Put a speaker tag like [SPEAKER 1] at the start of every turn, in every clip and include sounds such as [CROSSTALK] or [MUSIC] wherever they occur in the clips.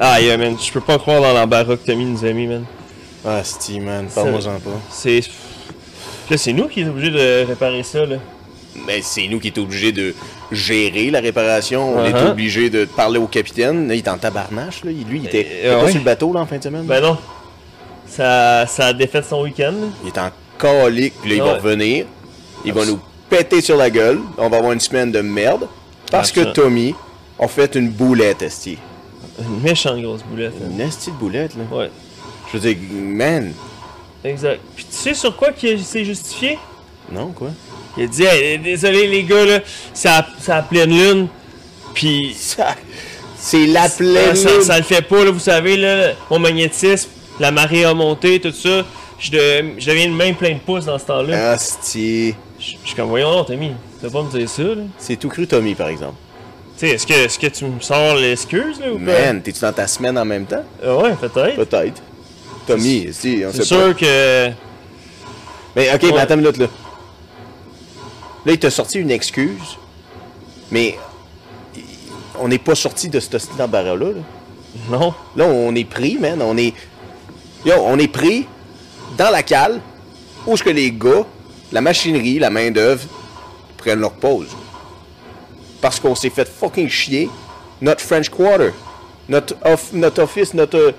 [SPEAKER 1] Ah, yeah, man. Je peux pas croire dans l'embarras que Tommy nous a mis, man.
[SPEAKER 2] Ah, Steve, man, parle-moi-en pas.
[SPEAKER 1] C'est. Là, c'est nous qui sommes obligés de réparer ça, là.
[SPEAKER 2] Mais c'est nous qui est obligés de gérer la réparation. On est
[SPEAKER 1] Uh-huh.
[SPEAKER 2] obligé de parler au capitaine. Là, il est en tabarnache, là. Lui, il était
[SPEAKER 1] Euh,
[SPEAKER 2] pas
[SPEAKER 1] ouais.
[SPEAKER 2] sur le bateau, là, en fin de semaine.
[SPEAKER 1] Ben non. Ça, ça a défait son week-end.
[SPEAKER 2] Il est en colique, puis là, il
[SPEAKER 1] Ah
[SPEAKER 2] va
[SPEAKER 1] ouais.
[SPEAKER 2] revenir. Il va
[SPEAKER 1] Abs-
[SPEAKER 2] nous péter sur la gueule. On va avoir une semaine de merde. Parce que
[SPEAKER 1] Absolument.
[SPEAKER 2] Tommy a fait une boulette, Esti.
[SPEAKER 1] Une méchante grosse boulette. hein.
[SPEAKER 2] Une Esti de boulette, là.
[SPEAKER 1] Ouais,
[SPEAKER 2] Je veux dire, man.
[SPEAKER 1] exact. Puis tu sais sur quoi qu'il s'est justifié?
[SPEAKER 2] Non, quoi?
[SPEAKER 1] Il a dit, Hey, désolé les gars, là, c'est à, c'est à pleine lune. Puis
[SPEAKER 2] Ça. C'est la
[SPEAKER 1] Euh,
[SPEAKER 2] pleine.
[SPEAKER 1] ça, ça le fait pas, là, vous savez, là, mon magnétisme, la marée a monté, tout ça. Je, de- je deviens une main pleine de pouces dans ce temps-là.
[SPEAKER 2] Ah, Esti.
[SPEAKER 1] Je je suis comme, voyons, non, Tommy, tu vas pas me dire ça, là.
[SPEAKER 2] C'est tout cru, Tommy, par exemple.
[SPEAKER 1] Tu sais, est-ce que, est-ce que tu me sors l'excuse, là, ou pas?
[SPEAKER 2] Man, t'es-tu dans ta semaine en même temps?
[SPEAKER 1] Euh, ouais, peut-être.
[SPEAKER 2] Peut-être. Tommy, si, on
[SPEAKER 1] C'est
[SPEAKER 2] sait
[SPEAKER 1] sûr
[SPEAKER 2] pas.
[SPEAKER 1] que.
[SPEAKER 2] Mais ok, mais
[SPEAKER 1] Ouais.
[SPEAKER 2] attends une minute là. Là, il t'a sorti une excuse, mais il- on n'est pas sorti de ce hostie d'embarras-là. Là.
[SPEAKER 1] Non.
[SPEAKER 2] Là, on est pris, man. On est. Yo, on est pris dans la cale où ce que les gars, la machinerie, la main-d'œuvre prennent leur pause. Parce qu'on s'est fait fucking chier notre French Quarter, notre, off- notre office, notre. euh,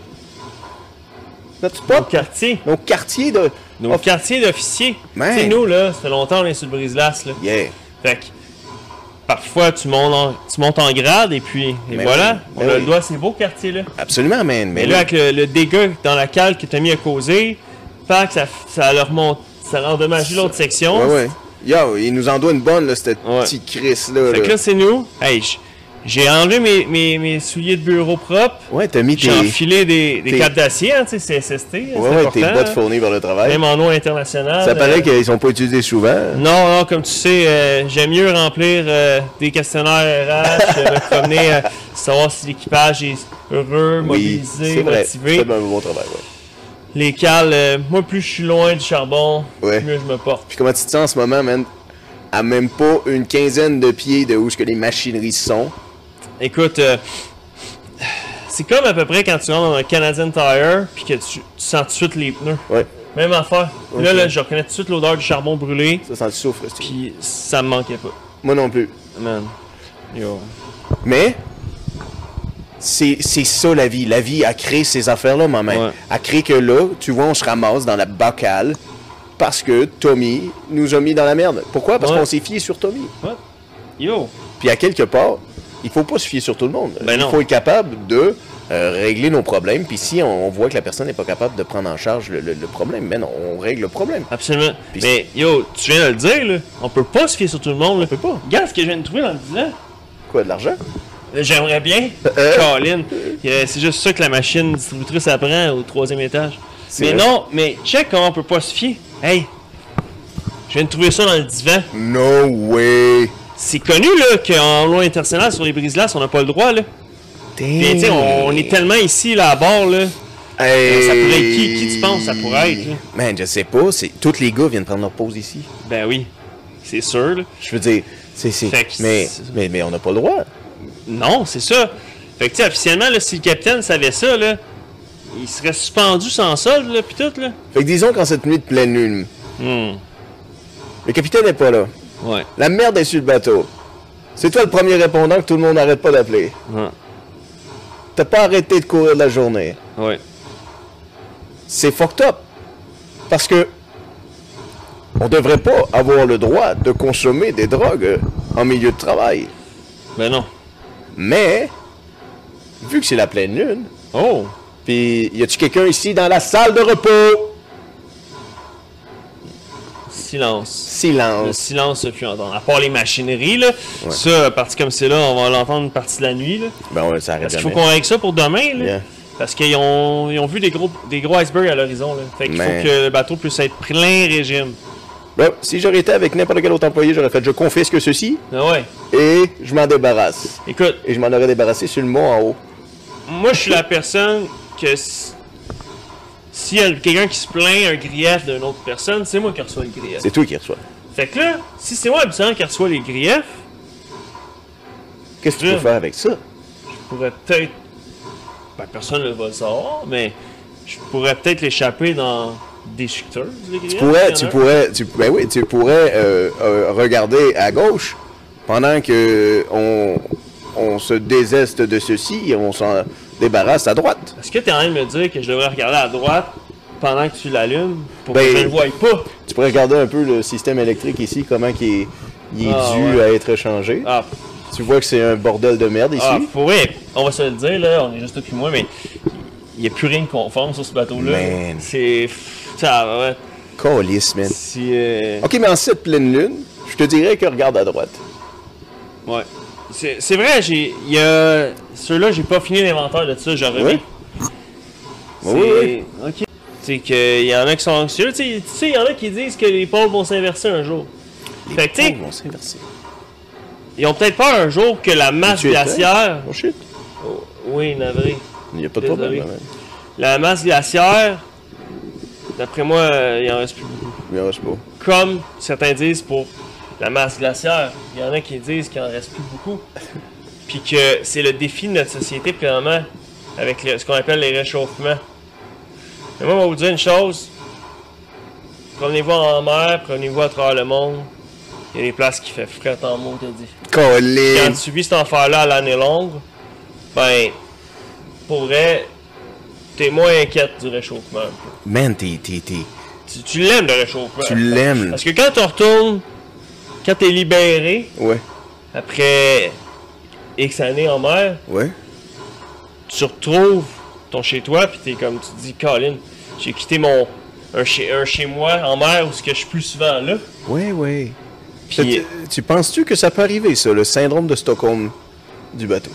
[SPEAKER 2] Notre
[SPEAKER 1] Au
[SPEAKER 2] spot,
[SPEAKER 1] quartier.
[SPEAKER 2] nos quartiers de.
[SPEAKER 1] Nos
[SPEAKER 2] off-
[SPEAKER 1] quartiers d'officiers. Tu
[SPEAKER 2] Man.
[SPEAKER 1] sais, nous, là, ça fait longtemps qu'on est sur le brise-glace, là.
[SPEAKER 2] Yeah.
[SPEAKER 1] Fait que, parfois, tu montes en, tu montes en grade et puis, et
[SPEAKER 2] Mais
[SPEAKER 1] voilà,
[SPEAKER 2] oui,
[SPEAKER 1] on
[SPEAKER 2] mais
[SPEAKER 1] a
[SPEAKER 2] oui.
[SPEAKER 1] le doigt à ces beaux quartiers-là.
[SPEAKER 2] Absolument, man. Mais
[SPEAKER 1] Et là, avec le, le dégât dans la cale que Tommy a causé, fait que ça, ça leur monte, ça leur endommage l'autre section.
[SPEAKER 2] Ouais, ouais. Yo, il nous en doit une bonne, là, cette
[SPEAKER 1] Ouais.
[SPEAKER 2] petite Chris, là.
[SPEAKER 1] Fait que
[SPEAKER 2] là.
[SPEAKER 1] là, c'est nous. Hey, j- j'ai enlevé mes, mes, mes souliers de bureau propres.
[SPEAKER 2] Ouais, t'as mis tes.
[SPEAKER 1] J'ai enfilé des, des
[SPEAKER 2] t'es-
[SPEAKER 1] capes d'acier, hein, tu sais, CSST. hein, c'est
[SPEAKER 2] Ouais, ouais,
[SPEAKER 1] important,
[SPEAKER 2] tes bottes
[SPEAKER 1] hein.
[SPEAKER 2] fournies vers le travail.
[SPEAKER 1] Même en nom international.
[SPEAKER 2] Ça
[SPEAKER 1] euh,
[SPEAKER 2] paraît qu'ils sont pas utilisés souvent.
[SPEAKER 1] Non, non, comme tu sais, euh, j'aime mieux remplir euh, des questionnaires RH, euh,
[SPEAKER 2] [LAUGHS]
[SPEAKER 1] me promener, euh, savoir si l'équipage est heureux,
[SPEAKER 2] Oui,
[SPEAKER 1] mobilisé,
[SPEAKER 2] c'est vrai. C'est
[SPEAKER 1] motivé.
[SPEAKER 2] un bon travail, ouais.
[SPEAKER 1] Les cales, euh, moi, plus je suis loin du charbon,
[SPEAKER 2] Ouais.
[SPEAKER 1] mieux je me porte.
[SPEAKER 2] Puis comment tu te sens en ce moment, man? À même pas une quinzaine de pieds de où ce que les machineries sont.
[SPEAKER 1] Écoute, euh, c'est comme à peu près quand tu rentres dans un Canadian Tire puis que tu, tu sens tout de suite les pneus.
[SPEAKER 2] Ouais,
[SPEAKER 1] Même affaire.
[SPEAKER 2] Ok.
[SPEAKER 1] Là, là, je reconnais tout de suite l'odeur du charbon brûlé,
[SPEAKER 2] ça sent du soufre, c'est-
[SPEAKER 1] puis ça me manquait pas.
[SPEAKER 2] Moi non plus.
[SPEAKER 1] Man. Yo.
[SPEAKER 2] Mais c'est c'est ça la vie. La vie a créé ces affaires-là, maman.
[SPEAKER 1] Ouais.
[SPEAKER 2] A créé que là, tu vois, on se ramasse dans la bacale parce que Tommy nous a mis dans la merde. Pourquoi? Parce
[SPEAKER 1] Ouais.
[SPEAKER 2] qu'on s'est fié sur Tommy.
[SPEAKER 1] What? Yo.
[SPEAKER 2] Puis à quelque part, il faut pas se fier sur tout le monde.
[SPEAKER 1] Ben
[SPEAKER 2] il
[SPEAKER 1] non.
[SPEAKER 2] faut être capable de euh, régler nos problèmes. Puis si on, on voit que la personne n'est pas capable de prendre en charge le, le- le problème, ben non, on règle le problème.
[SPEAKER 1] Absolument.
[SPEAKER 2] Puis
[SPEAKER 1] Mais yo, tu viens de le dire, là. On peut pas se fier sur tout le monde, là.
[SPEAKER 2] On peut pas.
[SPEAKER 1] Regarde ce que je viens de trouver dans le bilan.
[SPEAKER 2] Quoi, de l'argent?
[SPEAKER 1] Euh, J'aimerais bien.
[SPEAKER 2] Euh.
[SPEAKER 1] Colin. Euh, C'est juste ça que la machine distributrice apprend au troisième étage.
[SPEAKER 2] C'est
[SPEAKER 1] Mais
[SPEAKER 2] vrai.
[SPEAKER 1] non, mais check comment on peut pas se fier. Hey! Je viens de trouver ça dans le divan.
[SPEAKER 2] No way!
[SPEAKER 1] C'est connu, là, qu'en loi internationale, sur les brises-glaces, on n'a pas le droit, là. Bien, tu sais, on, on est tellement ici, là, à bord, là.
[SPEAKER 2] Hey!
[SPEAKER 1] Ça pourrait être qui? Qui tu penses ça pourrait être, hein? là?
[SPEAKER 2] Man, je sais pas. C'est... Tous les gars viennent prendre leur pause ici.
[SPEAKER 1] Ben oui. C'est sûr, là.
[SPEAKER 2] Je veux dire, c'est... c'est...
[SPEAKER 1] Fait que
[SPEAKER 2] Mais,
[SPEAKER 1] c'est-
[SPEAKER 2] mais, mais on n'a pas le droit.
[SPEAKER 1] Non, c'est ça. Fait que, tu sais, officiellement, là, si le capitaine savait ça, là, il serait suspendu sans solde, là, pis tout, là.
[SPEAKER 2] Fait que disons qu'en cette nuit de pleine lune,
[SPEAKER 1] Hmm.
[SPEAKER 2] le capitaine n'est pas là.
[SPEAKER 1] Ouais.
[SPEAKER 2] La merde est sur le bateau. C'est toi le premier répondant que tout le monde n'arrête pas d'appeler.
[SPEAKER 1] Ouais.
[SPEAKER 2] T'as pas arrêté de courir de la journée.
[SPEAKER 1] Ouais.
[SPEAKER 2] c'est fucked up. Parce que on devrait pas avoir le droit de consommer des drogues en milieu de travail.
[SPEAKER 1] Ben non.
[SPEAKER 2] Mais, vu que c'est la pleine lune,
[SPEAKER 1] Oh!
[SPEAKER 2] puis y a-tu quelqu'un ici dans la salle de repos?
[SPEAKER 1] Silence. Le
[SPEAKER 2] Silence.
[SPEAKER 1] silence se fut entendre. À part les machineries, là. Ça, parti comme c'est là, on va l'entendre une partie de la nuit, là.
[SPEAKER 2] Ben ouais, ça arrête
[SPEAKER 1] Parce qu'il faut
[SPEAKER 2] jamais.
[SPEAKER 1] qu'on règle ça pour demain, là.
[SPEAKER 2] Yeah.
[SPEAKER 1] Parce qu'ils ont, ils ont vu des gros, des gros icebergs à l'horizon, là. Fait qu'il
[SPEAKER 2] Man.
[SPEAKER 1] faut que le bateau puisse être plein régime.
[SPEAKER 2] Ben, si j'aurais été avec n'importe quel autre employé, j'aurais fait je confisque ceci
[SPEAKER 1] Ben ouais.
[SPEAKER 2] et je m'en débarrasse.
[SPEAKER 1] Écoute,
[SPEAKER 2] Et je m'en aurais débarrassé sur le mont en haut.
[SPEAKER 1] Moi, je suis la personne que si- s'il y a quelqu'un qui se plaint un grief d'une autre personne, c'est moi qui reçois le grief.
[SPEAKER 2] C'est toi qui reçois.
[SPEAKER 1] Fait que là, si c'est moi habituellement qui reçois les griefs,
[SPEAKER 2] Qu'est-ce que tu peux
[SPEAKER 1] Ouais.
[SPEAKER 2] faire avec ça?
[SPEAKER 1] je pourrais peut-être ben, personne ne va le savoir, mais je pourrais peut-être l'échapper dans des shooters. Tu
[SPEAKER 2] pourrais, tu pourrais, tu, ben oui, tu pourrais euh, euh, regarder à gauche pendant que on, on se déseste de ceci et on s'en débarrasse à droite.
[SPEAKER 1] Est-ce que tu es en train de me dire que je devrais regarder à droite pendant que tu l'allumes pour
[SPEAKER 2] Ben-
[SPEAKER 1] que je ne le voie pas?
[SPEAKER 2] Tu pourrais regarder un peu le système électrique ici, comment il est, il est
[SPEAKER 1] Ah,
[SPEAKER 2] dû
[SPEAKER 1] ouais.
[SPEAKER 2] à être changé.
[SPEAKER 1] Ah,
[SPEAKER 2] Tu vois que c'est un bordel de merde ici.
[SPEAKER 1] ah, pour vrai, on va se le dire, là, on est juste toi puis moi, mais il n'y a plus rien de conforme sur ce bateau-là.
[SPEAKER 2] Man.
[SPEAKER 1] C'est. pff, Ça ouais.
[SPEAKER 2] Câlisse, man.
[SPEAKER 1] Si. euh,
[SPEAKER 2] Ok, mais en cette pleine lune, je te dirais que regarde à droite.
[SPEAKER 1] Ouais. C'est c'est vrai, j'ai. Il y a. Ceux-là, j'ai pas fini l'inventaire de ça, j'aurais
[SPEAKER 2] Oui.
[SPEAKER 1] C'est-
[SPEAKER 2] Oui, oui.
[SPEAKER 1] Ok. C'est qu'il y en a qui sont anxieux. Tu sais, tu sais, il y en a qui disent que les pôles vont s'inverser un jour. Fait que, tu sais,
[SPEAKER 2] Oh, on s'est inversé.
[SPEAKER 1] ils ont peut-être peur un jour que la masse
[SPEAKER 2] Tu étais?
[SPEAKER 1] glaciaire.
[SPEAKER 2] Oh shit.
[SPEAKER 1] Oh, oui, navré.
[SPEAKER 2] Il n'y a pas de
[SPEAKER 1] Désolé.
[SPEAKER 2] problème. hein. là-même.
[SPEAKER 1] La masse glaciaire, d'après moi, euh, il en reste plus beaucoup.
[SPEAKER 2] Il y en reste pas.
[SPEAKER 1] Comme certains disent pour la masse glaciaire, il y en a qui disent qu'il en reste plus beaucoup. Puis que c'est le défi de notre société présentement avec le- ce qu'on appelle les réchauffements. Mais moi, je vais vous dire une chose. Promenez-vous en mer, promenez-vous à travers le monde. Il y a des places qui fait fret en mots, t'as dit. Quand
[SPEAKER 2] Colin.
[SPEAKER 1] tu vis cet enfer-là à l'année longue, ben, pour vrai, t'es moins inquiète du réchauffement. un peu.
[SPEAKER 2] Man, t'es. t'es- t'es-
[SPEAKER 1] Tu, tu l'aimes le réchauffement.
[SPEAKER 2] Tu l'aimes. là.
[SPEAKER 1] Parce que quand tu retournes, quand t'es libéré,
[SPEAKER 2] Ouais.
[SPEAKER 1] après X années en mer,
[SPEAKER 2] Ouais.
[SPEAKER 1] tu retrouves ton chez-toi, puis t'es comme, tu te dis, Colin, j'ai quitté mon. Un chez, un chez moi en mer où ce que je suis plus souvent là.
[SPEAKER 2] Ouais, ouais. euh,
[SPEAKER 1] Puis
[SPEAKER 2] Tu, tu penses-tu que ça peut arriver, ça, le syndrome de Stockholm du bateau?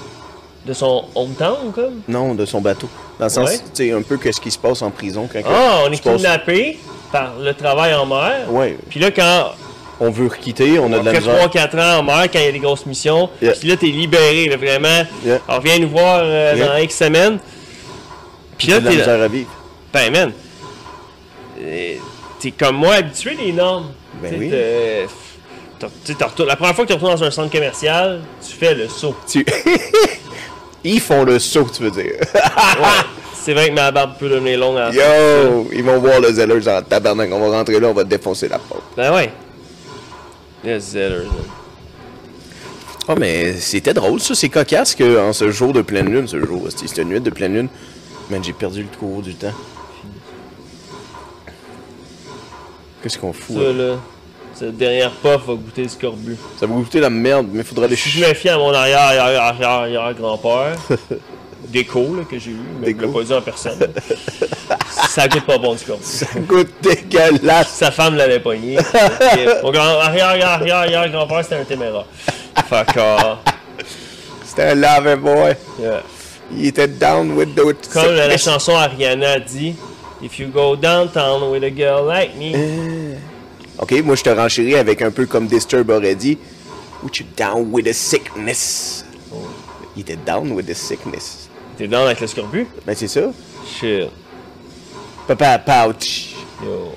[SPEAKER 1] de son hometown, comme.
[SPEAKER 2] Non, de son bateau. Dans le sens,
[SPEAKER 1] Ouais.
[SPEAKER 2] tu sais, un peu que ce qui se passe en prison quand
[SPEAKER 1] Ah, on
[SPEAKER 2] tu
[SPEAKER 1] est
[SPEAKER 2] passes-
[SPEAKER 1] kidnappé par le travail en mer.
[SPEAKER 2] Ouais.
[SPEAKER 1] Puis là, quand
[SPEAKER 2] On veut requitter, on a de la
[SPEAKER 1] Après
[SPEAKER 2] misère.
[SPEAKER 1] 3-4 ans en mer, quand il y a des grosses missions,
[SPEAKER 2] Yeah.
[SPEAKER 1] puis là, t'es libéré, là, vraiment.
[SPEAKER 2] Yeah.
[SPEAKER 1] Alors, viens nous voir euh,
[SPEAKER 2] Yeah.
[SPEAKER 1] dans X semaines. Puis
[SPEAKER 2] On a
[SPEAKER 1] là,
[SPEAKER 2] de la
[SPEAKER 1] t'es
[SPEAKER 2] misère à vivre.
[SPEAKER 1] Ben, man, euh, t'es comme moi habitué des normes.
[SPEAKER 2] Ben
[SPEAKER 1] T'sais,
[SPEAKER 2] oui.
[SPEAKER 1] t'es- t'as- t'sais, t'as retour- La première fois que tu retournes dans un centre commercial, tu fais le saut.
[SPEAKER 2] Tu- [LAUGHS] ils font le saut, tu veux dire. Ah!
[SPEAKER 1] Ouais. C'est vrai que ma barbe peut devenir longue à la fin.
[SPEAKER 2] Yo! Ils vont voir le Zellers en tabarnak. On va rentrer là, on va défoncer la porte.
[SPEAKER 1] Ben ouais. Le zellers, man.
[SPEAKER 2] Oh, mais c'était drôle, ça. C'est cocasse qu'en ce jour de pleine lune, ce jour, hostie, cette nuit de pleine lune, man, j'ai perdu le cours du temps. Qu'est-ce qu'on fout?
[SPEAKER 1] Ça,
[SPEAKER 2] là?
[SPEAKER 1] là, cette dernière puff va goûter le scorbut.
[SPEAKER 2] hein? Ça va goûter la merde, mais faudra aller
[SPEAKER 1] Si je me fie à mon arrière, arrière, arrière, arrière
[SPEAKER 2] [LAUGHS]
[SPEAKER 1] grand-père, déco là, que j'ai eu, mais je
[SPEAKER 2] Déco.
[SPEAKER 1] l'ai pas dit en personne. ça goûte pas bon du scorbut.
[SPEAKER 2] Ça goûte dégueulasse!
[SPEAKER 1] Sa femme l'avait pogné. Et Mon grand, arrière, arrière, arrière, arrière grand-père, c'était un téméra. Fuck off.
[SPEAKER 2] C'était un lave boy!
[SPEAKER 1] Yeah.
[SPEAKER 2] Il était down with the...
[SPEAKER 1] Comme la, la chanson Ariana dit, If you go downtown with a girl like me.
[SPEAKER 2] Ok, moi je te renchéris avec un peu comme Disturb aurait dit. Would you down with the sickness? Il était down with the sickness.
[SPEAKER 1] T'es down avec le scorbut?
[SPEAKER 2] Ben c'est ça.
[SPEAKER 1] Shit.
[SPEAKER 2] Papa pouch.
[SPEAKER 1] Yo.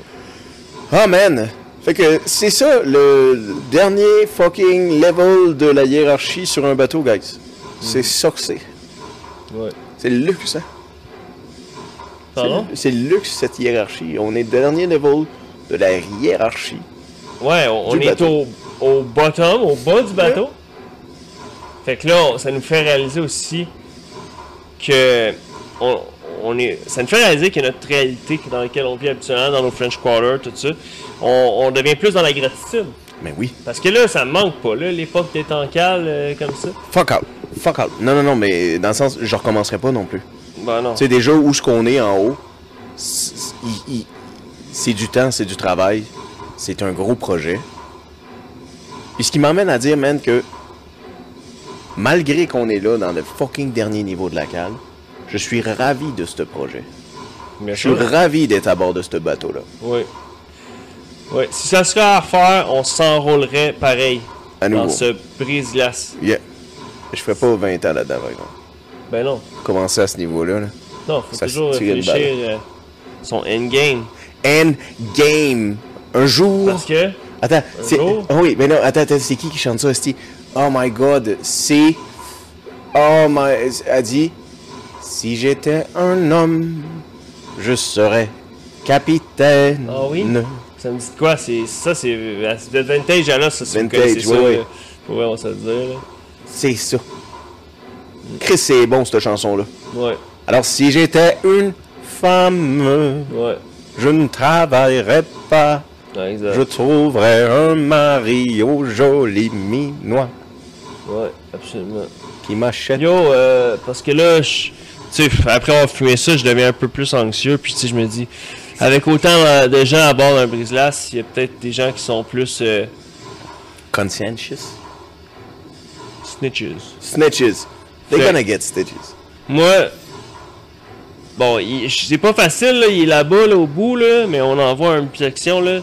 [SPEAKER 2] Oh man! Fait que c'est ça le dernier fucking level de la hiérarchie sur un bateau, guys. C'est ça que c'est.
[SPEAKER 1] Ouais.
[SPEAKER 2] C'est le luxe, hein? C'est le-
[SPEAKER 1] Pardon?
[SPEAKER 2] C'est le luxe cette hiérarchie. On est dernier level de la hiérarchie.
[SPEAKER 1] Ouais, on, on
[SPEAKER 2] Du
[SPEAKER 1] est
[SPEAKER 2] bateau.
[SPEAKER 1] au, au bottom, au bas du bateau. Fait que là, on- ça nous fait réaliser aussi que on, on est. Ça nous fait réaliser que notre réalité que- dans laquelle on vit habituellement, dans nos French Quarter, tout ça, on, on devient plus dans la gratitude.
[SPEAKER 2] Mais oui.
[SPEAKER 1] Parce que là, ça me manque pas, là, l'époque des tancales euh, comme ça.
[SPEAKER 2] Fuck out. Fuck out. Non, non, non, mais dans le sens, je recommencerai pas non plus.
[SPEAKER 1] Ben non.
[SPEAKER 2] Tu sais, déjà où ce qu'on est en haut, c- c- il- il- c'est du temps, c'est du travail, c'est un gros projet. Puis ce qui m'emmène à dire, man, que malgré qu'on est là dans le fucking dernier niveau de la cale, je suis ravi de ce projet.
[SPEAKER 1] Bien
[SPEAKER 2] Je suis ravi d'être à bord de ce bateau-là.
[SPEAKER 1] Oui. Oui. Si ça serait à refaire, on s'enrôlerait pareil.
[SPEAKER 2] À nouveau.
[SPEAKER 1] Dans ce brise-glace.
[SPEAKER 2] Yeah. Je ferai pas 20 ans là-dedans, par exemple.
[SPEAKER 1] Ben non.
[SPEAKER 2] Commencer à ce niveau-là. Là.
[SPEAKER 1] Non, faut
[SPEAKER 2] Ça se
[SPEAKER 1] toujours
[SPEAKER 2] tire une balle.
[SPEAKER 1] réfléchir euh, son endgame.
[SPEAKER 2] End game. Un jour.
[SPEAKER 1] Parce que.
[SPEAKER 2] Attends, c'est.
[SPEAKER 1] jour.
[SPEAKER 2] Oh oui, mais non, attends, attends, c'est qui qui chante ça, Esti? Oh my god, c'est. Oh my. Elle dit. Si j'étais un homme, je serais capitaine.
[SPEAKER 1] Ah oui? Ça me dit de quoi? C'est, ça, c'est euh, de vintage à là, ça, c'est
[SPEAKER 2] Vintage,
[SPEAKER 1] c'est
[SPEAKER 2] oui,
[SPEAKER 1] ça,
[SPEAKER 2] oui.
[SPEAKER 1] là. Pour vrai, on va se le dire, là.
[SPEAKER 2] C'est ça. Chris, c'est bon, cette chanson-là.
[SPEAKER 1] Ouais,
[SPEAKER 2] Alors, si j'étais une femme,
[SPEAKER 1] ouais.
[SPEAKER 2] je ne travaillerais pas.
[SPEAKER 1] Ouais, exact.
[SPEAKER 2] Je trouverais un mari au joli minois
[SPEAKER 1] Ouais, absolument.
[SPEAKER 2] qui m'achète.
[SPEAKER 1] Yo, euh, parce que là, je- tu sais, après avoir fumé ça, je deviens un peu plus anxieux. Puis, tu sais, je me dis, avec autant euh, de gens à bord d'un brise-glace, il y a peut-être des gens qui sont plus euh,
[SPEAKER 2] Conscientious.
[SPEAKER 1] snitches.
[SPEAKER 2] Snitches. They're
[SPEAKER 1] Fait-
[SPEAKER 2] gonna get stitches.
[SPEAKER 1] Moi, bon, il- c'est pas facile, là, il est là-bas, là, au bout, là, mais on envoie une section, là.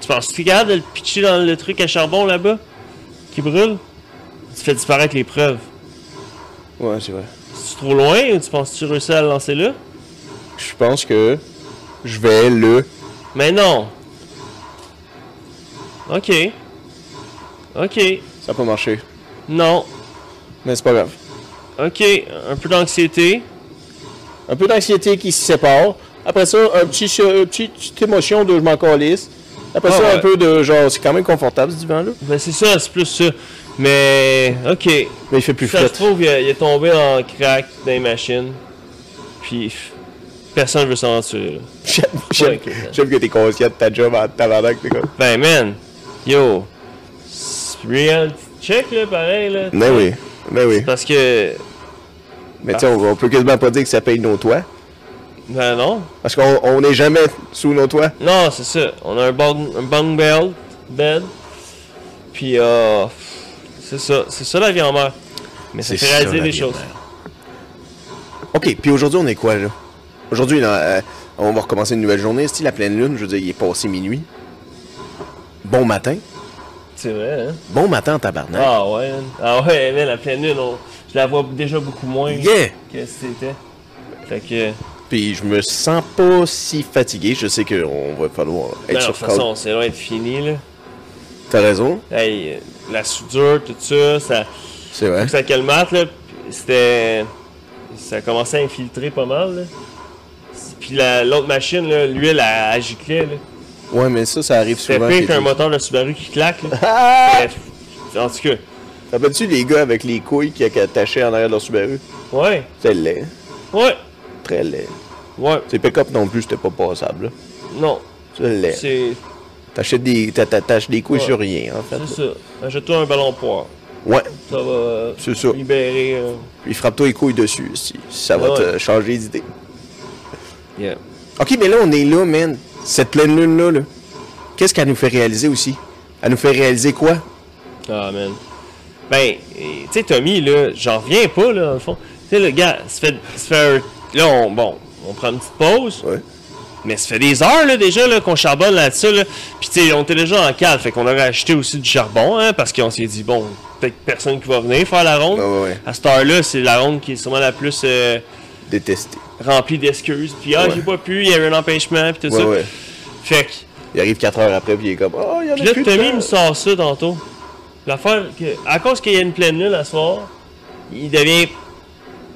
[SPEAKER 1] Tu penses que tu es capable de le pitcher dans le truc à charbon, là-bas, qui brûle? Tu fais disparaître les preuves.
[SPEAKER 2] Ouais, c'est vrai.
[SPEAKER 1] C'est trop loin ou tu penses que tu réussis à le lancer là?
[SPEAKER 2] Je pense que je vais le.
[SPEAKER 1] Mais non! Ok. Ok.
[SPEAKER 2] Ça a pas marché.
[SPEAKER 1] Non.
[SPEAKER 2] Mais c'est pas grave.
[SPEAKER 1] Ok. Un peu d'anxiété.
[SPEAKER 2] Un peu d'anxiété qui se sépare. Après ça, un petit, une petite, petite émotion de je m'en calisse. Après
[SPEAKER 1] Ah
[SPEAKER 2] ça, un
[SPEAKER 1] ouais.
[SPEAKER 2] peu de genre, c'est quand même confortable ce divan-là.
[SPEAKER 1] Ben c'est ça, c'est plus ça. Mais. Ok.
[SPEAKER 2] Mais il fait plus
[SPEAKER 1] Ça se
[SPEAKER 2] fret.
[SPEAKER 1] trouve, il, a- il est tombé en crack dans les machines. Puis, pff, personne veut s'aventurer. là.
[SPEAKER 2] [LAUGHS] J'aime j'aime-
[SPEAKER 1] ok.
[SPEAKER 2] j'aime que t'es conscient de ta job en tabarnak, les gars.
[SPEAKER 1] Ben, man, yo, c'est real check, là, pareil, là.
[SPEAKER 2] Mais Ben oui. Ah. Mais oui.
[SPEAKER 1] Parce que,
[SPEAKER 2] Mais tu sais, on, on peut quasiment pas dire que ça paye nos toits.
[SPEAKER 1] ben non.
[SPEAKER 2] Parce qu'on on n'est jamais sous nos toits.
[SPEAKER 1] Non, c'est ça. On a un bunk, un bunk bed, bed. Puis, euh, pff, c'est ça. C'est ça la vie en mer. Mais ça
[SPEAKER 2] C'est
[SPEAKER 1] fait
[SPEAKER 2] ça,
[SPEAKER 1] réaliser
[SPEAKER 2] la
[SPEAKER 1] des
[SPEAKER 2] vie en
[SPEAKER 1] choses.
[SPEAKER 2] mer. Ok, puis aujourd'hui, on est quoi, là? Aujourd'hui, là, euh, on va recommencer une nouvelle journée. Si la pleine lune, je veux dire, il est passé minuit. Bon matin.
[SPEAKER 1] C'est vrai, hein?
[SPEAKER 2] Bon matin, tabarnak.
[SPEAKER 1] Ah ouais, man. Ah ouais, man, la pleine lune, on- je la vois déjà beaucoup moins
[SPEAKER 2] Yeah!
[SPEAKER 1] que c'était. Fait que.
[SPEAKER 2] Puis je me sens pas si fatigué. Je sais qu'on va falloir
[SPEAKER 1] Non, de
[SPEAKER 2] être
[SPEAKER 1] toute
[SPEAKER 2] sur call.
[SPEAKER 1] façon, c'est loin de fini, là.
[SPEAKER 2] T'as raison,
[SPEAKER 1] Hey, euh, la soudure, tout ça, ça,
[SPEAKER 2] c'est vrai.
[SPEAKER 1] ça calmate, là. puis C'était. Ça commençait à infiltrer pas mal, là. Puis la- l'autre machine, là, l'huile, elle, elle giclait, là.
[SPEAKER 2] Ouais, mais ça, ça arrive
[SPEAKER 1] C'était
[SPEAKER 2] souvent.
[SPEAKER 1] pire
[SPEAKER 2] puis-
[SPEAKER 1] qu'un moteur de Subaru qui claque, là.
[SPEAKER 2] [LAUGHS] Ah!
[SPEAKER 1] Bref. En tout cas,
[SPEAKER 2] T'appelles-tu les gars avec les couilles qui attachaient en arrière de leur Subaru?
[SPEAKER 1] ouais,
[SPEAKER 2] C'était laid.
[SPEAKER 1] ouais,
[SPEAKER 2] Très laid.
[SPEAKER 1] ouais,
[SPEAKER 2] C'est pick-up non plus, c'était pas passable. là.
[SPEAKER 1] non.
[SPEAKER 2] C'était laid.
[SPEAKER 1] C'est
[SPEAKER 2] T'achètes des... t'a- T'attaches des couilles
[SPEAKER 1] Ouais.
[SPEAKER 2] sur rien, en fait.
[SPEAKER 1] c'est
[SPEAKER 2] là.
[SPEAKER 1] ça. Achète-toi un ballon poire.
[SPEAKER 2] Ouais.
[SPEAKER 1] Ça va euh,
[SPEAKER 2] C'est ça.
[SPEAKER 1] libérer. euh,
[SPEAKER 2] Puis frappe-toi les couilles dessus, si ça va
[SPEAKER 1] Ouais.
[SPEAKER 2] te changer d'idée.
[SPEAKER 1] Yeah.
[SPEAKER 2] Ok, mais là, on est là, man. Cette pleine lune-là, là. Qu'est-ce qu'elle nous fait réaliser aussi? Elle nous fait réaliser quoi?
[SPEAKER 1] Ah, man. Ben, et, tu sais, Tommy, là, j'en reviens pas, là, dans le fond. Tu sais, le gars, ça fait, ça fait un- Là, on, bon, on prend une petite pause,
[SPEAKER 2] Ouais.
[SPEAKER 1] mais ça fait des heures, là, déjà, là, qu'on charbonne là-dessus, là. Puis, tu sais, on était déjà en cale, fait qu'on aurait acheté aussi du charbon, hein, parce qu'on s'est dit, bon, peut-être personne qui va venir faire la ronde.
[SPEAKER 2] Ouais, ouais, ouais.
[SPEAKER 1] À cette heure-là, c'est la ronde qui est sûrement la plus euh,
[SPEAKER 2] Détester.
[SPEAKER 1] remplie d'excuses. Puis, ah,
[SPEAKER 2] Ouais.
[SPEAKER 1] j'ai pas pu, il y avait un empêchement, puis tout
[SPEAKER 2] Ouais,
[SPEAKER 1] ça.
[SPEAKER 2] ouais.
[SPEAKER 1] Fait que,
[SPEAKER 2] Il arrive 4 heures après, puis il est comme Oh, il y en a
[SPEAKER 1] Puis là,
[SPEAKER 2] plus de
[SPEAKER 1] Tommy
[SPEAKER 2] temps.
[SPEAKER 1] me sort ça tantôt. L'affaire, que, à cause qu'il y a une pleine lune à soir, il devient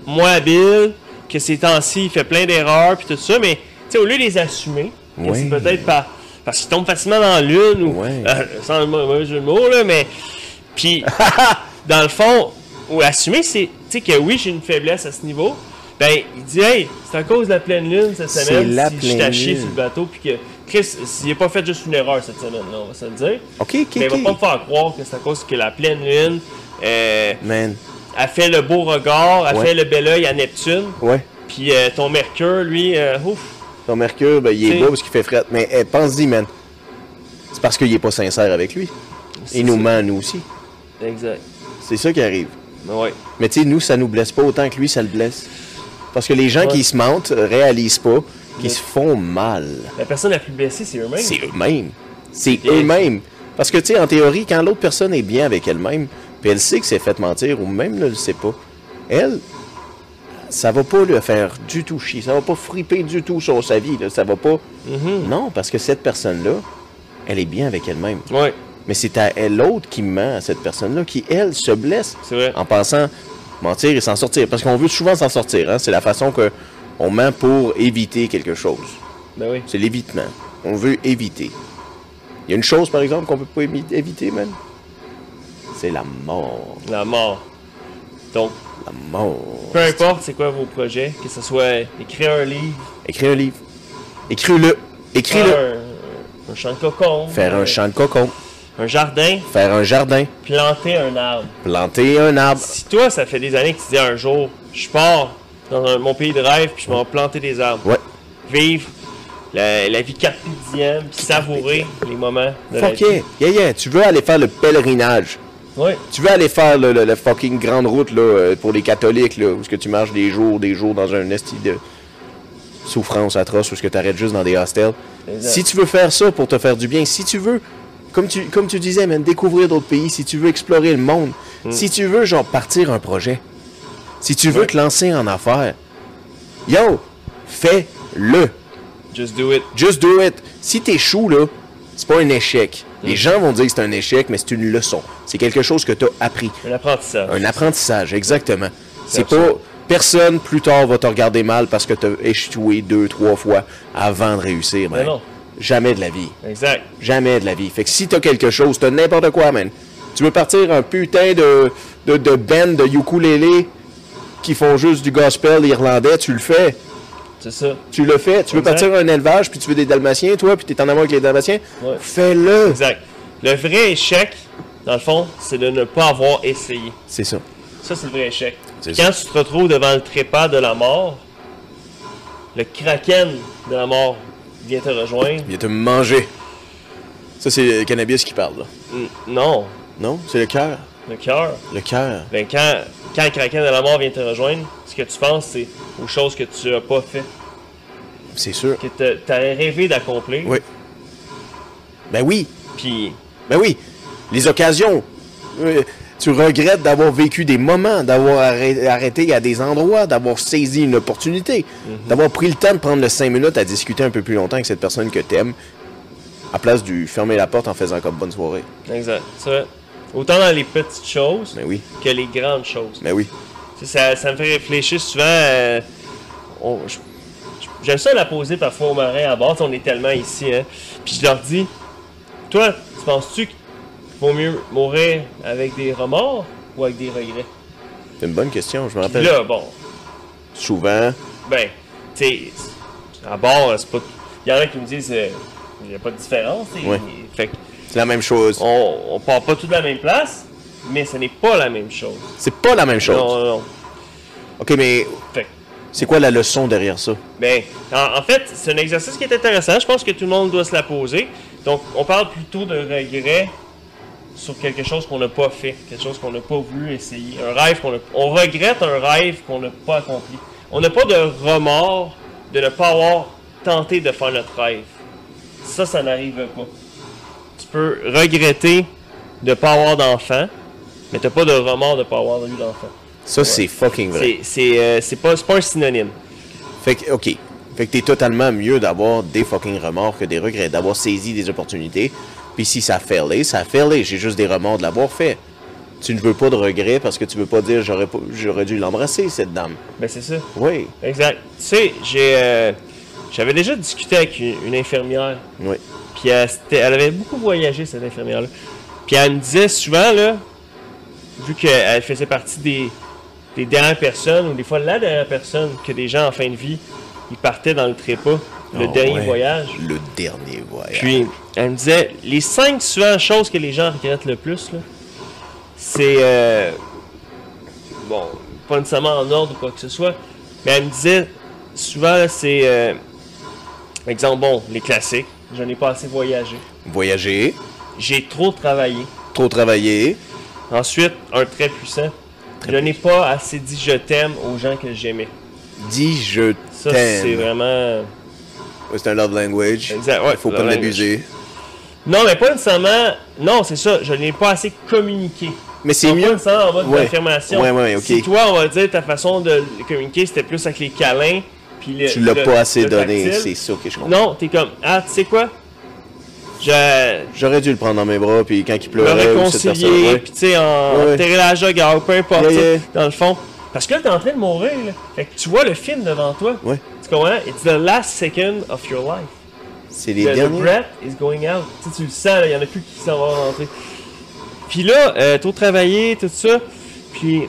[SPEAKER 1] moins habile, que ces temps-ci, il fait plein d'erreurs, puis tout ça, mais tu sais, au lieu de les assumer, que
[SPEAKER 2] Ouais.
[SPEAKER 1] c'est peut-être par, parce qu'il tombe facilement dans la lune, ou
[SPEAKER 2] Ouais.
[SPEAKER 1] euh, sans le mau- mauvais jeu de mots, là, mais. Puis,
[SPEAKER 2] [LAUGHS]
[SPEAKER 1] dans le fond, ou assumer, c'est, tu sais, que oui, j'ai une faiblesse à ce niveau. Ben, il dit, hey, c'est à cause de la pleine lune cette
[SPEAKER 2] C'est
[SPEAKER 1] semaine.
[SPEAKER 2] la
[SPEAKER 1] si
[SPEAKER 2] pleine
[SPEAKER 1] je t'achais
[SPEAKER 2] lune.
[SPEAKER 1] sur le bateau, puis que Chris, s'il n'a pas fait juste une erreur cette semaine, là, on va se le dire.
[SPEAKER 2] Ok, ok,
[SPEAKER 1] Mais il va pas me
[SPEAKER 2] ok.
[SPEAKER 1] faire croire que c'est à cause que la pleine lune euh,
[SPEAKER 2] Man,
[SPEAKER 1] a fait le beau regard, a
[SPEAKER 2] Ouais.
[SPEAKER 1] fait le bel œil à Neptune,
[SPEAKER 2] ouais.
[SPEAKER 1] puis euh, ton Mercure, lui, euh, ouf.
[SPEAKER 2] Ton Mercure, ben, il est
[SPEAKER 1] T'sais.
[SPEAKER 2] beau parce qu'il fait fret. Mais eh, pense-y, man. C'est parce qu'il est pas sincère avec lui.
[SPEAKER 1] c'est
[SPEAKER 2] Il nous
[SPEAKER 1] ça.
[SPEAKER 2] ment, nous aussi.
[SPEAKER 1] Exact.
[SPEAKER 2] C'est ça qui arrive.
[SPEAKER 1] Mais ouais.
[SPEAKER 2] Mais tu sais, nous, ça nous blesse pas autant que lui, ça le blesse. Parce que les gens
[SPEAKER 1] Ouais.
[SPEAKER 2] qui se mentent euh, réalisent pas qu'ils
[SPEAKER 1] Ouais.
[SPEAKER 2] se font mal.
[SPEAKER 1] La personne la plus blessée, c'est eux-mêmes.
[SPEAKER 2] C'est eux-mêmes. C'est
[SPEAKER 1] Bien.
[SPEAKER 2] eux-mêmes. Parce que, tu sais, en théorie, quand l'autre personne est bien avec elle-même, puis elle sait que c'est fait mentir, ou même ne le sait pas, elle, ça va pas lui faire du tout chier. Ça va pas friper du tout sur sa vie. Là. Ça va pas.
[SPEAKER 1] Mhm.
[SPEAKER 2] Non, parce que cette personne-là, elle est bien avec elle-même.
[SPEAKER 1] Ouais,
[SPEAKER 2] Mais c'est à elle l'autre qui ment à cette personne-là, qui, elle, se blesse
[SPEAKER 1] c'est vrai.
[SPEAKER 2] en pensant mentir et s'en sortir. Parce qu'on veut souvent s'en sortir. Hein? C'est la façon que on ment pour éviter quelque chose.
[SPEAKER 1] Ben oui.
[SPEAKER 2] C'est l'évitement. On veut éviter. Il y a une chose, par exemple, qu'on peut pas émi- éviter, même. C'est la mort.
[SPEAKER 1] La mort. Donc,
[SPEAKER 2] La mort.
[SPEAKER 1] peu importe c'est quoi vos projets, que ce soit écrire un livre,
[SPEAKER 2] Écris un livre. Écris-le. Écris-le.
[SPEAKER 1] faire un, un champ de cocon,
[SPEAKER 2] Faire
[SPEAKER 1] euh,
[SPEAKER 2] un champ de cocon.
[SPEAKER 1] un jardin,
[SPEAKER 2] Faire un jardin.
[SPEAKER 1] planter un arbre.
[SPEAKER 2] Planter un arbre.
[SPEAKER 1] Si toi, ça fait des années que tu dis un jour, je pars dans un- mon pays de rêve puis je m'en vais planter des arbres,
[SPEAKER 2] Ouais.
[SPEAKER 1] vivre la, la vie carpidienne puis savourer les moments de la
[SPEAKER 2] Fuck
[SPEAKER 1] vie.
[SPEAKER 2] yeah. Yeah, yeah. Tu veux aller faire le pèlerinage.
[SPEAKER 1] Ouais.
[SPEAKER 2] Tu veux aller faire le, le- le fucking grande route là, euh, pour les catholiques, là, où est-ce que tu marches des jours, des jours dans un esti de souffrance atroce, où est-ce que tu arrêtes juste dans des hostels.
[SPEAKER 1] Exact.
[SPEAKER 2] Si tu veux faire ça pour te faire du bien, si tu veux, comme tu, comme tu disais, man, découvrir d'autres pays, si tu veux explorer le monde, si tu veux, genre, partir un projet, si tu veux
[SPEAKER 1] Hmm. Ouais.
[SPEAKER 2] te lancer en affaires, yo, fais-le.
[SPEAKER 1] Just do it.
[SPEAKER 2] Just do it. Si t'échoues, là, c'est pas un échec.
[SPEAKER 1] Hmm.
[SPEAKER 2] Les gens vont dire que c'est un échec, mais c'est une leçon. C'est quelque chose que t'as appris.
[SPEAKER 1] Un apprentissage.
[SPEAKER 2] Un apprentissage, exactement. C'est pas.
[SPEAKER 1] Personne.
[SPEAKER 2] Personne plus tard va te regarder mal parce que t'as échoué deux, trois fois avant de réussir, man.
[SPEAKER 1] Mais non.
[SPEAKER 2] Jamais de la vie.
[SPEAKER 1] Exact.
[SPEAKER 2] Jamais de la vie. Fait que si t'as quelque chose, t'as n'importe quoi, man. Tu veux partir un putain de, de, de band de ukulélé qui font juste du gospel irlandais, tu le fais.
[SPEAKER 1] C'est ça.
[SPEAKER 2] Tu le fais. Tu veux
[SPEAKER 1] Exact.
[SPEAKER 2] partir à un élevage, puis tu veux des dalmatiens, toi, puis t'es en amour avec les dalmatiens.
[SPEAKER 1] Ouais.
[SPEAKER 2] Fais-le.
[SPEAKER 1] Exact. Le vrai échec, dans le fond, c'est de ne pas avoir essayé.
[SPEAKER 2] C'est ça.
[SPEAKER 1] Ça, c'est le vrai échec.
[SPEAKER 2] C'est
[SPEAKER 1] Quand tu te retrouves devant le trépas de la mort, le kraken de la mort vient te rejoindre.
[SPEAKER 2] Il vient te manger. Ça, c'est le cannabis qui parle, là.
[SPEAKER 1] N- non,
[SPEAKER 2] Non, c'est le cœur.
[SPEAKER 1] le cœur.
[SPEAKER 2] Le cœur.
[SPEAKER 1] Ben, quand, quand le kraken de la mort vient te rejoindre, ce que tu penses, c'est aux choses que tu n'as pas fait,
[SPEAKER 2] C'est sûr.
[SPEAKER 1] que tu avais rêvé d'accomplir.
[SPEAKER 2] Oui. Ben oui.
[SPEAKER 1] Puis,
[SPEAKER 2] Ben oui. Les occasions. Euh, tu regrettes d'avoir vécu des moments, d'avoir arrê- arrêté à des endroits, d'avoir saisi une opportunité,
[SPEAKER 1] Mhm.
[SPEAKER 2] d'avoir pris le temps de prendre le cinq minutes à discuter un peu plus longtemps avec cette personne que t'aimes, à place du fermer la porte en faisant comme bonne soirée.
[SPEAKER 1] exact. Ça, autant dans les petites choses
[SPEAKER 2] Ben oui.
[SPEAKER 1] que les grandes choses.
[SPEAKER 2] Ben oui.
[SPEAKER 1] Tu sais, Ça, ça me fait réfléchir souvent. euh, on- je- je- J'aime ça la poser parfois aux marins à bord, on est tellement ici. Hein. Puis je leur dis Toi, tu penses-tu qu'il vaut mieux mourir avec des remords ou avec des regrets
[SPEAKER 2] C'est une bonne question, je me
[SPEAKER 1] Puis
[SPEAKER 2] rappelle.
[SPEAKER 1] là, bon,
[SPEAKER 2] Souvent.
[SPEAKER 1] ben, tu sais, à bord, c'est pas. Il y en a qui me disent euh, Il n'y a pas de différence. tu sais.
[SPEAKER 2] Ouais.
[SPEAKER 1] Fait que
[SPEAKER 2] C'est la même chose.
[SPEAKER 1] on, on part pas tous de la même place, mais ce n'est pas la même chose.
[SPEAKER 2] C'est pas la même chose.
[SPEAKER 1] Non, non, non.
[SPEAKER 2] OK, mais
[SPEAKER 1] Fait que-
[SPEAKER 2] c'est quoi la leçon derrière ça?
[SPEAKER 1] Ben, en, en fait, c'est un exercice qui est intéressant. Je pense que tout le monde doit se la poser. Donc, on parle plutôt de regret sur quelque chose qu'on n'a pas fait, quelque chose qu'on n'a pas voulu essayer, un rêve qu'on a- on regrette un rêve qu'on n'a pas accompli. On n'a pas de remords de ne pas avoir tenté de faire notre rêve. Ça, ça n'arrive pas. Tu peux regretter de ne pas avoir d'enfant, mais t'as pas de remords de ne pas avoir eu d'enfant.
[SPEAKER 2] Ça, c'est fucking vrai.
[SPEAKER 1] C'est- C'est euh, c'est pas, c'est pas un synonyme.
[SPEAKER 2] Fait que, OK. Fait que t'es totalement mieux d'avoir des fucking remords que des regrets, d'avoir saisi des opportunités. Puis si ça a failé, ça a failé. J'ai juste des remords de l'avoir fait. Tu ne veux pas de regrets parce que tu veux pas dire j'aurais pas- j'aurais dû l'embrasser, cette dame.
[SPEAKER 1] Ben, c'est ça.
[SPEAKER 2] Oui,
[SPEAKER 1] Exact. Tu sais, j'ai, euh, j'avais déjà discuté avec une, une infirmière,
[SPEAKER 2] oui.
[SPEAKER 1] puis elle, s'était- elle avait beaucoup voyagé, cette infirmière-là. Puis elle me disait souvent, là, vu qu'elle faisait partie des, des dernières personnes, ou des fois la dernière personne, que des gens en fin de vie, ils partaient dans le trépas, le
[SPEAKER 2] Oh,
[SPEAKER 1] dernier
[SPEAKER 2] ouais.
[SPEAKER 1] voyage.
[SPEAKER 2] Le dernier voyage.
[SPEAKER 1] Puis elle me disait, les cinq souvent choses que les gens regrettent le plus, là, c'est. euh, bon, pas nécessairement en ordre ou quoi que ce soit, mais elle me disait, souvent, là, c'est. euh, exemple, bon, les classiques. Je n'ai pas assez voyagé.
[SPEAKER 2] voyager,
[SPEAKER 1] J'ai trop travaillé.
[SPEAKER 2] trop travailler,
[SPEAKER 1] Ensuite, un très puissant. je n'ai pas assez dit je t'aime aux gens que j'aimais.
[SPEAKER 2] dis je
[SPEAKER 1] Ça, c'est
[SPEAKER 2] t'aime.
[SPEAKER 1] vraiment.
[SPEAKER 2] Ouais, C'est un love language.
[SPEAKER 1] Exact, ouais,
[SPEAKER 2] Faut
[SPEAKER 1] love
[SPEAKER 2] pas
[SPEAKER 1] language.
[SPEAKER 2] l'abuser.
[SPEAKER 1] Non, mais pas nécessairement. Non, c'est ça. Je n'ai pas assez communiqué.
[SPEAKER 2] Mais c'est
[SPEAKER 1] Non, pas
[SPEAKER 2] mieux.
[SPEAKER 1] nécessairement en mode
[SPEAKER 2] Ouais.
[SPEAKER 1] d'affirmation.
[SPEAKER 2] Ouais, ouais, ok.
[SPEAKER 1] Si toi, on va dire ta façon de le communiquer, c'était plus avec les câlins. Puis le,
[SPEAKER 2] Tu l'as
[SPEAKER 1] le-
[SPEAKER 2] pas assez
[SPEAKER 1] le
[SPEAKER 2] donné,
[SPEAKER 1] tactile.
[SPEAKER 2] c'est ça que je comprends.
[SPEAKER 1] Non, t'es comme, ah, tu sais quoi? Je
[SPEAKER 2] J'aurais dû le prendre dans mes bras, puis quand il
[SPEAKER 1] me
[SPEAKER 2] pleurait, ou cette personne.
[SPEAKER 1] réconcilier,
[SPEAKER 2] ouais.
[SPEAKER 1] puis tu sais, en
[SPEAKER 2] Ouais, ouais.
[SPEAKER 1] enterrer la jogue, alors peu importe.
[SPEAKER 2] Yeah, yeah.
[SPEAKER 1] Dans le fond, Parce que là, t'es en train de mourir, là. Fait que tu vois le film devant toi.
[SPEAKER 2] Ouais.
[SPEAKER 1] Tu comprends? It's the last second of your life.
[SPEAKER 2] C'est les
[SPEAKER 1] Le- le,
[SPEAKER 2] derniers.
[SPEAKER 1] breath is going out. Tu, sais, tu le sens, il y en a plus qui s'en vont rentrer. Puis là, euh, t'as travaillé, tout ça. Puis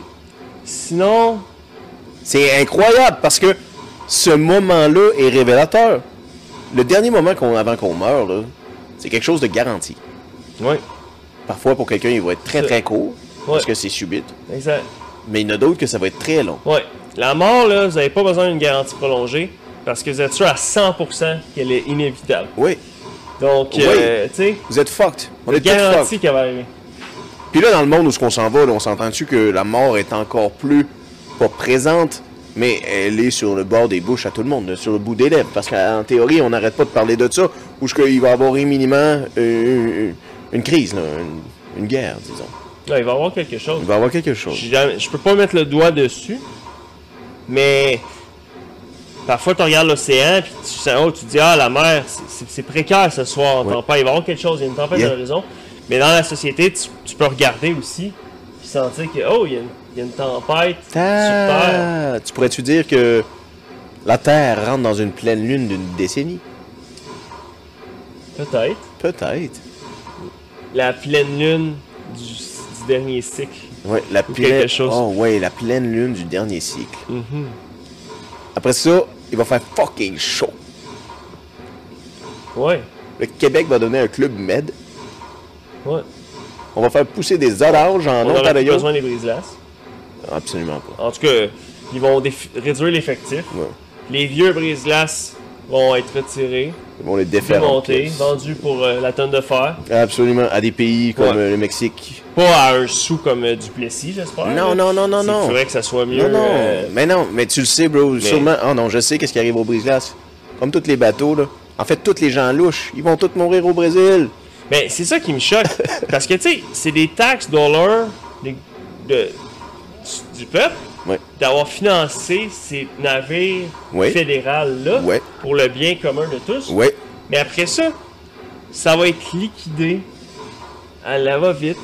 [SPEAKER 1] sinon,
[SPEAKER 2] C'est incroyable parce que ce moment-là est révélateur. Le dernier moment qu'on- avant qu'on meure, là, c'est quelque chose de garanti.
[SPEAKER 1] ouais,
[SPEAKER 2] Parfois, pour quelqu'un, il va être très très court parce que c'est subit.
[SPEAKER 1] exact.
[SPEAKER 2] Mais il y en a d'autres que ça va être très long.
[SPEAKER 1] Ouais. La mort, là, vous avez pas besoin d'une garantie prolongée parce que vous êtes sûr à 100% qu'elle est inévitable.
[SPEAKER 2] Oui,
[SPEAKER 1] Donc,
[SPEAKER 2] Oui.
[SPEAKER 1] euh, tu sais,
[SPEAKER 2] vous êtes fucked. On est tous
[SPEAKER 1] garantie
[SPEAKER 2] fucked.
[SPEAKER 1] qu'elle va arriver.
[SPEAKER 2] Puis là, dans le monde où ce qu'on s'en va, là, on s'entend-tu que la mort est encore plus pas présente, mais elle est sur le bord des bouches à tout le monde, là, sur le bout des lèvres. Parce qu'en théorie, on n'arrête pas de parler de ça, ou qu'il va y avoir imminemment euh, une- une crise, là, une- une guerre, disons.
[SPEAKER 1] Là, il va y avoir quelque chose.
[SPEAKER 2] Il va y avoir quelque chose.
[SPEAKER 1] J'ai jamais- Je peux pas mettre le doigt dessus, mais parfois tu regardes l'océan puis tu sens oh, tu te dis ah la mer c'est- c'est c'est précaire ce soir en
[SPEAKER 2] Ouais.
[SPEAKER 1] tempête il va y avoir quelque chose il y a une tempête
[SPEAKER 2] Yeah.
[SPEAKER 1] à l'horizon mais dans la société tu, tu peux regarder aussi puis sentir que oh il y, a une- il y a une tempête sur Terre
[SPEAKER 2] Ah, tu pourrais-tu dire que la Terre rentre dans une pleine lune d'une décennie?
[SPEAKER 1] peut-être
[SPEAKER 2] Peut-être.
[SPEAKER 1] la pleine lune du, du dernier cycle
[SPEAKER 2] Ouais, la
[SPEAKER 1] Ou
[SPEAKER 2] pleine...
[SPEAKER 1] quelque chose.
[SPEAKER 2] Oh ouais, la pleine lune du dernier cycle.
[SPEAKER 1] Mhm.
[SPEAKER 2] Après ça, il va faire fucking chaud.
[SPEAKER 1] ouais
[SPEAKER 2] Le Québec va donner un club med.
[SPEAKER 1] ouais
[SPEAKER 2] On va faire pousser des oranges en
[SPEAKER 1] on aurait plus
[SPEAKER 2] Ontario.
[SPEAKER 1] besoin des brises
[SPEAKER 2] Absolument pas.
[SPEAKER 1] en tout cas ils vont défi- réduire l'effectif
[SPEAKER 2] Ouais.
[SPEAKER 1] Les vieux brise-glaces vont être retirés,
[SPEAKER 2] Ils vont les défaire. en
[SPEAKER 1] démontés,
[SPEAKER 2] pièces.
[SPEAKER 1] vendus pour euh, la tonne de fer.
[SPEAKER 2] Absolument, à des pays comme
[SPEAKER 1] Ouais.
[SPEAKER 2] euh, le Mexique.
[SPEAKER 1] Pas à un sou comme euh, Duplessis, j'espère.
[SPEAKER 2] Non,
[SPEAKER 1] là.
[SPEAKER 2] non, non, non,
[SPEAKER 1] C'est-
[SPEAKER 2] non.
[SPEAKER 1] Il faudrait que ça soit mieux.
[SPEAKER 2] Non, non,
[SPEAKER 1] euh,
[SPEAKER 2] mais non, mais tu le sais, bro, sûrement. Ah non, je sais qu'est-ce qui arrive au brise-glace. Comme tous les bateaux, là. En fait, tous les gens louches, ils vont tous mourir au Brésil.
[SPEAKER 1] Mais ben, c'est ça qui me
[SPEAKER 2] [LAUGHS]
[SPEAKER 1] choque. parce que, tu sais, c'est des taxes dollars des- de- du, du peuple
[SPEAKER 2] Ouais.
[SPEAKER 1] d'avoir financé ces navires
[SPEAKER 2] Ouais.
[SPEAKER 1] fédérales-là
[SPEAKER 2] Ouais.
[SPEAKER 1] pour le bien commun de tous.
[SPEAKER 2] Ouais.
[SPEAKER 1] Mais après ça, ça va être liquidé à la va-vite,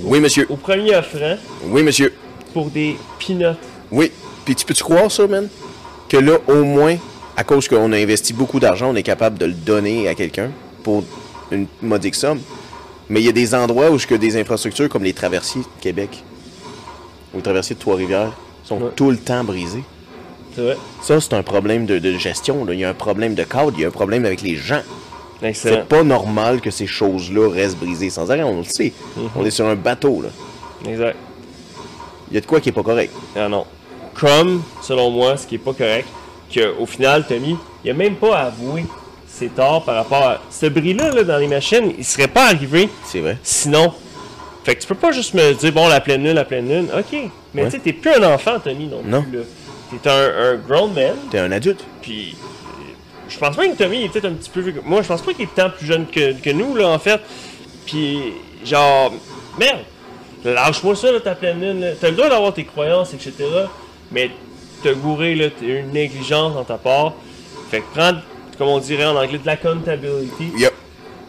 [SPEAKER 2] Oui, monsieur.
[SPEAKER 1] au premier offrant,
[SPEAKER 2] Oui, monsieur.
[SPEAKER 1] pour des peanuts.
[SPEAKER 2] Oui. Puis tu peux-tu croire ça, man? Que là, au moins, à cause qu'on a investi beaucoup d'argent, on est capable de le donner à quelqu'un pour une modique somme. Mais il y a des endroits où ce que des infrastructures comme les traversiers de Québec ou les traversiers de Trois-Rivières sont
[SPEAKER 1] Ouais.
[SPEAKER 2] tout le temps brisés.
[SPEAKER 1] C'est vrai.
[SPEAKER 2] Ça, c'est un problème de, de gestion. là. Il y a un problème de cadre, il y a un problème avec les gens. C'est
[SPEAKER 1] Excellent.
[SPEAKER 2] pas normal que ces choses-là restent brisées sans arrêt, on le sait. On est sur un bateau, là.
[SPEAKER 1] Exact.
[SPEAKER 2] Il y a de quoi qui est pas correct.
[SPEAKER 1] Ah non. Comme, selon moi, ce qui est pas correct, qu'au final, Tommy, il a même pas avoué ses torts par rapport à. Ce bris-là, là, dans les machines, il serait pas arrivé
[SPEAKER 2] C'est vrai.
[SPEAKER 1] sinon. Fait que tu peux pas juste me dire, bon, la pleine lune, la pleine lune, ok. Mais
[SPEAKER 2] Ouais.
[SPEAKER 1] tu sais, t'es plus un enfant, Tommy, non,
[SPEAKER 2] Non.
[SPEAKER 1] plus, là. T'es un, un grown man,
[SPEAKER 2] T'es un adulte.
[SPEAKER 1] puis. euh, Je pense pas que Tommy il est peut-être un petit peu vieux que moi. Je pense pas qu'il est tant plus jeune que, que nous, là, en fait. Puis, genre, merde, lâche-moi ça, là, ta pleine lune. là. T'as le droit d'avoir tes croyances, etc. Mais t'as gouré, là, t'as eu une négligence dans ta part. Fait que prends, comme on dirait en anglais, de la comptabilité.
[SPEAKER 2] Yep.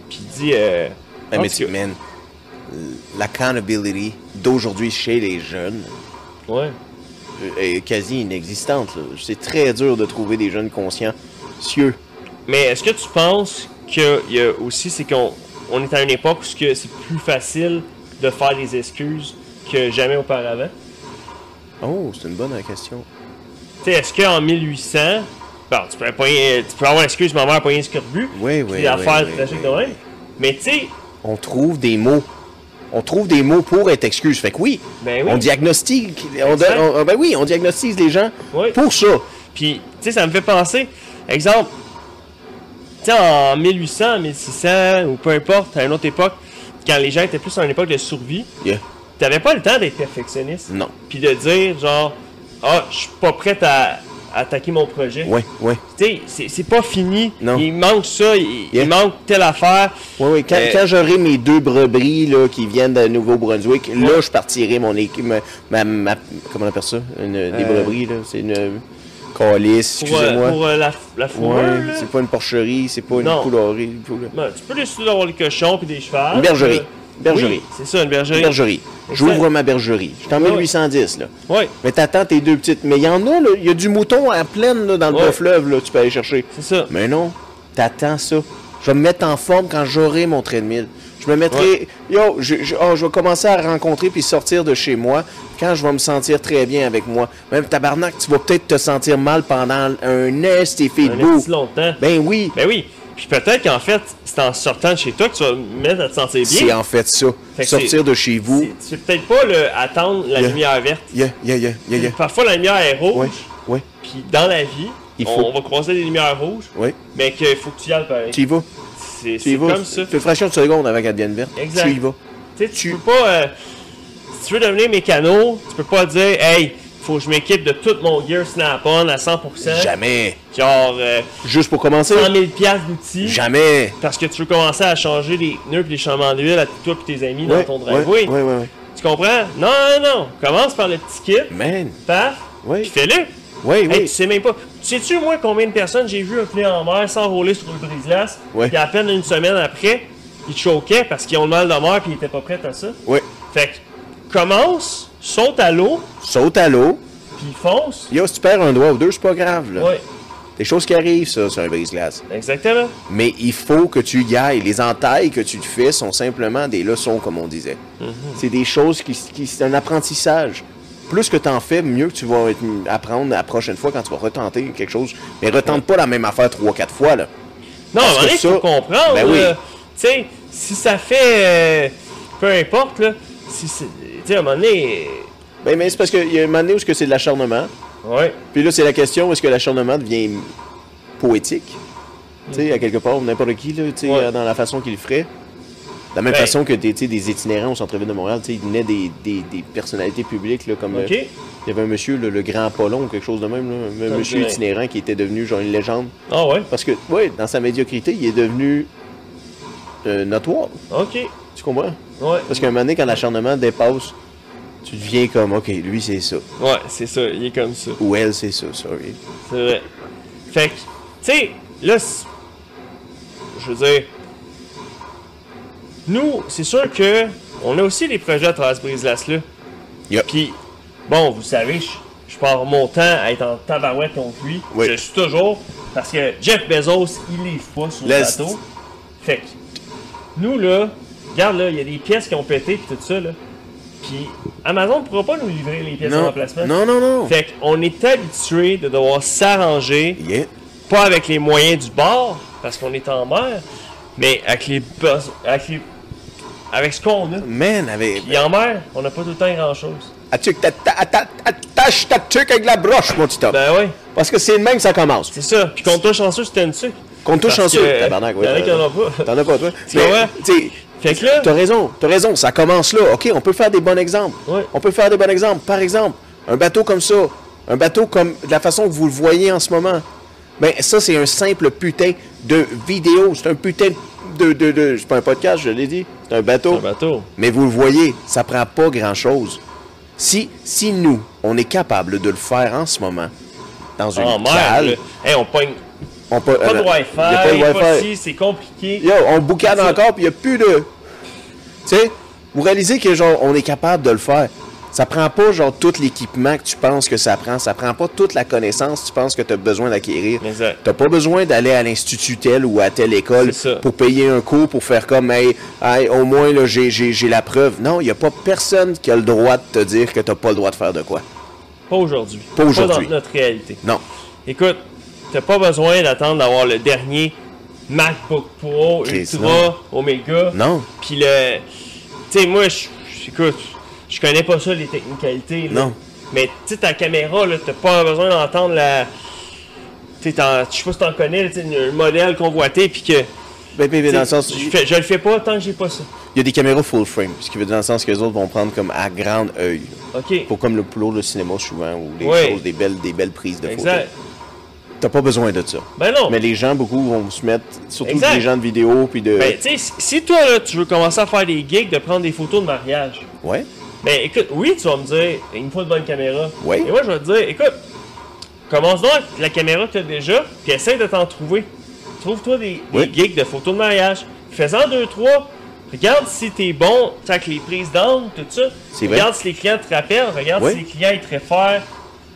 [SPEAKER 1] Puis dis, euh. en
[SPEAKER 2] Eh, mais
[SPEAKER 1] tout
[SPEAKER 2] tu,
[SPEAKER 1] cas,
[SPEAKER 2] man, l'accountability d'aujourd'hui chez les jeunes
[SPEAKER 1] Ouais.
[SPEAKER 2] euh, est quasi inexistante. là. C'est très dur de trouver des jeunes conscients. Cieux.
[SPEAKER 1] Mais est-ce que tu penses qu'il y a aussi, c'est qu'on on est à une époque où ce que c'est plus facile de faire des excuses que jamais auparavant?
[SPEAKER 2] Oh, c'est une bonne question.
[SPEAKER 1] Tu sais, est-ce qu'en 1800, bon, tu peux, pas, tu peux avoir excuse, ma mère a pas un scorbut.
[SPEAKER 2] Oui, oui,
[SPEAKER 1] Puis l'affaire
[SPEAKER 2] oui, oui,
[SPEAKER 1] tragique
[SPEAKER 2] oui,
[SPEAKER 1] de même.
[SPEAKER 2] oui.
[SPEAKER 1] Mais tu sais,
[SPEAKER 2] On trouve des mots. On trouve des mots pour être excuse. Fait que oui,
[SPEAKER 1] Ben oui.
[SPEAKER 2] on diagnostique. On,
[SPEAKER 1] Exact.
[SPEAKER 2] don- on- ben oui, on diagnostise les gens
[SPEAKER 1] Oui.
[SPEAKER 2] pour ça.
[SPEAKER 1] puis tu sais, ça me fait penser, exemple, tu sais, en 1800, 1600, ou peu importe, à une autre époque, quand les gens étaient plus en époque de survie,
[SPEAKER 2] Yeah.
[SPEAKER 1] t'avais pas le temps d'être perfectionniste.
[SPEAKER 2] Non.
[SPEAKER 1] Puis de dire, genre, ah, je suis pas prêt à à attaquer mon projet.
[SPEAKER 2] Ouais, ouais.
[SPEAKER 1] Tu sais, c'est- c'est pas fini.
[SPEAKER 2] Non.
[SPEAKER 1] Il manque ça, il, il
[SPEAKER 2] Yeah.
[SPEAKER 1] manque telle affaire.
[SPEAKER 2] Oui, oui. Quand,
[SPEAKER 1] Euh,
[SPEAKER 2] quand j'aurai mes deux brebis là, qui viennent de Nouveau-Brunswick, là, je partirai mon équipe. Ma, ma- ma- comment on appelle ça une, Des brebis, là. C'est une euh, calice,
[SPEAKER 1] Pour, euh,
[SPEAKER 2] excusez-moi.
[SPEAKER 1] pour, euh, la, la fourrure,
[SPEAKER 2] ouais,
[SPEAKER 1] là.
[SPEAKER 2] c'est pas une porcherie, c'est pas une
[SPEAKER 1] Non.
[SPEAKER 2] coulerie. une poule-
[SPEAKER 1] Ben, tu peux les souder d'avoir les cochons puis des chevaux.
[SPEAKER 2] Une bergerie.
[SPEAKER 1] Euh,
[SPEAKER 2] Bergerie.
[SPEAKER 1] oui, c'est ça, une bergerie.
[SPEAKER 2] Une bergerie. J'ouvre ma bergerie. Je suis en
[SPEAKER 1] Ouais.
[SPEAKER 2] 1810, là.
[SPEAKER 1] Ouais,
[SPEAKER 2] Mais t'attends tes deux petites. Mais il y en a, là. Il y a du mouton à pleine, là, dans le
[SPEAKER 1] Ouais.
[SPEAKER 2] bas fleuve, là. Tu peux aller chercher.
[SPEAKER 1] c'est ça.
[SPEAKER 2] Mais non, t'attends ça. Je vais me mettre en forme quand j'aurai mon train de mille. Je me mettrai. Yo, je, je- oh, je vais commencer à rencontrer puis sortir de chez moi quand je vais me sentir très bien avec moi. Même tabarnak, tu vas peut-être te sentir mal pendant un est et fait
[SPEAKER 1] Un
[SPEAKER 2] beau.
[SPEAKER 1] petit longtemps.
[SPEAKER 2] Ben oui,
[SPEAKER 1] Ben oui. Puis peut-être qu'en fait, c'est en sortant de chez toi que tu vas te mettre à te sentir
[SPEAKER 2] c'est
[SPEAKER 1] bien.
[SPEAKER 2] en fait ça.
[SPEAKER 1] Fait que c'est-
[SPEAKER 2] sortir de chez vous.
[SPEAKER 1] C'est- C'est peut-être pas le attendre la
[SPEAKER 2] Yeah.
[SPEAKER 1] lumière verte.
[SPEAKER 2] Yeah, yeah, yeah, yeah, yeah.
[SPEAKER 1] Parfois la lumière est rouge.
[SPEAKER 2] Ouais, ouais,
[SPEAKER 1] Puis dans la vie,
[SPEAKER 2] Il
[SPEAKER 1] on,
[SPEAKER 2] faut-
[SPEAKER 1] va croiser des lumières rouges.
[SPEAKER 2] ouais.
[SPEAKER 1] Mais qu'il faut que tu y ailles pareil.
[SPEAKER 2] Tu y vas.
[SPEAKER 1] C'est
[SPEAKER 2] Tu y
[SPEAKER 1] c'est
[SPEAKER 2] vas.
[SPEAKER 1] comme ça.
[SPEAKER 2] Fais une fraction de seconde avant qu'elle devienne verte.
[SPEAKER 1] Exact.
[SPEAKER 2] Tu y vas.
[SPEAKER 1] Tu sais, tu
[SPEAKER 2] Tu-
[SPEAKER 1] peux pas. euh, si tu veux devenir mécano, tu peux pas dire, hey, faut que je m'équipe de tout mon gear snap-on à 100%.
[SPEAKER 2] Jamais.
[SPEAKER 1] Genre, euh,
[SPEAKER 2] Juste pour commencer.
[SPEAKER 1] 100 000 piastres d'outils.
[SPEAKER 2] Jamais.
[SPEAKER 1] Parce que tu veux commencer à changer les pneus et les chambres d'huile à toi et tes amis dans
[SPEAKER 2] Ouais,
[SPEAKER 1] ton
[SPEAKER 2] ouais,
[SPEAKER 1] driveway.
[SPEAKER 2] ouais, ouais, ouais.
[SPEAKER 1] Tu comprends? Non, non, non. Commence par le petit kit,
[SPEAKER 2] Man.
[SPEAKER 1] paf,
[SPEAKER 2] Ouais.
[SPEAKER 1] puis fais-le.
[SPEAKER 2] Oui,
[SPEAKER 1] Hey, tu
[SPEAKER 2] oui.
[SPEAKER 1] sais même pas. Sais-tu, moi, combien de personnes j'ai vu appeler en mer s'enrouler sur le brise-glace,
[SPEAKER 2] Ouais.
[SPEAKER 1] puis à peine une semaine après, ils choquaient parce qu'ils ont le mal de mer puis ils étaient pas prêts à ça?
[SPEAKER 2] Ouais.
[SPEAKER 1] Fait que, commence, saute à l'eau,
[SPEAKER 2] Saute à l'eau.
[SPEAKER 1] puis fonce.
[SPEAKER 2] Yo, si tu perds un doigt ou deux, c'est pas grave. Là.
[SPEAKER 1] Ouais,
[SPEAKER 2] Des choses qui arrivent, ça, sur un brise-glace.
[SPEAKER 1] exactement.
[SPEAKER 2] Mais il faut que tu y ailles. Les entailles que tu te fais sont simplement des leçons, comme on disait.
[SPEAKER 1] Mm-hmm.
[SPEAKER 2] C'est des choses qui, qui- C'est un apprentissage. Plus que t'en fais, mieux que tu vas être- apprendre la prochaine fois quand tu vas retenter quelque chose. Mais retente pas la même affaire trois, quatre fois, là.
[SPEAKER 1] Non, à un moment
[SPEAKER 2] Parce que
[SPEAKER 1] donné,
[SPEAKER 2] ça-
[SPEAKER 1] faut comprendre.
[SPEAKER 2] Ben oui.
[SPEAKER 1] là. Tu sais, si ça fait. euh, peu importe, là. Si c'est- tu sais, à un moment donné.
[SPEAKER 2] Ben, mais c'est parce qu'il y a un moment donné où est-ce que c'est de l'acharnement.
[SPEAKER 1] euh, Ouais.
[SPEAKER 2] Puis là, c'est la question, est-ce que l'acharnement devient poétique? Tu sais, à quelque part, n'importe qui, là, tu sais,
[SPEAKER 1] Ouais.
[SPEAKER 2] euh, dans la façon qu'il le ferait. De la même
[SPEAKER 1] Ben.
[SPEAKER 2] façon que des, tu sais, des itinérants au centre-ville de Montréal, tu sais, ils venaient des, des, des personnalités publiques, là, comme... euh,
[SPEAKER 1] Ok.
[SPEAKER 2] Il y avait un monsieur, le, le Grand Apollon, ou quelque chose de même, là,
[SPEAKER 1] Ça
[SPEAKER 2] un
[SPEAKER 1] me
[SPEAKER 2] monsieur
[SPEAKER 1] dirait.
[SPEAKER 2] itinérant qui était devenu, genre, une légende.
[SPEAKER 1] Ah ouais.
[SPEAKER 2] Parce que, ouais, dans sa médiocrité, il est devenu euh, notoire,
[SPEAKER 1] Ok.
[SPEAKER 2] tu comprends?
[SPEAKER 1] Ouais.
[SPEAKER 2] Parce qu'à un moment donné, quand l'acharnement dépasse, tu deviens comme, OK, lui, c'est ça.
[SPEAKER 1] Ouais, c'est ça. Il est comme ça.
[SPEAKER 2] Ou elle, c'est ça, sorry.
[SPEAKER 1] C'est vrai. Fait que, tu sais, là, c'est- je veux dire, nous, c'est sûr que on a aussi des projets à travers ce brise-glace là.
[SPEAKER 2] Yep.
[SPEAKER 1] Puis, bon, vous savez, je, je pars mon temps à être en tabarouette contre lui.
[SPEAKER 2] Oui.
[SPEAKER 1] Je le suis toujours parce que Jeff Bezos, il livre pas sur le
[SPEAKER 2] Laisse-
[SPEAKER 1] bateau. Fait que, nous là, regarde là, il y a des pièces qui ont pété pis tout ça là. Puis Amazon ne pourra pas nous livrer les pièces en
[SPEAKER 2] Non,
[SPEAKER 1] remplacement.
[SPEAKER 2] non, non, non.
[SPEAKER 1] Fait qu'on est habitué de devoir s'arranger,
[SPEAKER 2] Yeah.
[SPEAKER 1] pas avec les moyens du bord, parce qu'on est en mer, mais avec les bos- avec, les- avec ce qu'on a.
[SPEAKER 2] Man, avec...
[SPEAKER 1] Puis en mer, on n'a pas tout le temps grand chose.
[SPEAKER 2] Attache ta, ta, atta- attache ta tuque avec la broche, mon petit homme.
[SPEAKER 1] Ben ouais,
[SPEAKER 2] Parce que c'est le même que ça commence.
[SPEAKER 1] c'est ça. Puis qu'on toi chanceux, c'était une tuque.
[SPEAKER 2] Qu'on touche
[SPEAKER 1] Parce
[SPEAKER 2] chanceux.
[SPEAKER 1] que,
[SPEAKER 2] Tabarnak, oui.
[SPEAKER 1] y en a qui en ont pas.
[SPEAKER 2] T'en as pas, toi.
[SPEAKER 1] Tu vois?
[SPEAKER 2] tu sais,
[SPEAKER 1] Fait que là-
[SPEAKER 2] T'as raison, t'as raison, ça commence là. OK, on peut faire des bons exemples.
[SPEAKER 1] Ouais.
[SPEAKER 2] On peut faire des bons exemples. Par exemple, un bateau comme ça, un bateau comme de la façon que vous le voyez en ce moment, ben ça, c'est un simple putain de vidéo. C'est un putain de... de, de c'est pas un podcast, je l'ai dit. C'est un bateau.
[SPEAKER 1] Un bateau.
[SPEAKER 2] Mais vous le voyez, ça prend pas grand-chose. Si, si nous, on est capable de le faire en ce moment, dans une
[SPEAKER 1] En mer,
[SPEAKER 2] cale,
[SPEAKER 1] Oh, là, hey, on pogne.
[SPEAKER 2] on peut...
[SPEAKER 1] Ah, Pas de
[SPEAKER 2] euh,
[SPEAKER 1] Wi-Fi,
[SPEAKER 2] y a pas de Wi-Fi.
[SPEAKER 1] ci, c'est compliqué.
[SPEAKER 2] Yo, on boucane
[SPEAKER 1] C'est ça.
[SPEAKER 2] encore, puis il a plus de... Tu sais, vous réalisez que, genre, on est capable de le faire. Ça prend pas, genre, tout l'équipement que tu penses que ça prend. Ça prend pas toute la connaissance que tu penses que tu as besoin d'acquérir.
[SPEAKER 1] Exact.
[SPEAKER 2] T'as pas besoin d'aller à l'institut tel ou à telle école
[SPEAKER 1] C'est ça.
[SPEAKER 2] pour payer un cours, pour faire comme, hey, hey, au moins, là, j'ai, j'ai- j'ai la preuve. Non, il a pas personne qui a le droit de te dire que t'as pas le droit de faire de quoi.
[SPEAKER 1] Pas aujourd'hui.
[SPEAKER 2] Pas aujourd'hui.
[SPEAKER 1] Pas dans notre réalité.
[SPEAKER 2] Non.
[SPEAKER 1] Écoute, t'as pas besoin d'attendre d'avoir le dernier MacBook Pro,
[SPEAKER 2] Chris,
[SPEAKER 1] Ultra,
[SPEAKER 2] non.
[SPEAKER 1] Omega.
[SPEAKER 2] Non.
[SPEAKER 1] Puis le. Tu sais, moi, je- je- écoute, je connais pas ça, les technicalités. là.
[SPEAKER 2] Non.
[SPEAKER 1] Mais tu sais, ta caméra, là, t'as pas besoin d'entendre la. Tu sais, t'en- je sais pas si t'en connais, là, tu sais, le modèle convoité, puis que.
[SPEAKER 2] Ben, ben, ben, dans le sens,
[SPEAKER 1] je, fais- je le fais pas tant que j'ai pas ça.
[SPEAKER 2] il y a des caméras full frame, ce qui veut dire dans le sens que les autres vont prendre comme à grand œil.
[SPEAKER 1] Ok.
[SPEAKER 2] Pour comme le plot, le cinéma souvent, ou des
[SPEAKER 1] Ouais.
[SPEAKER 2] choses, des belles, des belles prises de
[SPEAKER 1] Exact.
[SPEAKER 2] photos. T'as pas besoin de ça.
[SPEAKER 1] Ben non.
[SPEAKER 2] Mais les gens, beaucoup, vont se mettre, surtout
[SPEAKER 1] Exact.
[SPEAKER 2] les gens de vidéo, puis de...
[SPEAKER 1] Ben, tu sais, si- si toi, là, tu veux commencer à faire des gigs de prendre des photos de mariage.
[SPEAKER 2] ouais.
[SPEAKER 1] Ben écoute, oui, tu vas me dire, il me faut une bonne caméra.
[SPEAKER 2] Oui.
[SPEAKER 1] Et moi, je vais te dire, écoute, commence donc avec la caméra que tu as déjà, puis essaie de t'en trouver. Trouve-toi des, des
[SPEAKER 2] Oui.
[SPEAKER 1] gigs de photos de mariage. Fais-en deux, trois. Regarde si t'es bon, tu sais, avec les prises d'angle, tout ça.
[SPEAKER 2] C'est vrai.
[SPEAKER 1] Regarde si les clients te rappellent, regarde
[SPEAKER 2] Oui.
[SPEAKER 1] si les clients ils te réfèrent.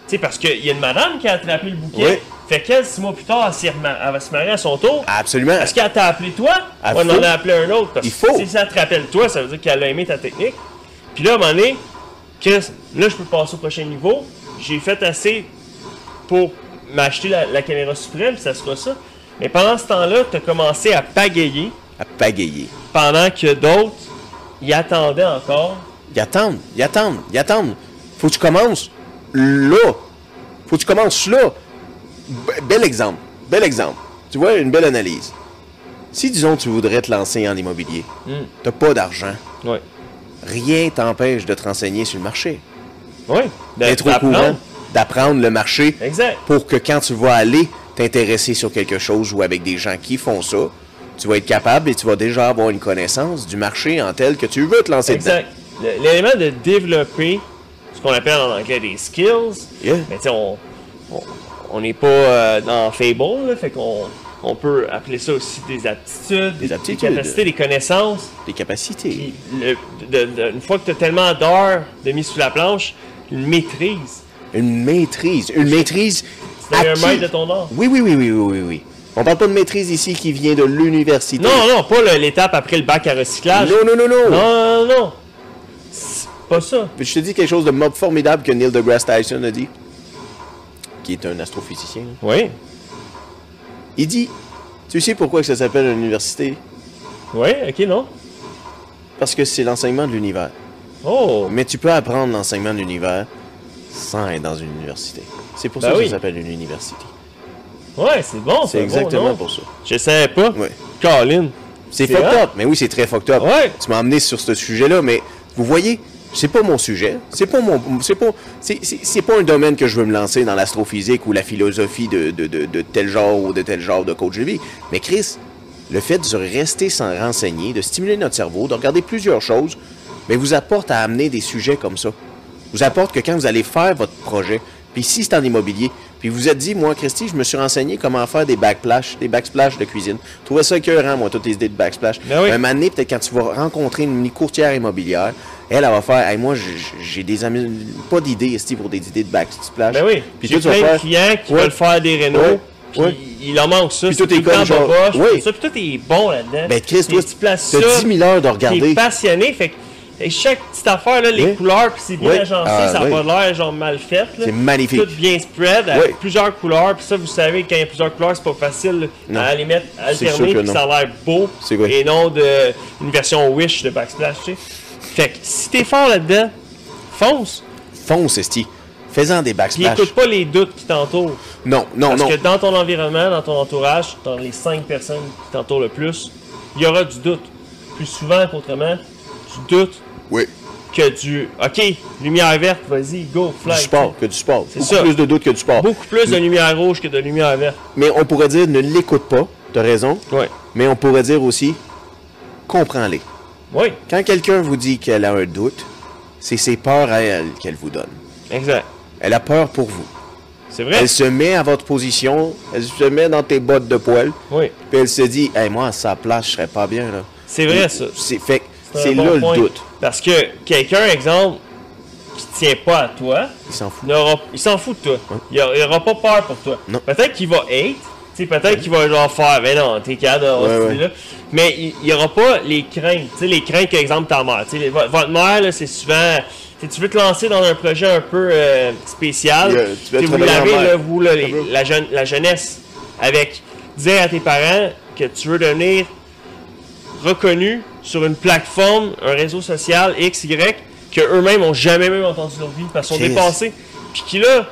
[SPEAKER 1] Tu sais, parce qu'il y a une madame qui a attrapé le bouquet.
[SPEAKER 2] Oui.
[SPEAKER 1] Fait qu'elle, six mois plus tard, elle, s'est remar- elle va se marier à son tour.
[SPEAKER 2] Absolument.
[SPEAKER 1] Est-ce qu'elle t'a appelé toi?
[SPEAKER 2] Elle
[SPEAKER 1] Ou elle en
[SPEAKER 2] faut.
[SPEAKER 1] a appelé un autre? Parce
[SPEAKER 2] Il faut.
[SPEAKER 1] que Si ça te rappelle toi, ça veut dire qu'elle a aimé ta technique. Puis là, à un moment donné, Chris, là, je peux passer au prochain niveau. J'ai fait assez pour m'acheter la, la caméra suprême, ça sera ça. Mais pendant ce temps-là, t'as commencé à pagayer
[SPEAKER 2] À pagayer.
[SPEAKER 1] pendant que d'autres y attendaient encore.
[SPEAKER 2] Ils attendent, ils attendent, ils attendent. Faut que tu commences là. Faut que tu commences là. Be- bel exemple, bel exemple. Tu vois, une belle analyse. Si, disons, tu voudrais te lancer en immobilier,
[SPEAKER 1] Hmm.
[SPEAKER 2] t'as pas d'argent,
[SPEAKER 1] Ouais.
[SPEAKER 2] rien t'empêche de te renseigner sur le marché.
[SPEAKER 1] Ouais.
[SPEAKER 2] D'être au
[SPEAKER 1] Ben, d'apprendre.
[SPEAKER 2] courant, d'apprendre le marché
[SPEAKER 1] Exact.
[SPEAKER 2] pour que quand tu vas aller t'intéresser sur quelque chose ou avec des gens qui font ça, tu vas être capable et tu vas déjà avoir une connaissance du marché en tel que tu veux te lancer dedans.
[SPEAKER 1] Exact. Le- L'élément de développer ce qu'on appelle en anglais des skills,
[SPEAKER 2] Yeah.
[SPEAKER 1] mais tu sais, on on- on n'est pas euh, dans Fable, là, fait qu'on on peut appeler ça aussi des aptitudes,
[SPEAKER 2] Des aptitudes.
[SPEAKER 1] capacités, des connaissances.
[SPEAKER 2] Des capacités.
[SPEAKER 1] Puis le- de- de- une fois que tu as tellement d'heures de mis sous la planche, une maîtrise.
[SPEAKER 2] Une maîtrise. Une maîtrise.
[SPEAKER 1] Tu deviens un
[SPEAKER 2] acquise.
[SPEAKER 1] maître de ton art.
[SPEAKER 2] Oui, oui, oui, oui, oui, oui, oui. On parle pas de maîtrise ici qui vient de l'université.
[SPEAKER 1] Non, non, pas le- l'étape après le bac à recyclage.
[SPEAKER 2] non, non, non, non.
[SPEAKER 1] Non, non, non. C'est pas ça.
[SPEAKER 2] Je te dis quelque chose de mo- formidable que Neil deGrasse Tyson a dit, qui est un astrophysicien. là.
[SPEAKER 1] Oui,
[SPEAKER 2] Il dit, tu sais pourquoi que ça s'appelle une université?
[SPEAKER 1] oui, ok, non.
[SPEAKER 2] Parce que c'est l'enseignement de l'univers.
[SPEAKER 1] Oh,
[SPEAKER 2] Mais tu peux apprendre l'enseignement de l'univers sans être dans une université. C'est pour
[SPEAKER 1] Ben
[SPEAKER 2] ça que
[SPEAKER 1] oui.
[SPEAKER 2] ça s'appelle une université.
[SPEAKER 1] ouais, c'est bon.
[SPEAKER 2] C'est
[SPEAKER 1] bon,
[SPEAKER 2] exactement
[SPEAKER 1] non?
[SPEAKER 2] pour ça.
[SPEAKER 1] Je savais pas.
[SPEAKER 2] Ouais.
[SPEAKER 1] Colin.
[SPEAKER 2] C'est
[SPEAKER 1] C'est
[SPEAKER 2] fucked
[SPEAKER 1] vrai?
[SPEAKER 2] up. Mais oui, c'est très fucked up.
[SPEAKER 1] Ouais.
[SPEAKER 2] Tu m'as amené sur ce sujet-là, mais vous voyez, c'est pas mon sujet. C'est pas mon, c'est pas, c'est, c'est- c'est pas un domaine que je veux me lancer dans l'astrophysique ou la philosophie de, de, de, de tel genre ou de tel genre de coach de vie. Mais Chris, le fait de rester sans renseigner, de stimuler notre cerveau, de regarder plusieurs choses, mais vous apporte à amener des sujets comme ça. Vous apporte que quand vous allez faire votre projet, puis si c'est en immobilier, puis vous êtes dit, moi, Christy, je me suis renseigné comment faire des backsplash, des backsplash de cuisine. Je trouvais ça écœurant, moi, toutes les idées de backsplash.
[SPEAKER 1] Ben oui.
[SPEAKER 2] Un moment donné, peut-être quand tu vas rencontrer une, une courtière immobilière, elle, elle va faire, hey, moi, j- j'ai des amis, pas d'idées, Esti, pour des idées de backsplash.
[SPEAKER 1] Ben oui.
[SPEAKER 2] Puis
[SPEAKER 1] J'ai
[SPEAKER 2] toi, tu vas
[SPEAKER 1] plein de
[SPEAKER 2] faire-
[SPEAKER 1] clients qui
[SPEAKER 2] Ouais.
[SPEAKER 1] veulent faire des rénaux.
[SPEAKER 2] Ouais.
[SPEAKER 1] Puis
[SPEAKER 2] Ouais.
[SPEAKER 1] il leur manque ça.
[SPEAKER 2] Puis
[SPEAKER 1] c'est
[SPEAKER 2] tout est
[SPEAKER 1] tout le
[SPEAKER 2] comme
[SPEAKER 1] temps
[SPEAKER 2] genre-
[SPEAKER 1] boboche,
[SPEAKER 2] Oui.
[SPEAKER 1] tout ça, puis toi, t'es bon là-dedans.
[SPEAKER 2] Ben, Chris,
[SPEAKER 1] Puis
[SPEAKER 2] toi,
[SPEAKER 1] tu places
[SPEAKER 2] t'as
[SPEAKER 1] ça,
[SPEAKER 2] 10 000 heures de regarder.
[SPEAKER 1] T'es passionné, fait que et chaque petite affaire, là, les
[SPEAKER 2] Oui.
[SPEAKER 1] couleurs, puis c'est bien
[SPEAKER 2] Oui.
[SPEAKER 1] agencé,
[SPEAKER 2] Ah,
[SPEAKER 1] ça n'a
[SPEAKER 2] oui.
[SPEAKER 1] pas l'air genre mal fait. là.
[SPEAKER 2] C'est magnifique.
[SPEAKER 1] Tout bien spread, avec
[SPEAKER 2] Oui.
[SPEAKER 1] plusieurs couleurs, puis ça, vous savez, quand il y a plusieurs couleurs, c'est pas facile
[SPEAKER 2] Non.
[SPEAKER 1] à les mettre
[SPEAKER 2] sûr
[SPEAKER 1] alternés,
[SPEAKER 2] que
[SPEAKER 1] puis
[SPEAKER 2] non.
[SPEAKER 1] ça a l'air beau,
[SPEAKER 2] C'est vrai.
[SPEAKER 1] et non de une version Wish de Backsplash, tu sais. Fait que si t'es fort là-dedans, fonce,
[SPEAKER 2] Fonce, Esti. Fais-en des
[SPEAKER 1] puis
[SPEAKER 2] backsplash.
[SPEAKER 1] écoute pas les doutes qui t'entourent.
[SPEAKER 2] Non, non,
[SPEAKER 1] Parce
[SPEAKER 2] non.
[SPEAKER 1] que dans ton environnement, dans ton entourage, dans les cinq personnes qui t'entourent le plus, il y aura du doute. Plus souvent qu'autrement, du doute
[SPEAKER 2] Oui.
[SPEAKER 1] que du OK, lumière verte, vas-y, go,
[SPEAKER 2] Du
[SPEAKER 1] fly.
[SPEAKER 2] sport, que du sport.
[SPEAKER 1] C'est
[SPEAKER 2] Beaucoup
[SPEAKER 1] ça.
[SPEAKER 2] plus de doutes que du sport.
[SPEAKER 1] Beaucoup plus de lumière rouge que de lumière verte.
[SPEAKER 2] Mais on pourrait dire, ne l'écoute pas. T'as raison.
[SPEAKER 1] Ouais.
[SPEAKER 2] Mais on pourrait dire aussi, comprends-les.
[SPEAKER 1] Oui,
[SPEAKER 2] Quand quelqu'un vous dit qu'elle a un doute, c'est ses peurs à elle qu'elle vous donne.
[SPEAKER 1] exact.
[SPEAKER 2] Elle a peur pour vous.
[SPEAKER 1] C'est vrai.
[SPEAKER 2] Elle se met à votre position, elle se met dans tes bottes de poil,
[SPEAKER 1] Oui.
[SPEAKER 2] puis elle se dit, hey, moi, à sa place, je serais pas bien, là.
[SPEAKER 1] C'est vrai, ça.
[SPEAKER 2] C'est, fait que
[SPEAKER 1] un
[SPEAKER 2] c'est
[SPEAKER 1] bon
[SPEAKER 2] là
[SPEAKER 1] point.
[SPEAKER 2] le doute.
[SPEAKER 1] Parce que quelqu'un, exemple, qui tient pas à toi,
[SPEAKER 2] Il s'en fout.
[SPEAKER 1] n'aura- il s'en fout de toi. Il a- Il n'aura pas peur pour toi.
[SPEAKER 2] Non.
[SPEAKER 1] Peut-être qu'il va hate. tu sais, Peut-être qu'il va genre faire, mais non, t'es cadre, on
[SPEAKER 2] Ouais,
[SPEAKER 1] se
[SPEAKER 2] ouais.
[SPEAKER 1] dit là. Mais il- il n'y aura pas les craintes. tu sais, les craintes qu'exemple ta mère. tu sais, les- vo- votre mère, là, c'est souvent. tu sais, tu veux te lancer dans un projet un peu euh, spécial.
[SPEAKER 2] Yeah, tu veux
[SPEAKER 1] Tu sais, vous
[SPEAKER 2] travailler en
[SPEAKER 1] l'avez,
[SPEAKER 2] mer.
[SPEAKER 1] là, vous, là, les-
[SPEAKER 2] Un peu.
[SPEAKER 1] la, jeune- la jeunesse. Avec dire à tes parents que tu veux devenir reconnu sur une plateforme, un réseau social X, Y, que eux-mêmes ont jamais même entendu leur vie, parce qu'ils sont
[SPEAKER 2] Chris.
[SPEAKER 1] dépassés. Puis qui là,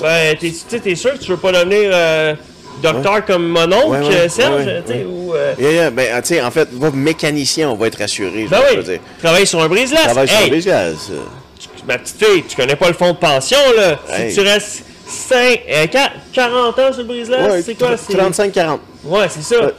[SPEAKER 1] ben, t'es, tu sais, t'es sûr que tu veux pas devenir euh, docteur comme mon oncle,
[SPEAKER 2] Ouais, ouais,
[SPEAKER 1] euh, Serge,
[SPEAKER 2] ouais, ouais,
[SPEAKER 1] tu sais,
[SPEAKER 2] ouais.
[SPEAKER 1] ou... euh,
[SPEAKER 2] Yeah, yeah, ben, tu sais, en fait, va mécanicien, on va être rassuré.
[SPEAKER 1] ben
[SPEAKER 2] je veux
[SPEAKER 1] oui,
[SPEAKER 2] dire.
[SPEAKER 1] travaille sur un brise-glace.
[SPEAKER 2] Travaille sur
[SPEAKER 1] Hey,
[SPEAKER 2] le business, euh.
[SPEAKER 1] tu- ma petite fille, tu connais pas le fonds de pension, là.
[SPEAKER 2] Hey.
[SPEAKER 1] Si tu restes 5, 40 ans sur le brise-glace,
[SPEAKER 2] Ouais,
[SPEAKER 1] c'est quoi? C'est...
[SPEAKER 2] 35-40.
[SPEAKER 1] Ouais, c'est ça.
[SPEAKER 2] Ouais.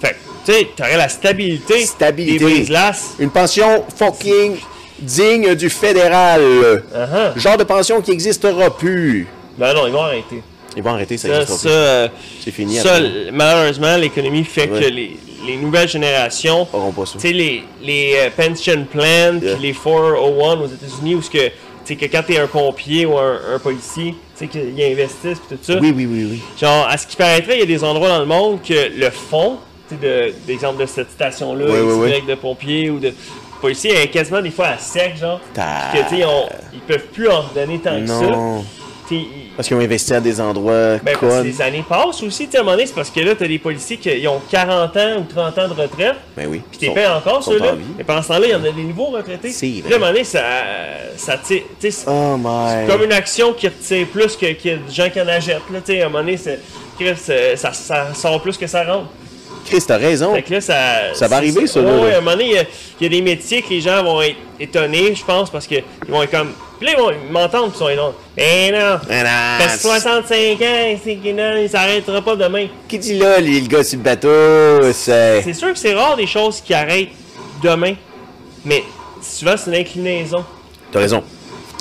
[SPEAKER 1] Fait que, tu sais, t'aurais la stabilité,
[SPEAKER 2] Stabilité.
[SPEAKER 1] des brise-glaces.
[SPEAKER 2] Une pension fucking digne du fédéral.
[SPEAKER 1] Uh-huh.
[SPEAKER 2] Genre de pension qui n'existera plus.
[SPEAKER 1] Ben non, ils vont arrêter.
[SPEAKER 2] Ils vont arrêter, ça
[SPEAKER 1] Ça,
[SPEAKER 2] n'existera
[SPEAKER 1] ça, euh,
[SPEAKER 2] plus. C'est fini.
[SPEAKER 1] ça,
[SPEAKER 2] après.
[SPEAKER 1] l- malheureusement, l'économie fait
[SPEAKER 2] Ouais.
[SPEAKER 1] que les, les nouvelles générations,
[SPEAKER 2] Auront pas ça.
[SPEAKER 1] tu sais, les, les euh, pension plans,
[SPEAKER 2] Yeah.
[SPEAKER 1] puis les 401 aux États-Unis, où ce que, tu sais, que quand t'es un pompier ou un, un policier, tu sais, qu'ils investissent, puis tout ça.
[SPEAKER 2] Oui, oui, oui, oui.
[SPEAKER 1] Genre, à ce qui paraîtrait, il y a des endroits dans le monde que le fond, tu sais, de- d'exemple de cette station-là,
[SPEAKER 2] Ouais,
[SPEAKER 1] ici,
[SPEAKER 2] ouais, ouais.
[SPEAKER 1] direct de pompiers ou de policiers, est quasiment des fois à sec, genre.
[SPEAKER 2] Ta-
[SPEAKER 1] Puis Que, tu sais, on- ils peuvent plus en donner tant que ça.
[SPEAKER 2] Non.
[SPEAKER 1] Tu sais, ils-
[SPEAKER 2] Parce qu'ils ont investi à des endroits
[SPEAKER 1] ben, parce que
[SPEAKER 2] connes.
[SPEAKER 1] les années passent aussi, tu sais, à un moment donné, c'est parce que là, t'as des policiers qui ont 40 ans ou 30 ans de retraite,
[SPEAKER 2] Ben oui.
[SPEAKER 1] puis t'es
[SPEAKER 2] Sont-
[SPEAKER 1] payé encore,
[SPEAKER 2] sont
[SPEAKER 1] ceux-là.
[SPEAKER 2] en vie.
[SPEAKER 1] Mais pendant ce temps-là, il y en a des nouveaux retraités.
[SPEAKER 2] C'est
[SPEAKER 1] Puis
[SPEAKER 2] vrai.
[SPEAKER 1] là, à un moment donné, ça, ça tire, tu sais, c'est-
[SPEAKER 2] Oh my.
[SPEAKER 1] comme une action qui retire plus que, que des gens qui en achètent. Là, tu sais, à un moment donné, c'est- Chris, euh, ça, ça sort plus que ça rentre.
[SPEAKER 2] Chris, t'as raison.
[SPEAKER 1] Fait que là, ça,
[SPEAKER 2] Ça va
[SPEAKER 1] c'est-
[SPEAKER 2] arriver, ça,
[SPEAKER 1] Ouais,
[SPEAKER 2] là.
[SPEAKER 1] ouais, à un moment donné, il y a- il y, a des métiers que les gens vont être étonnés, je pense, parce que ils vont être comme. Puis là, ils vont ils m'entendent, puis ils sont énormes. Mais non!
[SPEAKER 2] Ben non,
[SPEAKER 1] Parce que 65 ans, c'est qu'il ne- il s'arrêtera pas demain.
[SPEAKER 2] Qui dit là, les- le gars sur le bateau, c'est.
[SPEAKER 1] C'est sûr que c'est rare des choses qui arrêtent demain, mais souvent c'est une inclinaison.
[SPEAKER 2] T'as raison.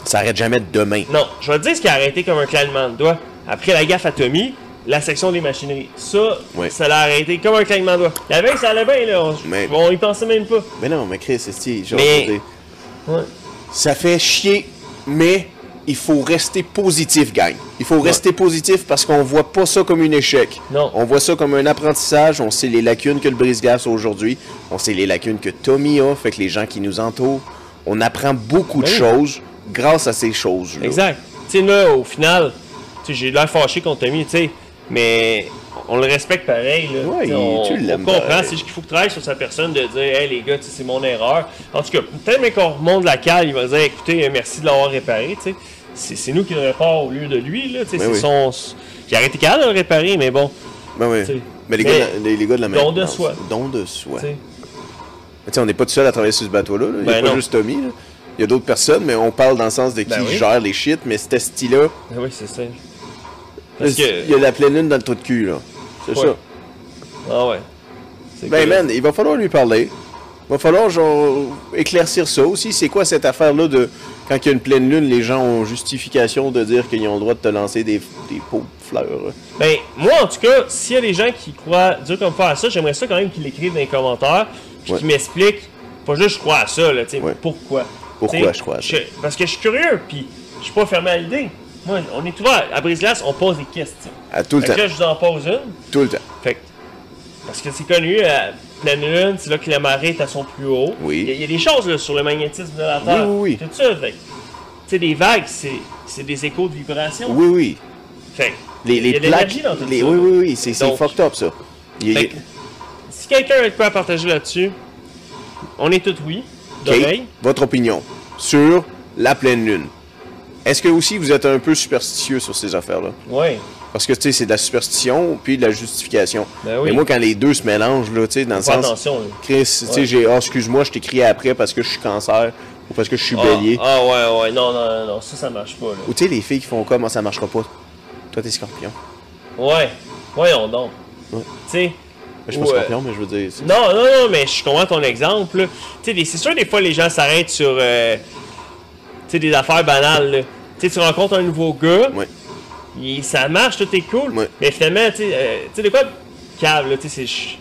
[SPEAKER 2] Ça arrête jamais demain.
[SPEAKER 1] Non, je vais te dire ce qui a arrêté comme un clignement de doigts. Après la gaffe à Tommy, la section des machineries. Ça,
[SPEAKER 2] Ouais.
[SPEAKER 1] ça l'a arrêté comme un clignement de doigts. La veille, ça allait bien, là. On,
[SPEAKER 2] Mais-
[SPEAKER 1] on y pensait même pas.
[SPEAKER 2] Mais non, mais Chris, c'est genre,
[SPEAKER 1] Mais-
[SPEAKER 2] je veux dire,
[SPEAKER 1] Ouais.
[SPEAKER 2] ça fait chier, mais il faut rester positif, gang. Il faut rester positif parce qu'on voit pas ça comme un échec.
[SPEAKER 1] Non.
[SPEAKER 2] On voit ça comme un apprentissage. On sait les lacunes que le brise-glace a aujourd'hui. On sait les lacunes que Tommy a, fait que les gens qui nous entourent. On apprend beaucoup de
[SPEAKER 1] Ben oui.
[SPEAKER 2] choses grâce à ces choses-là.
[SPEAKER 1] Exact. Tu sais, là, au final, tu sais, j'ai l'air fâché contre Tommy, tu sais, mais on le respecte pareil, là.
[SPEAKER 2] Ouais,
[SPEAKER 1] Tu sais,
[SPEAKER 2] il-
[SPEAKER 1] on,
[SPEAKER 2] tu
[SPEAKER 1] on
[SPEAKER 2] l'aimes
[SPEAKER 1] comprend,
[SPEAKER 2] pareil.
[SPEAKER 1] c'est juste qu'il faut que tu travailles sur sa personne de dire, hey, les gars, tu sais, c'est mon erreur. En tout cas, peut-être même qu'on remonte la cale, il va dire, écoutez, euh, merci de l'avoir réparé, tu sais. C'est- C'est nous qui le réparons au lieu de lui, là, tu sais.
[SPEAKER 2] Ben
[SPEAKER 1] c'est
[SPEAKER 2] oui.
[SPEAKER 1] son. J'ai arrêté quand de le réparer, mais bon,
[SPEAKER 2] Ben oui.
[SPEAKER 1] Tu sais.
[SPEAKER 2] Mais les,
[SPEAKER 1] Mais-
[SPEAKER 2] gars, de la- les, les gars de la
[SPEAKER 1] Don de
[SPEAKER 2] maintenance,
[SPEAKER 1] soi.
[SPEAKER 2] Don de soi.
[SPEAKER 1] tu sais.
[SPEAKER 2] Mais tu sais, on n'est pas tout seul à travailler sur ce bateau-là. là. Il n'y a
[SPEAKER 1] Ben
[SPEAKER 2] pas
[SPEAKER 1] non.
[SPEAKER 2] juste Tommy. là. Il y a d'autres personnes, mais on parle dans le sens de qui
[SPEAKER 1] Ben oui.
[SPEAKER 2] gère les shit, mais cet esti-là,
[SPEAKER 1] Ben oui, c'est ça. Parce
[SPEAKER 2] il
[SPEAKER 1] que.
[SPEAKER 2] y a la pleine lune dans le trou de cul, là. C'est
[SPEAKER 1] Ouais.
[SPEAKER 2] ça.
[SPEAKER 1] Ah ouais. C'est
[SPEAKER 2] Ben,
[SPEAKER 1] que-
[SPEAKER 2] man, il va falloir lui parler. Il va falloir, genre, éclaircir ça aussi. C'est quoi cette affaire-là de... Quand il y a une pleine lune, les gens ont justification de dire qu'ils ont le droit de te lancer des, des pots de fleurs. euh, là.
[SPEAKER 1] Ben, moi, en tout cas, s'il y a des gens qui croient dur comme faire à ça, j'aimerais ça quand même qu'ils l'écrivent dans les commentaires, puis
[SPEAKER 2] Ouais.
[SPEAKER 1] qu'ils m'expliquent, pas juste je crois à ça, là, tu sais,
[SPEAKER 2] Ouais.
[SPEAKER 1] pourquoi.
[SPEAKER 2] Pourquoi
[SPEAKER 1] Tu sais,
[SPEAKER 2] je crois à ça?
[SPEAKER 1] Parce que je suis curieux, puis je suis pas fermé à l'idée. Moi, on est ouvert. À Brise-Glace, on pose des questions.
[SPEAKER 2] À tout le
[SPEAKER 1] Fait que
[SPEAKER 2] temps.
[SPEAKER 1] là, je vous en pose une.
[SPEAKER 2] Tout le temps.
[SPEAKER 1] Fait que- parce que c'est connu, à pleine lune, c'est là que la marée est à son plus haut.
[SPEAKER 2] Oui.
[SPEAKER 1] Il y, a- il y a des choses là, sur le magnétisme de la Terre.
[SPEAKER 2] Oui, oui, oui.
[SPEAKER 1] Tout ça, fait que, tu sais, des vagues, c'est c'est des échos de vibrations.
[SPEAKER 2] Oui, oui.
[SPEAKER 1] Fait que,
[SPEAKER 2] Les,
[SPEAKER 1] il y
[SPEAKER 2] les
[SPEAKER 1] a de
[SPEAKER 2] plaques...
[SPEAKER 1] l'énergie dans tout
[SPEAKER 2] les-
[SPEAKER 1] ça.
[SPEAKER 2] oui, oui, oui. C'est c'est
[SPEAKER 1] Donc-
[SPEAKER 2] fucked up, ça. Il y a-
[SPEAKER 1] Fait que, si quelqu'un a de quoi à partager là-dessus, on est tout oui,
[SPEAKER 2] Kate,
[SPEAKER 1] d'oreille.
[SPEAKER 2] votre opinion sur la pleine lune. Est-ce que aussi vous êtes un peu superstitieux sur ces affaires-là?
[SPEAKER 1] Ouais.
[SPEAKER 2] Parce que tu sais, c'est de la superstition puis de la justification.
[SPEAKER 1] Ben oui.
[SPEAKER 2] Mais moi, quand les deux se mélangent, là, tu sais, dans le
[SPEAKER 1] Fais
[SPEAKER 2] sens.
[SPEAKER 1] attention. là.
[SPEAKER 2] Chris, tu sais,
[SPEAKER 1] Ouais.
[SPEAKER 2] j'ai. Oh, excuse-moi, je t'écris après parce que je suis cancer ou parce que je suis
[SPEAKER 1] Ah,
[SPEAKER 2] bélier.
[SPEAKER 1] ah ouais, ouais, non, non, non, non, ça, ça marche pas. Là.
[SPEAKER 2] Ou tu sais, les filles qui font comme, Ah, ça marchera pas. Toi, t'es scorpion. Ben,
[SPEAKER 1] Ouais, voyons donc.
[SPEAKER 2] Ouais.
[SPEAKER 1] Tu sais,
[SPEAKER 2] Ben, je suis pas
[SPEAKER 1] Ouais.
[SPEAKER 2] scorpion, mais je veux dire. c'est-
[SPEAKER 1] non, non, non, mais je comprends ton exemple. là. Tu sais, des- c'est sûr, des fois, les gens s'arrêtent sur euh, tu sais, des affaires banales. là. Tu sais, tu rencontres un nouveau gars,
[SPEAKER 2] Ouais.
[SPEAKER 1] il- ça marche, tout est cool,
[SPEAKER 2] Ouais.
[SPEAKER 1] mais finalement, tu sais, euh, tu sais, de quoi de cave, là, tu sais, c'est ch-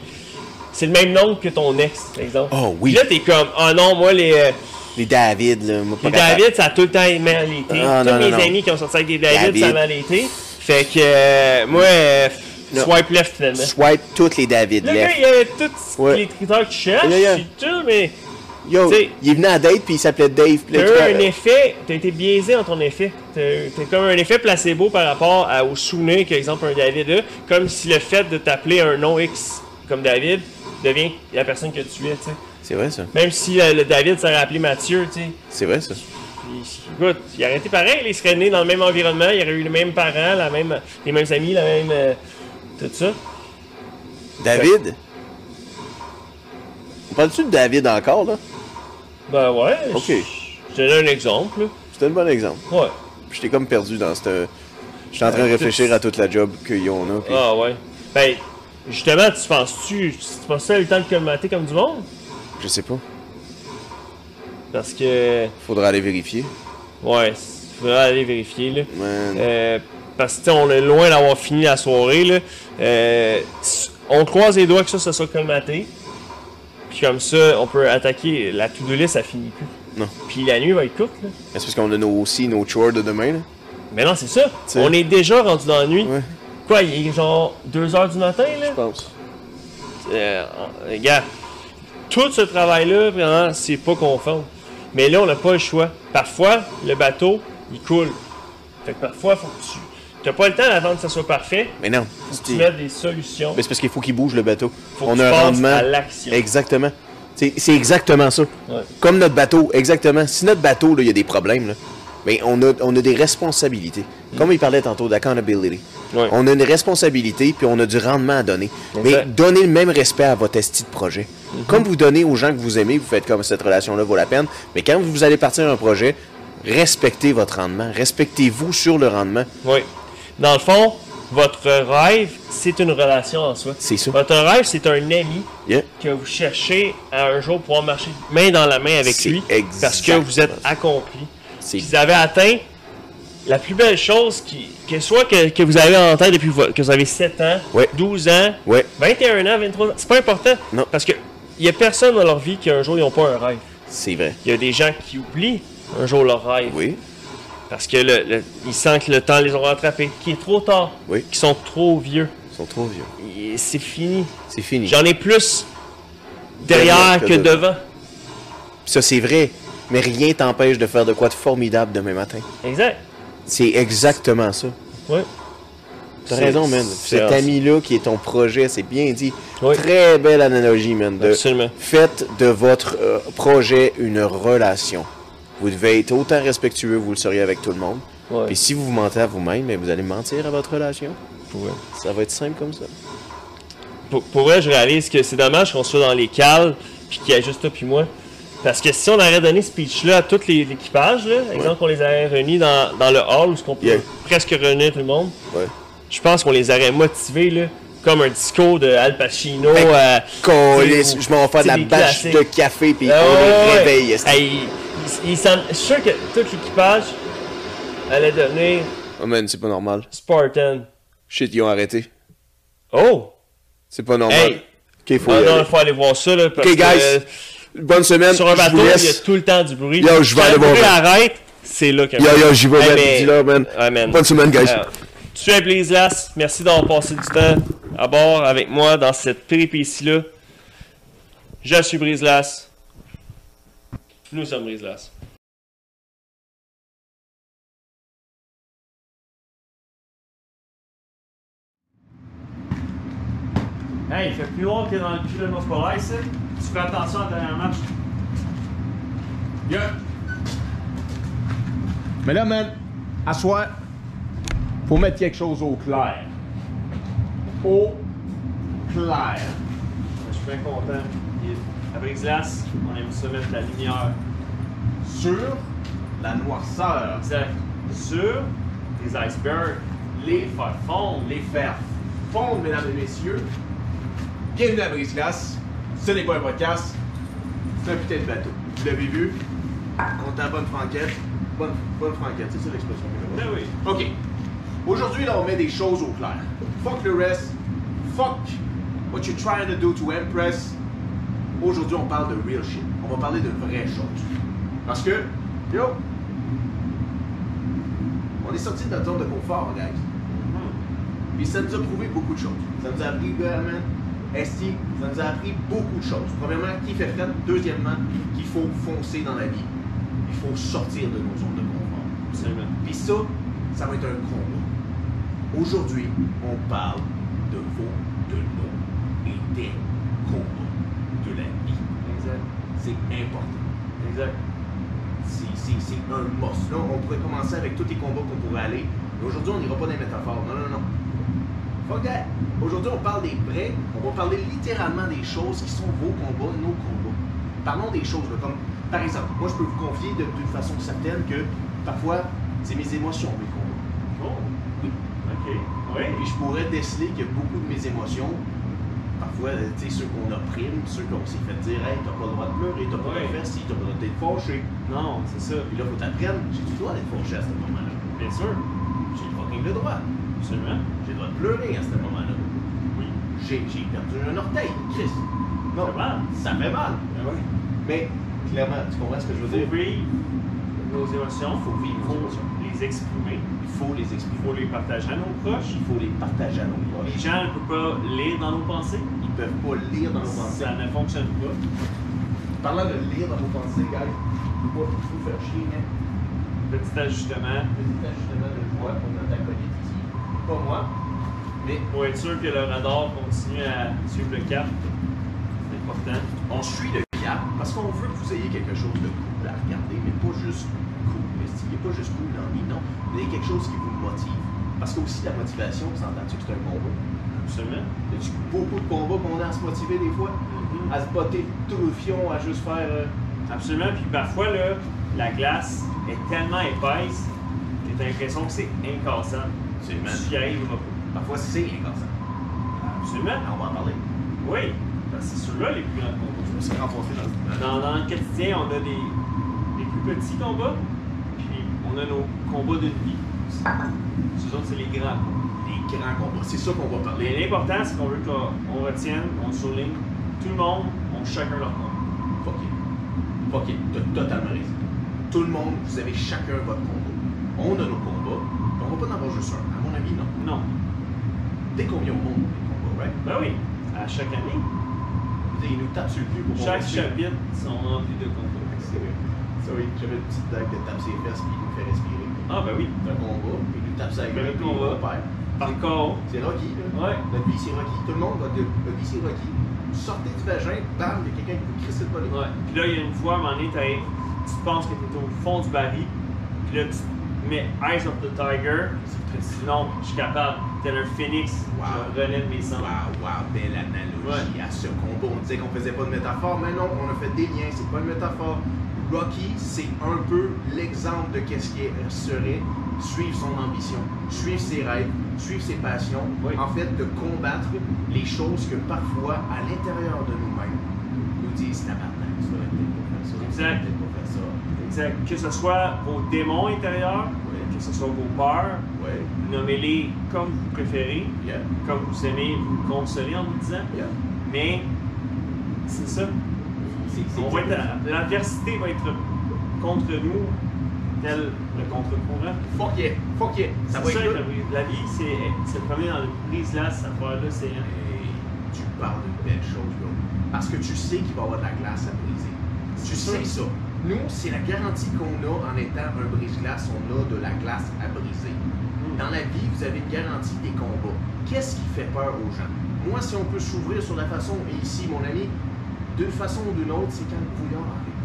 [SPEAKER 1] c'est le même nombre que ton ex, par exemple.
[SPEAKER 2] Oh, oui.
[SPEAKER 1] Puis là, t'es comme, ah non, moi, les, euh,
[SPEAKER 2] Les David, là. moi, pas
[SPEAKER 1] les
[SPEAKER 2] capable.
[SPEAKER 1] David, ça a tout le temps aimé à l'été.
[SPEAKER 2] Ah,
[SPEAKER 1] Tous
[SPEAKER 2] non, non,
[SPEAKER 1] mes
[SPEAKER 2] non.
[SPEAKER 1] amis qui ont sorti avec des David,
[SPEAKER 2] David.
[SPEAKER 1] ça aimait à l'été. Fait que, euh, moi, euh,
[SPEAKER 2] Non.
[SPEAKER 1] swipe left, finalement.
[SPEAKER 2] Swipe toutes les David,
[SPEAKER 1] Le
[SPEAKER 2] là.
[SPEAKER 1] gars, il avait tous
[SPEAKER 2] Ouais.
[SPEAKER 1] les critères que tu cherches,
[SPEAKER 2] Yeah, yeah.
[SPEAKER 1] c'est tout, mais
[SPEAKER 2] Yo,
[SPEAKER 1] T'sais-
[SPEAKER 2] il est venu à date puis il s'appelait Dave. puis
[SPEAKER 1] t'as
[SPEAKER 2] là, tu
[SPEAKER 1] eu
[SPEAKER 2] fais-
[SPEAKER 1] un effet, t'as été biaisé dans ton effet. T'as t'as comme un effet placebo par rapport à, au souvenir qu'exemple un David a, comme si le fait de t'appeler un nom X comme David devient la personne que tu es, tu sais.
[SPEAKER 2] C'est vrai, ça.
[SPEAKER 1] Même si euh, le David s'aurait appelé Mathieu, tu sais.
[SPEAKER 2] C'est vrai, ça.
[SPEAKER 1] Puis, écoute, il aurait été pareil, il serait né dans le même environnement, il aurait eu les mêmes parents, la même, les mêmes amis, la même. euh, tout ça.
[SPEAKER 2] David? On parle-tu de David encore, là?
[SPEAKER 1] Ben ouais.
[SPEAKER 2] Ok.
[SPEAKER 1] Je te donne un exemple, là.
[SPEAKER 2] C'était un bon exemple.
[SPEAKER 1] Ouais.
[SPEAKER 2] J'étais comme perdu dans cette... J'étais en train de réfléchir à toute la job qu'ils ont, là. puis-
[SPEAKER 1] Ah ouais. Ben, justement, tu penses-tu, tu penses ça le temps de colmater comme du monde?
[SPEAKER 2] Je sais pas.
[SPEAKER 1] Parce que,
[SPEAKER 2] Faudra aller vérifier.
[SPEAKER 1] ouais, faudrait aller vérifier, là.
[SPEAKER 2] Man.
[SPEAKER 1] Euh, parce que, tu sais, on est loin d'avoir fini la soirée, là. Euh, s- on croise les doigts que ça, ça soit colmaté. Puis comme ça, on peut attaquer. La to-do list, ça finit plus.
[SPEAKER 2] Non.
[SPEAKER 1] Puis la nuit va être courte, là.
[SPEAKER 2] Mais C'est parce qu'on a nos, aussi nos chores de demain, là.
[SPEAKER 1] Mais non, c'est ça.
[SPEAKER 2] sais.
[SPEAKER 1] On est déjà rendu dans la nuit.
[SPEAKER 2] Ouais.
[SPEAKER 1] Quoi, il est genre 2h du matin, là?
[SPEAKER 2] Je pense.
[SPEAKER 1] Euh, on- regarde, tout ce travail-là, vraiment, c'est pas conforme. Mais là, on n'a pas le choix. Parfois, le bateau, il coule. Fait que parfois, faut que tu. T'as pas le temps d'attendre que ça soit parfait.
[SPEAKER 2] Mais non.
[SPEAKER 1] Faut que
[SPEAKER 2] c'est-
[SPEAKER 1] tu mettes des solutions.
[SPEAKER 2] Mais c'est parce qu'il faut qu'il bouge le bateau.
[SPEAKER 1] Faut
[SPEAKER 2] on
[SPEAKER 1] que tu
[SPEAKER 2] a un
[SPEAKER 1] passes
[SPEAKER 2] rendement.
[SPEAKER 1] à l'action.
[SPEAKER 2] Exactement. C'est c'est exactement ça.
[SPEAKER 1] Ouais.
[SPEAKER 2] Comme notre bateau, exactement. Si notre bateau, là, il y a des problèmes, là, mais on a, on a des responsabilités. Comme il parlait tantôt d'accountability.
[SPEAKER 1] Ouais.
[SPEAKER 2] On a une responsabilité, puis on a du rendement à donner. Mais
[SPEAKER 1] Exact.
[SPEAKER 2] donnez le même respect à votre esti de projet.
[SPEAKER 1] Mhm.
[SPEAKER 2] Comme vous donnez aux gens que vous aimez, vous faites comme cette relation-là vaut la peine. Mais quand vous allez partir un projet, respectez votre rendement. Respectez-vous sur le rendement.
[SPEAKER 1] Oui. Dans le fond, votre rêve, c'est une relation en soi.
[SPEAKER 2] C'est ça.
[SPEAKER 1] Votre rêve, c'est un ami
[SPEAKER 2] Yeah.
[SPEAKER 1] que vous cherchez à un jour pouvoir marcher main dans la main avec
[SPEAKER 2] C'est
[SPEAKER 1] lui. Parce que
[SPEAKER 2] exactement
[SPEAKER 1] vous êtes accompli.
[SPEAKER 2] C'est-
[SPEAKER 1] Vous avez atteint la plus belle chose qui, que soit que, que vous avez en tête depuis vo- que vous avez 7 ans,
[SPEAKER 2] Ouais.
[SPEAKER 1] 12 ans,
[SPEAKER 2] Ouais.
[SPEAKER 1] 21 ans, 23 ans. C'est pas important.
[SPEAKER 2] Non.
[SPEAKER 1] Parce que il y a personne dans leur vie qui un jour ils n'ont pas un rêve.
[SPEAKER 2] C'est vrai.
[SPEAKER 1] Il y a des gens qui oublient un jour leur rêve.
[SPEAKER 2] Oui.
[SPEAKER 1] Parce que le, le- ils sentent que le temps les aura rattrapés, qu'il est trop tard,
[SPEAKER 2] Oui.
[SPEAKER 1] qu'ils sont trop vieux.
[SPEAKER 2] Ils sont trop vieux.
[SPEAKER 1] Et C'est fini.
[SPEAKER 2] C'est fini.
[SPEAKER 1] J'en ai plus derrière que, devant.
[SPEAKER 2] Ça, c'est vrai. Mais rien t'empêche de faire de quoi de formidable demain matin.
[SPEAKER 1] Exact.
[SPEAKER 2] C'est exactement ça.
[SPEAKER 1] Ouais.
[SPEAKER 2] T'as
[SPEAKER 1] C'est-
[SPEAKER 2] raison, man.
[SPEAKER 1] c'est-
[SPEAKER 2] Cet ami-là qui est ton projet, c'est bien dit.
[SPEAKER 1] Oui.
[SPEAKER 2] Très belle analogie, man. de-
[SPEAKER 1] Absolument.
[SPEAKER 2] Faites de votre euh, projet une relation. Vous devez être autant respectueux que vous le seriez avec tout le monde.
[SPEAKER 1] Ouais.
[SPEAKER 2] Et si vous vous mentez à vous-même, mais vous allez mentir à votre relation.
[SPEAKER 1] Ouais.
[SPEAKER 2] Ça va être simple comme ça.
[SPEAKER 1] pour, pour vrai, je réalise que c'est dommage qu'on soit dans les cales, puis qu'il y a juste toi puis moi. Parce que si on aurait donné ce speech-là à tout les- l'équipage, là, exemple, qu'on les aurait réunis dans, dans le hall où on peut
[SPEAKER 2] Yeah.
[SPEAKER 1] presque réunir tout le monde,
[SPEAKER 2] Ouais.
[SPEAKER 1] je pense qu'on les aurait motivés, là, comme un disco de Al Pacino
[SPEAKER 2] Ben,
[SPEAKER 1] à.
[SPEAKER 2] Colisse, je m'en fais de la
[SPEAKER 1] des
[SPEAKER 2] bâche
[SPEAKER 1] classiques.
[SPEAKER 2] de café, puis
[SPEAKER 1] Ah ouais,
[SPEAKER 2] on les
[SPEAKER 1] ouais.
[SPEAKER 2] réveille. esti.
[SPEAKER 1] Hey, il- il- il s'en- Je suis sûr que tout l'équipage allait devenir
[SPEAKER 2] Oh man, c'est pas normal.
[SPEAKER 1] Spartan.
[SPEAKER 2] Shit, ils ont arrêté.
[SPEAKER 1] Oh!
[SPEAKER 2] C'est pas normal.
[SPEAKER 1] Hey!
[SPEAKER 2] Ok, faut
[SPEAKER 1] Ah
[SPEAKER 2] y
[SPEAKER 1] non,
[SPEAKER 2] aller.
[SPEAKER 1] il faut aller voir ça, là, parce
[SPEAKER 2] Ok, guys,
[SPEAKER 1] que, euh,
[SPEAKER 2] bonne semaine.
[SPEAKER 1] Sur un
[SPEAKER 2] je vous
[SPEAKER 1] bateau, il y a
[SPEAKER 2] laisse.
[SPEAKER 1] tout le temps du bruit.
[SPEAKER 2] Yo, je vais
[SPEAKER 1] Quand
[SPEAKER 2] aller
[SPEAKER 1] le
[SPEAKER 2] voir
[SPEAKER 1] bruit
[SPEAKER 2] ça.
[SPEAKER 1] arrête, c'est là que.
[SPEAKER 2] Yo, yo, j'y vais,
[SPEAKER 1] Hey,
[SPEAKER 2] man.
[SPEAKER 1] mais-
[SPEAKER 2] Dis-leur, man.
[SPEAKER 1] Ouais, man.
[SPEAKER 2] Bonne semaine, guys.
[SPEAKER 1] Euh, tu es Blaise Lass, merci d'avoir passé du temps à bord avec moi dans cette péripétie-là. Je suis Brise Lass. Nous sommes Brise Lass. Hey, il fait plus noir que dans le cul de notre polaire, ça. Tu fais attention à la dernière match.
[SPEAKER 3] Mais là, man, à soir, faut mettre quelque chose au clair. Au clair.
[SPEAKER 1] Je suis bien content. Et À Brise Lass, on aime ça mettre la lumière.
[SPEAKER 3] Sur la noirceur.
[SPEAKER 1] Exact. Sur les icebergs, les faire fondre, les
[SPEAKER 3] Les faire fondre, mesdames et messieurs. Bienvenue à Brise-Glace. Ce n'est pas un podcast, c'est un putain de bateau. Vous l'avez vu, on t'a bonne franquette. Bonne, bonne franquette, c'est ça l'expression. que j'avais.
[SPEAKER 1] Ben oui.
[SPEAKER 3] OK. Aujourd'hui, là, on met des choses au clair. Fuck le reste. Fuck what you're trying to do to impress. Aujourd'hui, on parle de real shit. On va parler de vraies choses. Parce que, yo, on est sorti de notre zone de confort, guys. Puis ça nous a prouvé beaucoup de choses. Ça nous a appris, vraiment, Esti, ça nous a appris beaucoup de choses. Premièrement, qui fait fret. Deuxièmement, qu'il faut foncer dans la vie. Il faut sortir de nos zones de confort.
[SPEAKER 1] Absolument.
[SPEAKER 3] Puis ça, ça va être un combat. Aujourd'hui, on parle de vos, de nos et des combats de la vie.
[SPEAKER 1] Exact.
[SPEAKER 3] C'est important.
[SPEAKER 1] Exact.
[SPEAKER 3] C'est- C'est c'est un must. Là, on pourrait commencer avec tous les combats qu'on pourrait aller. Mais aujourd'hui, on n'ira pas dans les métaphores. Non, non, non. Fuck that. Aujourd'hui, on parle des vrais. On va parler littéralement des choses qui sont vos combats, nos combats. Parlons des choses, là, comme par exemple, moi, je peux vous confier de- d'une façon certaine que parfois, c'est mes émotions, mes combats.
[SPEAKER 1] Bon. OK. Oui.
[SPEAKER 3] Puis je pourrais déceler que beaucoup de mes émotions, parfois, euh, tu sais, ceux qu'on opprime, ceux qu'on s'est fait dire, hey, t'as pas le droit de pleurer, t'as pas le droit de
[SPEAKER 1] Ouais.
[SPEAKER 3] faire ci, t'as pas le droit d'être fâché.
[SPEAKER 1] Non, c'est ça.
[SPEAKER 3] Puis là, faut t'apprendre, j'ai du droit d'être fâché à ce moment-là.
[SPEAKER 1] Bien sûr.
[SPEAKER 3] J'ai fucking le droit.
[SPEAKER 1] Absolument.
[SPEAKER 3] Ah. J'ai le droit de pleurer à ce moment-là.
[SPEAKER 1] Oui.
[SPEAKER 3] J'ai j'ai perdu un orteil, Chris.
[SPEAKER 1] Non.
[SPEAKER 3] Ça fait mal. Ça fait mal. Mais clairement, tu comprends ce que je veux
[SPEAKER 1] Il
[SPEAKER 3] dire?
[SPEAKER 1] faut vivre nos émotions,
[SPEAKER 3] Faut vivre nos
[SPEAKER 1] faut
[SPEAKER 3] émotions.
[SPEAKER 1] les exprimer,
[SPEAKER 3] Il faut les
[SPEAKER 1] il
[SPEAKER 3] exprimer.
[SPEAKER 1] faut les partager à nos proches.
[SPEAKER 3] Il faut les partager à nos
[SPEAKER 1] Les
[SPEAKER 3] proches.
[SPEAKER 1] gens ne peuvent pas lire dans nos pensées.
[SPEAKER 3] Ils peuvent pas lire dans nos pensées.
[SPEAKER 1] Ça ne fonctionne pas.
[SPEAKER 3] Parlant de lire dans nos pensées, guys, il faut pas vous faire chier, hein?
[SPEAKER 1] Petit ajustement
[SPEAKER 3] Petit ajustement de voix pour notre acolyte ici. Pas moi, mais
[SPEAKER 1] pour être sûr que le radar continue à suivre le cap. C'est important.
[SPEAKER 3] on suit le cap parce qu'on veut que vous ayez quelque chose de cool à regarder, mais pas juste cool. Mais s'il n'est pas juste cool dans les non, vous avez quelque chose qui vous motive. Parce que aussi la motivation, vous entendez que c'est un combat.
[SPEAKER 1] Absolument.
[SPEAKER 3] Il y a beaucoup de combats qu'on a à se motiver des fois,
[SPEAKER 1] Mm-hmm.
[SPEAKER 3] à se botter tout le fion, à juste faire. euh,
[SPEAKER 1] Absolument. Puis parfois, là, la glace est tellement épaisse que t'as l'impression que c'est incassable.
[SPEAKER 3] C'est mal.
[SPEAKER 1] Tu y arriveras pas.
[SPEAKER 3] Parfois c'est incassable.
[SPEAKER 1] Absolument.
[SPEAKER 3] On va en parler.
[SPEAKER 1] Oui. Ben, c'est ceux-là les plus grands combats.
[SPEAKER 3] On s'est rencontrés dans le
[SPEAKER 1] Dans, dans le quotidien, on a des, des plus petits combats, puis on a nos combats d'une vie. Ces autres, c'est les grands.
[SPEAKER 3] Les grands combats. C'est ça qu'on va
[SPEAKER 1] Mais
[SPEAKER 3] parler.
[SPEAKER 1] l'important, c'est qu'on veut qu'on on retienne, on souligne, tout le monde, on chacun leur combat.
[SPEAKER 3] Fuck it. Fuck it. T'as totalement raison. Tout le monde, vous avez chacun votre combat. On a nos combats. mais On va pas en avoir juste un. À mon avis, non.
[SPEAKER 1] Non.
[SPEAKER 3] T'es combien au monde les combats, right?
[SPEAKER 1] Ben oui, à chaque année,
[SPEAKER 3] T'sais, Ils nous tapent sur le cul pour qu'on
[SPEAKER 1] chaque
[SPEAKER 3] respire.
[SPEAKER 1] chapitre sont remplis de combats.
[SPEAKER 3] C'est vrai. Ça, oui, j'avais une petite dague de tape ses fesses puis il nous fait respirer.
[SPEAKER 1] Ah ben oui.
[SPEAKER 3] C'est un combat, puis il nous tape sa
[SPEAKER 1] Ben,
[SPEAKER 3] gueule, puis
[SPEAKER 1] on va.
[SPEAKER 3] on perd.
[SPEAKER 1] Par contre,
[SPEAKER 3] C'est Rocky, là.
[SPEAKER 1] ouais,
[SPEAKER 3] Notre vie, c'est Rocky. Tout le monde, votre votre vie, c'est Rocky. Vous Sortez du vagin, bam, il y a quelqu'un qui vous crisse le volet.
[SPEAKER 1] Ouais. Puis là, il y a une fois, à un moment donné, t'arrives, tu penses que t'es au fond du baril, puis là, tu te mets Eyes of the Tiger, puis tu te dis non, je suis capable, t'es un phoenix,
[SPEAKER 3] Wow.
[SPEAKER 1] je relève mes sangs.
[SPEAKER 3] Waouh, waouh, belle analogie à ce combat. On disait qu'on faisait pas de métaphore, mais non, on a fait des liens, c'est pas une métaphore. Rocky, c'est un peu l'exemple de qu'est-ce qui serait suivre son ambition, suivre ses rêves, suivre ses passions,
[SPEAKER 1] Oui.
[SPEAKER 3] en fait de combattre les choses que parfois à l'intérieur de nous-mêmes nous disent tabarnak, tu devrais peut-être pas faire ça, tu devrais
[SPEAKER 1] Exact.
[SPEAKER 3] peut-être pas faire ça.
[SPEAKER 1] Exact. Que ce soit vos démons intérieurs,
[SPEAKER 3] Ouais.
[SPEAKER 1] que ce soit vos peurs,
[SPEAKER 3] Ouais,
[SPEAKER 1] nommez-les comme vous préférez,
[SPEAKER 3] yeah,
[SPEAKER 1] comme vous aimez vous consoler en vous disant,
[SPEAKER 3] yeah.
[SPEAKER 1] mais c'est ça.
[SPEAKER 3] C'est- c'est-
[SPEAKER 1] On va être- L'adversité va être contre nous, tel le contre-courant.
[SPEAKER 3] Fuck yeah, fuck yeah, ça va
[SPEAKER 1] C'est
[SPEAKER 3] être
[SPEAKER 1] ça,
[SPEAKER 3] good.
[SPEAKER 1] la- La vie, c'est c'est le premier dans le prise là, cette affaire-là, c'est. hein.
[SPEAKER 3] Hey, tu parles de belles choses, bro. Parce que tu sais qu'il va y avoir de la glace à briser. Tu
[SPEAKER 1] sûr.
[SPEAKER 3] sais ça. Nous, c'est la garantie qu'on a en étant un brise-glace, on a de la glace à briser.
[SPEAKER 1] Hmm.
[SPEAKER 3] Dans la vie, vous avez une garantie des combats. Qu'est-ce qui fait peur aux gens? Moi, si on peut s'ouvrir sur la façon, et ici, mon ami, d'une façon ou d'une autre, c'est quand le brouillard arrive.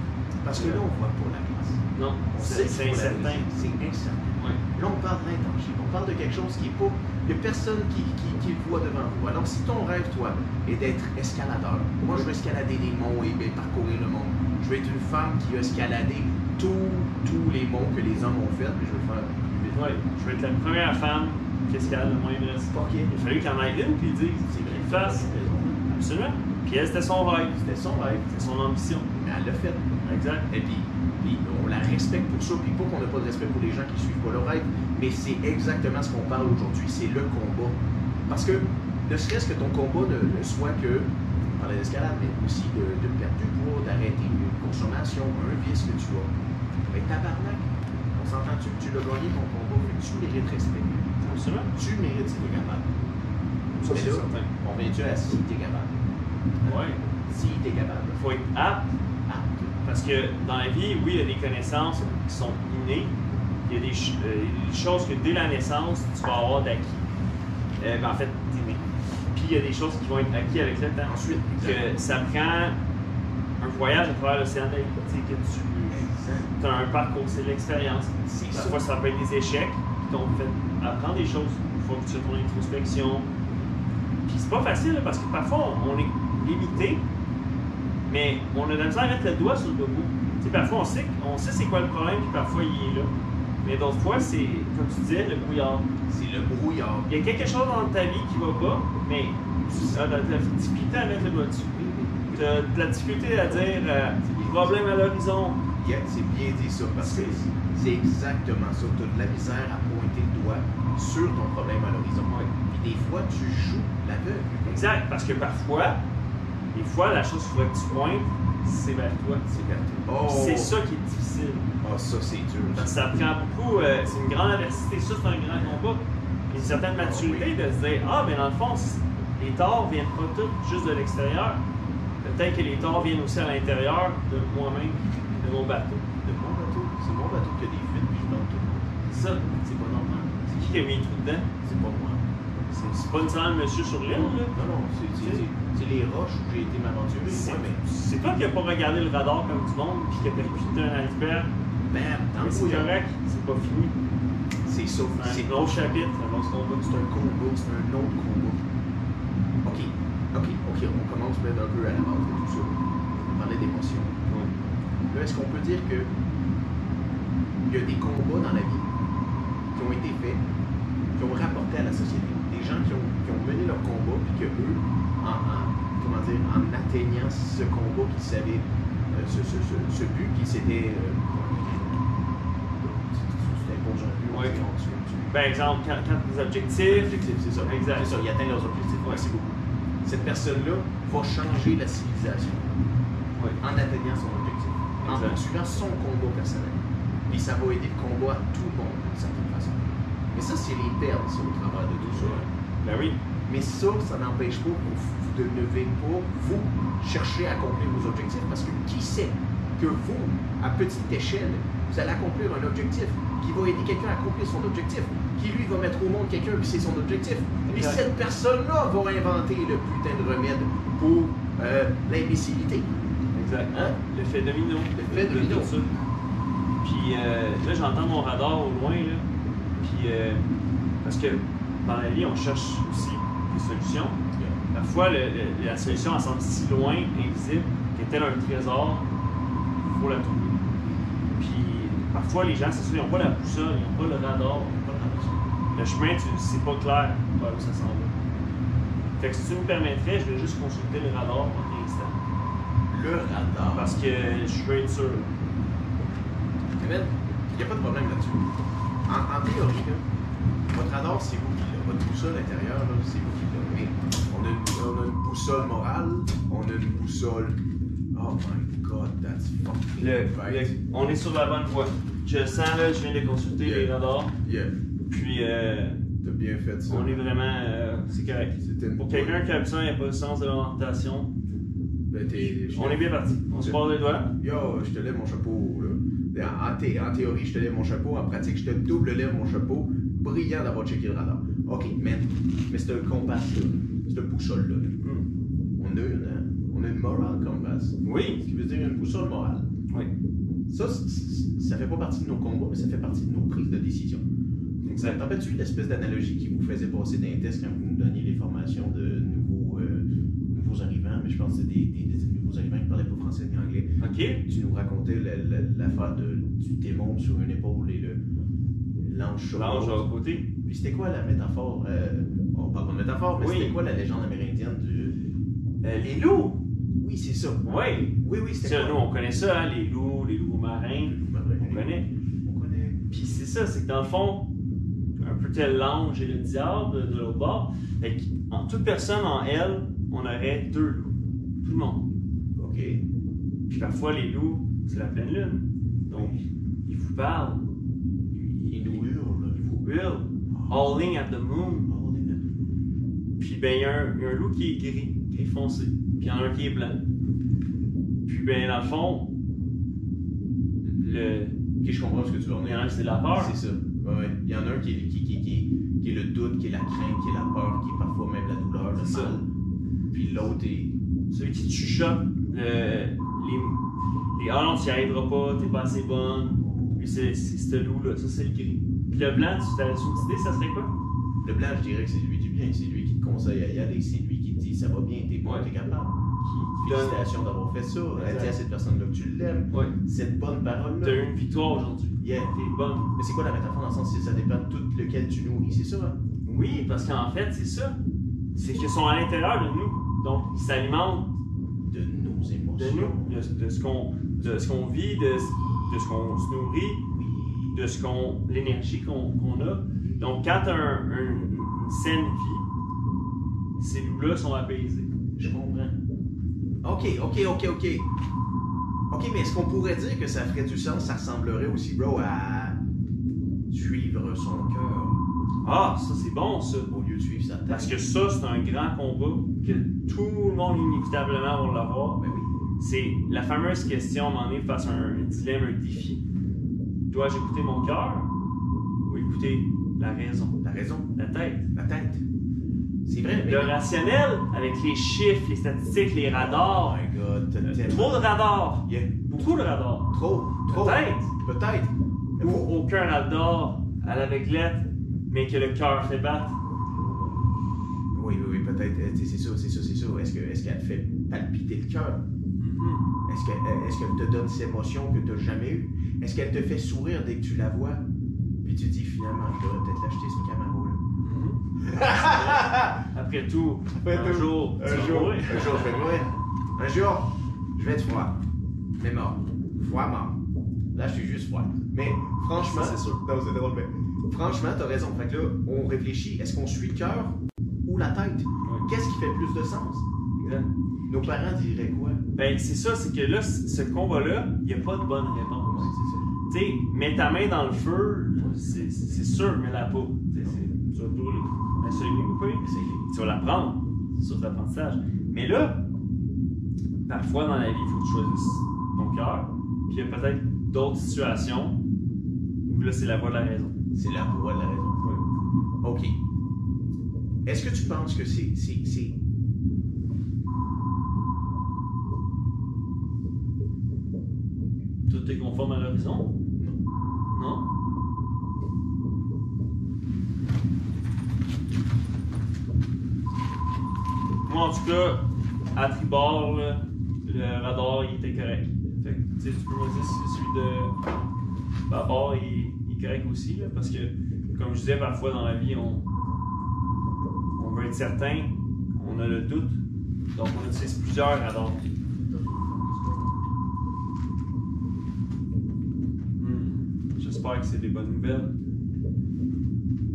[SPEAKER 3] Parce que là, on voit pas la glace.
[SPEAKER 1] Non,
[SPEAKER 3] On
[SPEAKER 1] c'est
[SPEAKER 3] sait
[SPEAKER 1] c'est
[SPEAKER 3] qu'il faut la briser.
[SPEAKER 1] incertain.
[SPEAKER 3] C'est incertain.
[SPEAKER 1] Ouais.
[SPEAKER 3] Là, on parle de l'intangible. On parle de quelque chose qui est pas. Il n'y a personne qui, qui- qui le voit devant vous. Alors, si ton rêve, toi, est d'être escaladeur, moi, je veux escalader des monts et bien, parcourir le monde. Je veux être une femme qui a escaladé tous, tous les monts que les hommes ont fait, puis je veux le faire. plus vite.
[SPEAKER 1] Ouais. Je vais être la première femme qui escalade le moins de
[SPEAKER 3] Ok.
[SPEAKER 1] Il a fallu qu'elle en aille une, puis dise, c'est qu'elle le fasse. Absolument. Puis elle, c'était son rêve,
[SPEAKER 3] C'était son rêve.
[SPEAKER 1] c'était son ambition.
[SPEAKER 3] Mais elle l'a fait.
[SPEAKER 1] Exact.
[SPEAKER 3] Et puis, puis on la respecte pour ça, puis pas qu'on n'a pas de respect pour les gens qui suivent pas leur rêve, mais c'est exactement ce qu'on parle aujourd'hui, c'est le combat. Parce que, ne serait-ce que ton combat ne, ne soit que, on parlait d'escalade, mais aussi de, de perdre du poids, d'arrêter une consommation, un vice que tu as. Mais tabarnak, on s'entend-tu que tu l'as gagné ton combat, mais tu mérites respect.
[SPEAKER 1] Absolument.
[SPEAKER 3] Tu mérites si t'es capable.
[SPEAKER 1] Ça,
[SPEAKER 3] Mais
[SPEAKER 1] c'est
[SPEAKER 3] là,
[SPEAKER 1] certain.
[SPEAKER 3] on vient-tu à si t'es capable?
[SPEAKER 1] Ouais.
[SPEAKER 3] Si t'es capable.
[SPEAKER 1] Il faut être apte,
[SPEAKER 3] Ah,
[SPEAKER 1] parce que dans la vie, oui, il y a des connaissances qui sont innées. Il y a des, ch- euh, des choses que dès la naissance, tu vas avoir d'acquis. Euh, ben, en fait, t'es né. Puis il y a des choses qui vont être acquises avec le temps.
[SPEAKER 3] ensuite,
[SPEAKER 1] que ça prend un voyage à travers l'océan de la vie, tu sais, que tu as un parcours, c'est de l'expérience.
[SPEAKER 3] C'est ça.
[SPEAKER 1] Parfois, ça peut être des échecs qui t'ont fait apprendre des choses. Il faut que tu aies ton introspection. Puis c'est pas facile là, parce que parfois, on, on est limité, mais on a de la misère à mettre le doigt sur le bobo. Tu sais, parfois, on sait, on sait c'est quoi le problème, puis parfois, il est là. Mais d'autres fois, c'est, comme tu disais, le brouillard.
[SPEAKER 3] C'est le brouillard.
[SPEAKER 1] Il y a quelque chose dans ta vie qui va pas, mais tu as de la difficulté à mettre le doigt dessus. Tu as de la difficulté à dire euh, problème à l'horizon,
[SPEAKER 3] Yeah, c'est bien dit ça, parce que c'est exactement ça. Tu de la misère à pointer le doigt sur ton problème à l'horizon. Puis des fois, tu joues l'aveugle.
[SPEAKER 4] Exact, parce que parfois, des fois, la chose qu'il faudrait que tu pointes, c'est vers toi.
[SPEAKER 3] C'est quand tu- Oh,
[SPEAKER 4] C'est ça qui est difficile.
[SPEAKER 3] Ah, ça, c'est dur. ça.
[SPEAKER 4] Parce que ça prend beaucoup, euh, c'est une grande adversité, ça c'est un grand combat. Une certaine maturité de se dire, ah, mais dans le fond, c- les torts viennent pas tous juste de l'extérieur. Peut-être que les torts viennent aussi à l'intérieur de moi-même, de mon bateau.
[SPEAKER 3] C'est mon bateau. C'est mon bateau qui a des fuites, puis je donne tout le monde.
[SPEAKER 4] Ça,
[SPEAKER 3] C'est pas normal.
[SPEAKER 4] c'est qui qui a mis les trous dedans?
[SPEAKER 3] C'est pas moi.
[SPEAKER 4] C'est- C'est pas nécessairement le monsieur sur l'île, là.
[SPEAKER 3] Non, non, c'est- c'est c'est les roches où j'ai été m'aventurer.
[SPEAKER 4] C'est-
[SPEAKER 3] Ouais, mais
[SPEAKER 4] C'est toi qui n'as pas regardé le radar comme du monde, puis qui a percuté un iceberg.
[SPEAKER 3] bam, dans le
[SPEAKER 4] Mais c'est
[SPEAKER 3] brouillard.
[SPEAKER 4] correct, c'est pas fini.
[SPEAKER 3] C'est ça. C'est
[SPEAKER 4] C'est un autre chapitre, un autre combat.
[SPEAKER 3] c'est un combo, c'est un autre combo. Ok, ok, ok, on commence peut-être un peu à la base de tout ça. On parlait d'émotion. Là, est-ce qu'on peut dire que il y a des combats dans la vie qui ont été faits, qui ont rapporté à la société, des gens qui ont, qui ont mené leur combat, puis que eux, en, en- comment dire, en atteignant ce combat qu'ils savaient, euh, ce, ce- ce- ce but euh, qui s'était. euh, tu- tu- tu t'imposes un but,
[SPEAKER 4] Ouais.
[SPEAKER 3] tu- tu- tu-
[SPEAKER 4] Par exemple, quand, quand tes objectifs,
[SPEAKER 3] Objectif, c'est ça.
[SPEAKER 4] Exact.
[SPEAKER 3] C'est ça, ils atteignent leurs objectifs.
[SPEAKER 4] Ouais.
[SPEAKER 3] Merci beaucoup. Cette personne-là va changer la civilisation
[SPEAKER 4] Ouais.
[SPEAKER 3] en atteignant son objectif, en
[SPEAKER 4] Exact.
[SPEAKER 3] poursuivant son combat personnel. Puis ça va aider le combat à tout le monde, d'une certaine façon. Mais ça, c'est les perles, ça, au travers de tout ça.
[SPEAKER 4] Ben oui.
[SPEAKER 3] Mais ça, ça n'empêche pas que vous de ne devez pas, vous, chercher à accomplir vos objectifs, parce que qui sait que vous, à petite échelle, vous allez accomplir un objectif qui va aider quelqu'un à accomplir son objectif, qui lui va mettre au monde quelqu'un, puis c'est son objectif. Puis
[SPEAKER 4] Exact.
[SPEAKER 3] cette personne-là va inventer le putain de remède pour euh, l'imbécilité.
[SPEAKER 4] Exact.
[SPEAKER 3] Hein?
[SPEAKER 4] Le fait domino.
[SPEAKER 3] Le fait
[SPEAKER 4] De-
[SPEAKER 3] domino.
[SPEAKER 4] de tout ça. Puis euh, là, j'entends mon radar au loin, là. Puis, euh, parce que dans la vie, on cherche aussi des solutions. Parfois, le- le- la solution, elle semble si loin, invisible, que tel un trésor, il faut la trouver. Puis, parfois, les gens, c'est sûr, ils n'ont pas la boussole, ils n'ont pas le radar, ils n'ont pas la boussole. Le chemin, tu- c'est pas clair vers où ça s'en va. Fait que si tu me permettrais, je vais juste consulter le radar un instant.
[SPEAKER 3] Le radar.
[SPEAKER 4] Parce que je veux être sûr.
[SPEAKER 3] Amen. Il n'y a pas de problème là-dessus. En, en théorie, là, votre radar, c'est vous qui l'avez. Votre boussole intérieure, là, c'est vous qui l'avez. Mais on a, une, on a une boussole morale, on a une boussole. Oh my god, that's fucking
[SPEAKER 4] Le-
[SPEAKER 3] right.
[SPEAKER 4] le- on est sur la bonne voie. Je sens, là, je viens de consulter
[SPEAKER 3] Yeah.
[SPEAKER 4] les radars.
[SPEAKER 3] Yeah,
[SPEAKER 4] Puis, euh,
[SPEAKER 3] t'as bien fait ça.
[SPEAKER 4] on est vraiment. euh, c'est correct.
[SPEAKER 3] C'était une
[SPEAKER 4] Pour
[SPEAKER 3] bonne-
[SPEAKER 4] quelqu'un qui a ça, il n'y a pas le sens de l'orientation.
[SPEAKER 3] Ben, t'es-
[SPEAKER 4] On est bien parti. On se
[SPEAKER 3] Yeah.
[SPEAKER 4] porte les doigts.
[SPEAKER 3] Yo, je te lève mon chapeau. Là. Ben, En, en thé- en théorie, je te lève mon chapeau. En pratique, je te double lève mon chapeau. Brillant d'avoir checké le radar. Ok, man. Mais c'est un compass, là. C'est un boussole, là.
[SPEAKER 4] Hmm.
[SPEAKER 3] On a une, hein? On a une moral compass. Ce
[SPEAKER 4] Oui.
[SPEAKER 3] qui veut dire une boussole morale.
[SPEAKER 4] Oui.
[SPEAKER 3] Ça, c- c- ça fait pas partie de nos combats, mais ça fait partie de nos prises de décision.
[SPEAKER 4] Exact.
[SPEAKER 3] T'en rappelles-tu de l'espèce d'analogie qui vous faisait passer d'un test quand vous nous donniez les formations de nouveaux, euh, nouveaux arrivants, mais je pense que c'était des, des- des nouveaux arrivants qui parlaient pas français ni anglais.
[SPEAKER 4] OK.
[SPEAKER 3] Tu nous racontais la- la- l'affaire de- du démon sur une épaule et le l'ange sur
[SPEAKER 4] Là, on joue
[SPEAKER 3] l'autre.
[SPEAKER 4] à côté.
[SPEAKER 3] Puis c'était quoi la métaphore euh, On parle pas de métaphore, mais
[SPEAKER 4] Oui.
[SPEAKER 3] c'était quoi la légende amérindienne du.
[SPEAKER 4] Euh, les loups.
[SPEAKER 3] Oui, c'est ça.
[SPEAKER 4] Oui.
[SPEAKER 3] Oui, oui, c'était
[SPEAKER 4] Ça,
[SPEAKER 3] quoi
[SPEAKER 4] nous, on connaît ça, hein, les loups, les loups marins. On connaît.
[SPEAKER 3] On connaît.
[SPEAKER 4] Puis c'est ça, c'est que dans le fond, un peu tel l'ange et le diable de l'autre bord, fait que, en toute personne, en elle, on aurait deux loups. Tout le monde.
[SPEAKER 3] Ok.
[SPEAKER 4] Puis parfois, les loups, c'est la pleine lune. Donc, ils vous parlent,
[SPEAKER 3] Il nous hurle.
[SPEAKER 4] ils vous hurlent. Howling at the moon.
[SPEAKER 3] Oh, on est là.
[SPEAKER 4] Puis ben, il y, a un- il y a un loup qui est gris, gris foncé. Puis il y en a un qui est blanc. Puis ben, dans le fond, le,
[SPEAKER 3] Ok, je comprends ce que tu veux en
[SPEAKER 4] il y
[SPEAKER 3] dire.
[SPEAKER 4] en a un qui c'est de la peur.
[SPEAKER 3] C'est ça. Ouais, ouais. Il y en a un qui est, qui, qui, qui, est- qui est le doute, qui est la crainte, qui est la peur, qui est parfois même la douleur, le mal.
[SPEAKER 4] C'est ça.
[SPEAKER 3] Puis l'autre est.
[SPEAKER 4] celui qui te chuchote euh, les, les Ah non, tu n'y arriveras pas, t'es pas assez bonne. Lui, c'est c'est ce loup-là, ça c'est le gris. Puis le blanc, tu t'avais une idée, ça serait quoi
[SPEAKER 3] Le blanc, je dirais que c'est lui du bien. C'est lui qui te conseille à y aller. C'est lui qui te dit ça va bien, t'es bon,
[SPEAKER 4] Ouais.
[SPEAKER 3] t'es capable.
[SPEAKER 4] Qui, qui donne.
[SPEAKER 3] Félicitations d'avoir fait ça. Elle
[SPEAKER 4] Exact.
[SPEAKER 3] dit à cette personne-là que tu l'aimes.
[SPEAKER 4] Ouais,
[SPEAKER 3] Cette bonne
[SPEAKER 4] t'as
[SPEAKER 3] parole-là.
[SPEAKER 4] eu une victoire aujourd'hui.
[SPEAKER 3] Yeah.
[SPEAKER 4] T'es bonne.
[SPEAKER 3] Mais c'est quoi la métaphore dans le sens si ça dépend de tout lequel tu nourris, c'est ça? hein?
[SPEAKER 4] Oui, parce qu'en fait, c'est ça. C'est qu'ils sont à l'intérieur de nous. Donc, ils s'alimentent
[SPEAKER 3] De nos
[SPEAKER 4] de
[SPEAKER 3] émotions.
[SPEAKER 4] nous, de, de ce qu'on de ce qu'on vit, de ce de ce qu'on se nourrit, de ce qu'on, l'énergie qu'on qu'on a. Donc, quand t'as un- un- une saine vie, ces loups-là sont apaisés.
[SPEAKER 3] Je comprends. Ok, ok, ok, ok. Ok, mais est-ce qu'on pourrait dire que ça ferait du sens, ça ressemblerait aussi, bro, à suivre son cœur
[SPEAKER 4] Ah, ça c'est bon ça.
[SPEAKER 3] au lieu de suivre sa tête?
[SPEAKER 4] Parce que ça, c'est un grand combat que tout le monde inévitablement va l'avoir.
[SPEAKER 3] Ben oui.
[SPEAKER 4] C'est la fameuse question, à un moment donné, face à un dilemme, un défi. Dois-je écouter mon cœur ou écouter la raison,
[SPEAKER 3] La raison,
[SPEAKER 4] la tête?
[SPEAKER 3] la tête. C'est vrai, mais.
[SPEAKER 4] Le rationnel, avec les chiffres, les statistiques, les
[SPEAKER 3] Oh
[SPEAKER 4] radars. Euh,
[SPEAKER 3] my god, t'as
[SPEAKER 4] Trop
[SPEAKER 3] tellement.
[SPEAKER 4] de radars.
[SPEAKER 3] Yeah.
[SPEAKER 4] Beaucoup de radars.
[SPEAKER 3] Trop, trop.
[SPEAKER 4] Peut-être.
[SPEAKER 3] Peut-être.
[SPEAKER 4] Ou aucun radar à la réglette, mais que le cœur fait battre.
[SPEAKER 3] Oui, oui, oui, peut-être. Euh, tu sais, C'est ça, c'est ça, c'est ça. Est-ce que- est-ce qu'elle te fait palpiter le cœur?
[SPEAKER 4] Mhm.
[SPEAKER 3] Est-ce que- euh, est-ce qu'elle te donne ces émotions que tu n'as jamais eues? Est-ce qu'elle te fait sourire dès que tu la vois? Puis tu dis finalement, je devrais peut-être l'acheter ce Camaro-là.
[SPEAKER 4] Mhm. Après tout,
[SPEAKER 3] Après
[SPEAKER 4] un
[SPEAKER 3] tout,
[SPEAKER 4] jour, tu
[SPEAKER 3] un
[SPEAKER 4] vas
[SPEAKER 3] jour,
[SPEAKER 4] mourir.
[SPEAKER 3] un jour, je vais mourir. Un jour, je vais être froid. Mais mort. Froid mort. Là, je suis juste froid. Mais franchement.
[SPEAKER 4] Ça, c'est sûr.
[SPEAKER 3] Non, c'est drôle, mais. Franchement, t'as raison. Fait que là, on réfléchit. Est-ce qu'on suit le cœur ou la tête? Qu'est-ce qui fait plus de sens?
[SPEAKER 4] Exact.
[SPEAKER 3] Nos parents diraient quoi?
[SPEAKER 4] Ben, c'est ça, c'est que là, c- ce combat-là, il n'y a pas de bonne réponse.
[SPEAKER 3] c'est
[SPEAKER 4] Tu sais, mets ta main dans le feu, c'est c'est sûr, mais la peau, tu sais, c'est- tu vas brûler. Ben, c'est une coupée, tu vas la prendre, c'est sûr, d'apprentissage. Mais là, parfois dans la vie, il faut que tu choisisses ton cœur, puis il y a peut-être d'autres situations où là, c'est la voie de la raison.
[SPEAKER 3] C'est la voix de la raison. OK. Est-ce que tu penses que c'est. c'est, c'est...
[SPEAKER 4] Tout est conforme à l'horizon? Non. Moi, en tout cas, à tribord, là, le radar, il était correct. Fait que, tu sais, tu peux me dire si celui de bâbord, il, il est correct aussi, là, parce que, comme je disais, parfois dans la vie, on, on veut être certain, on a le doute, donc on utilise plusieurs radars. Hmm. J'espère que c'est des bonnes nouvelles.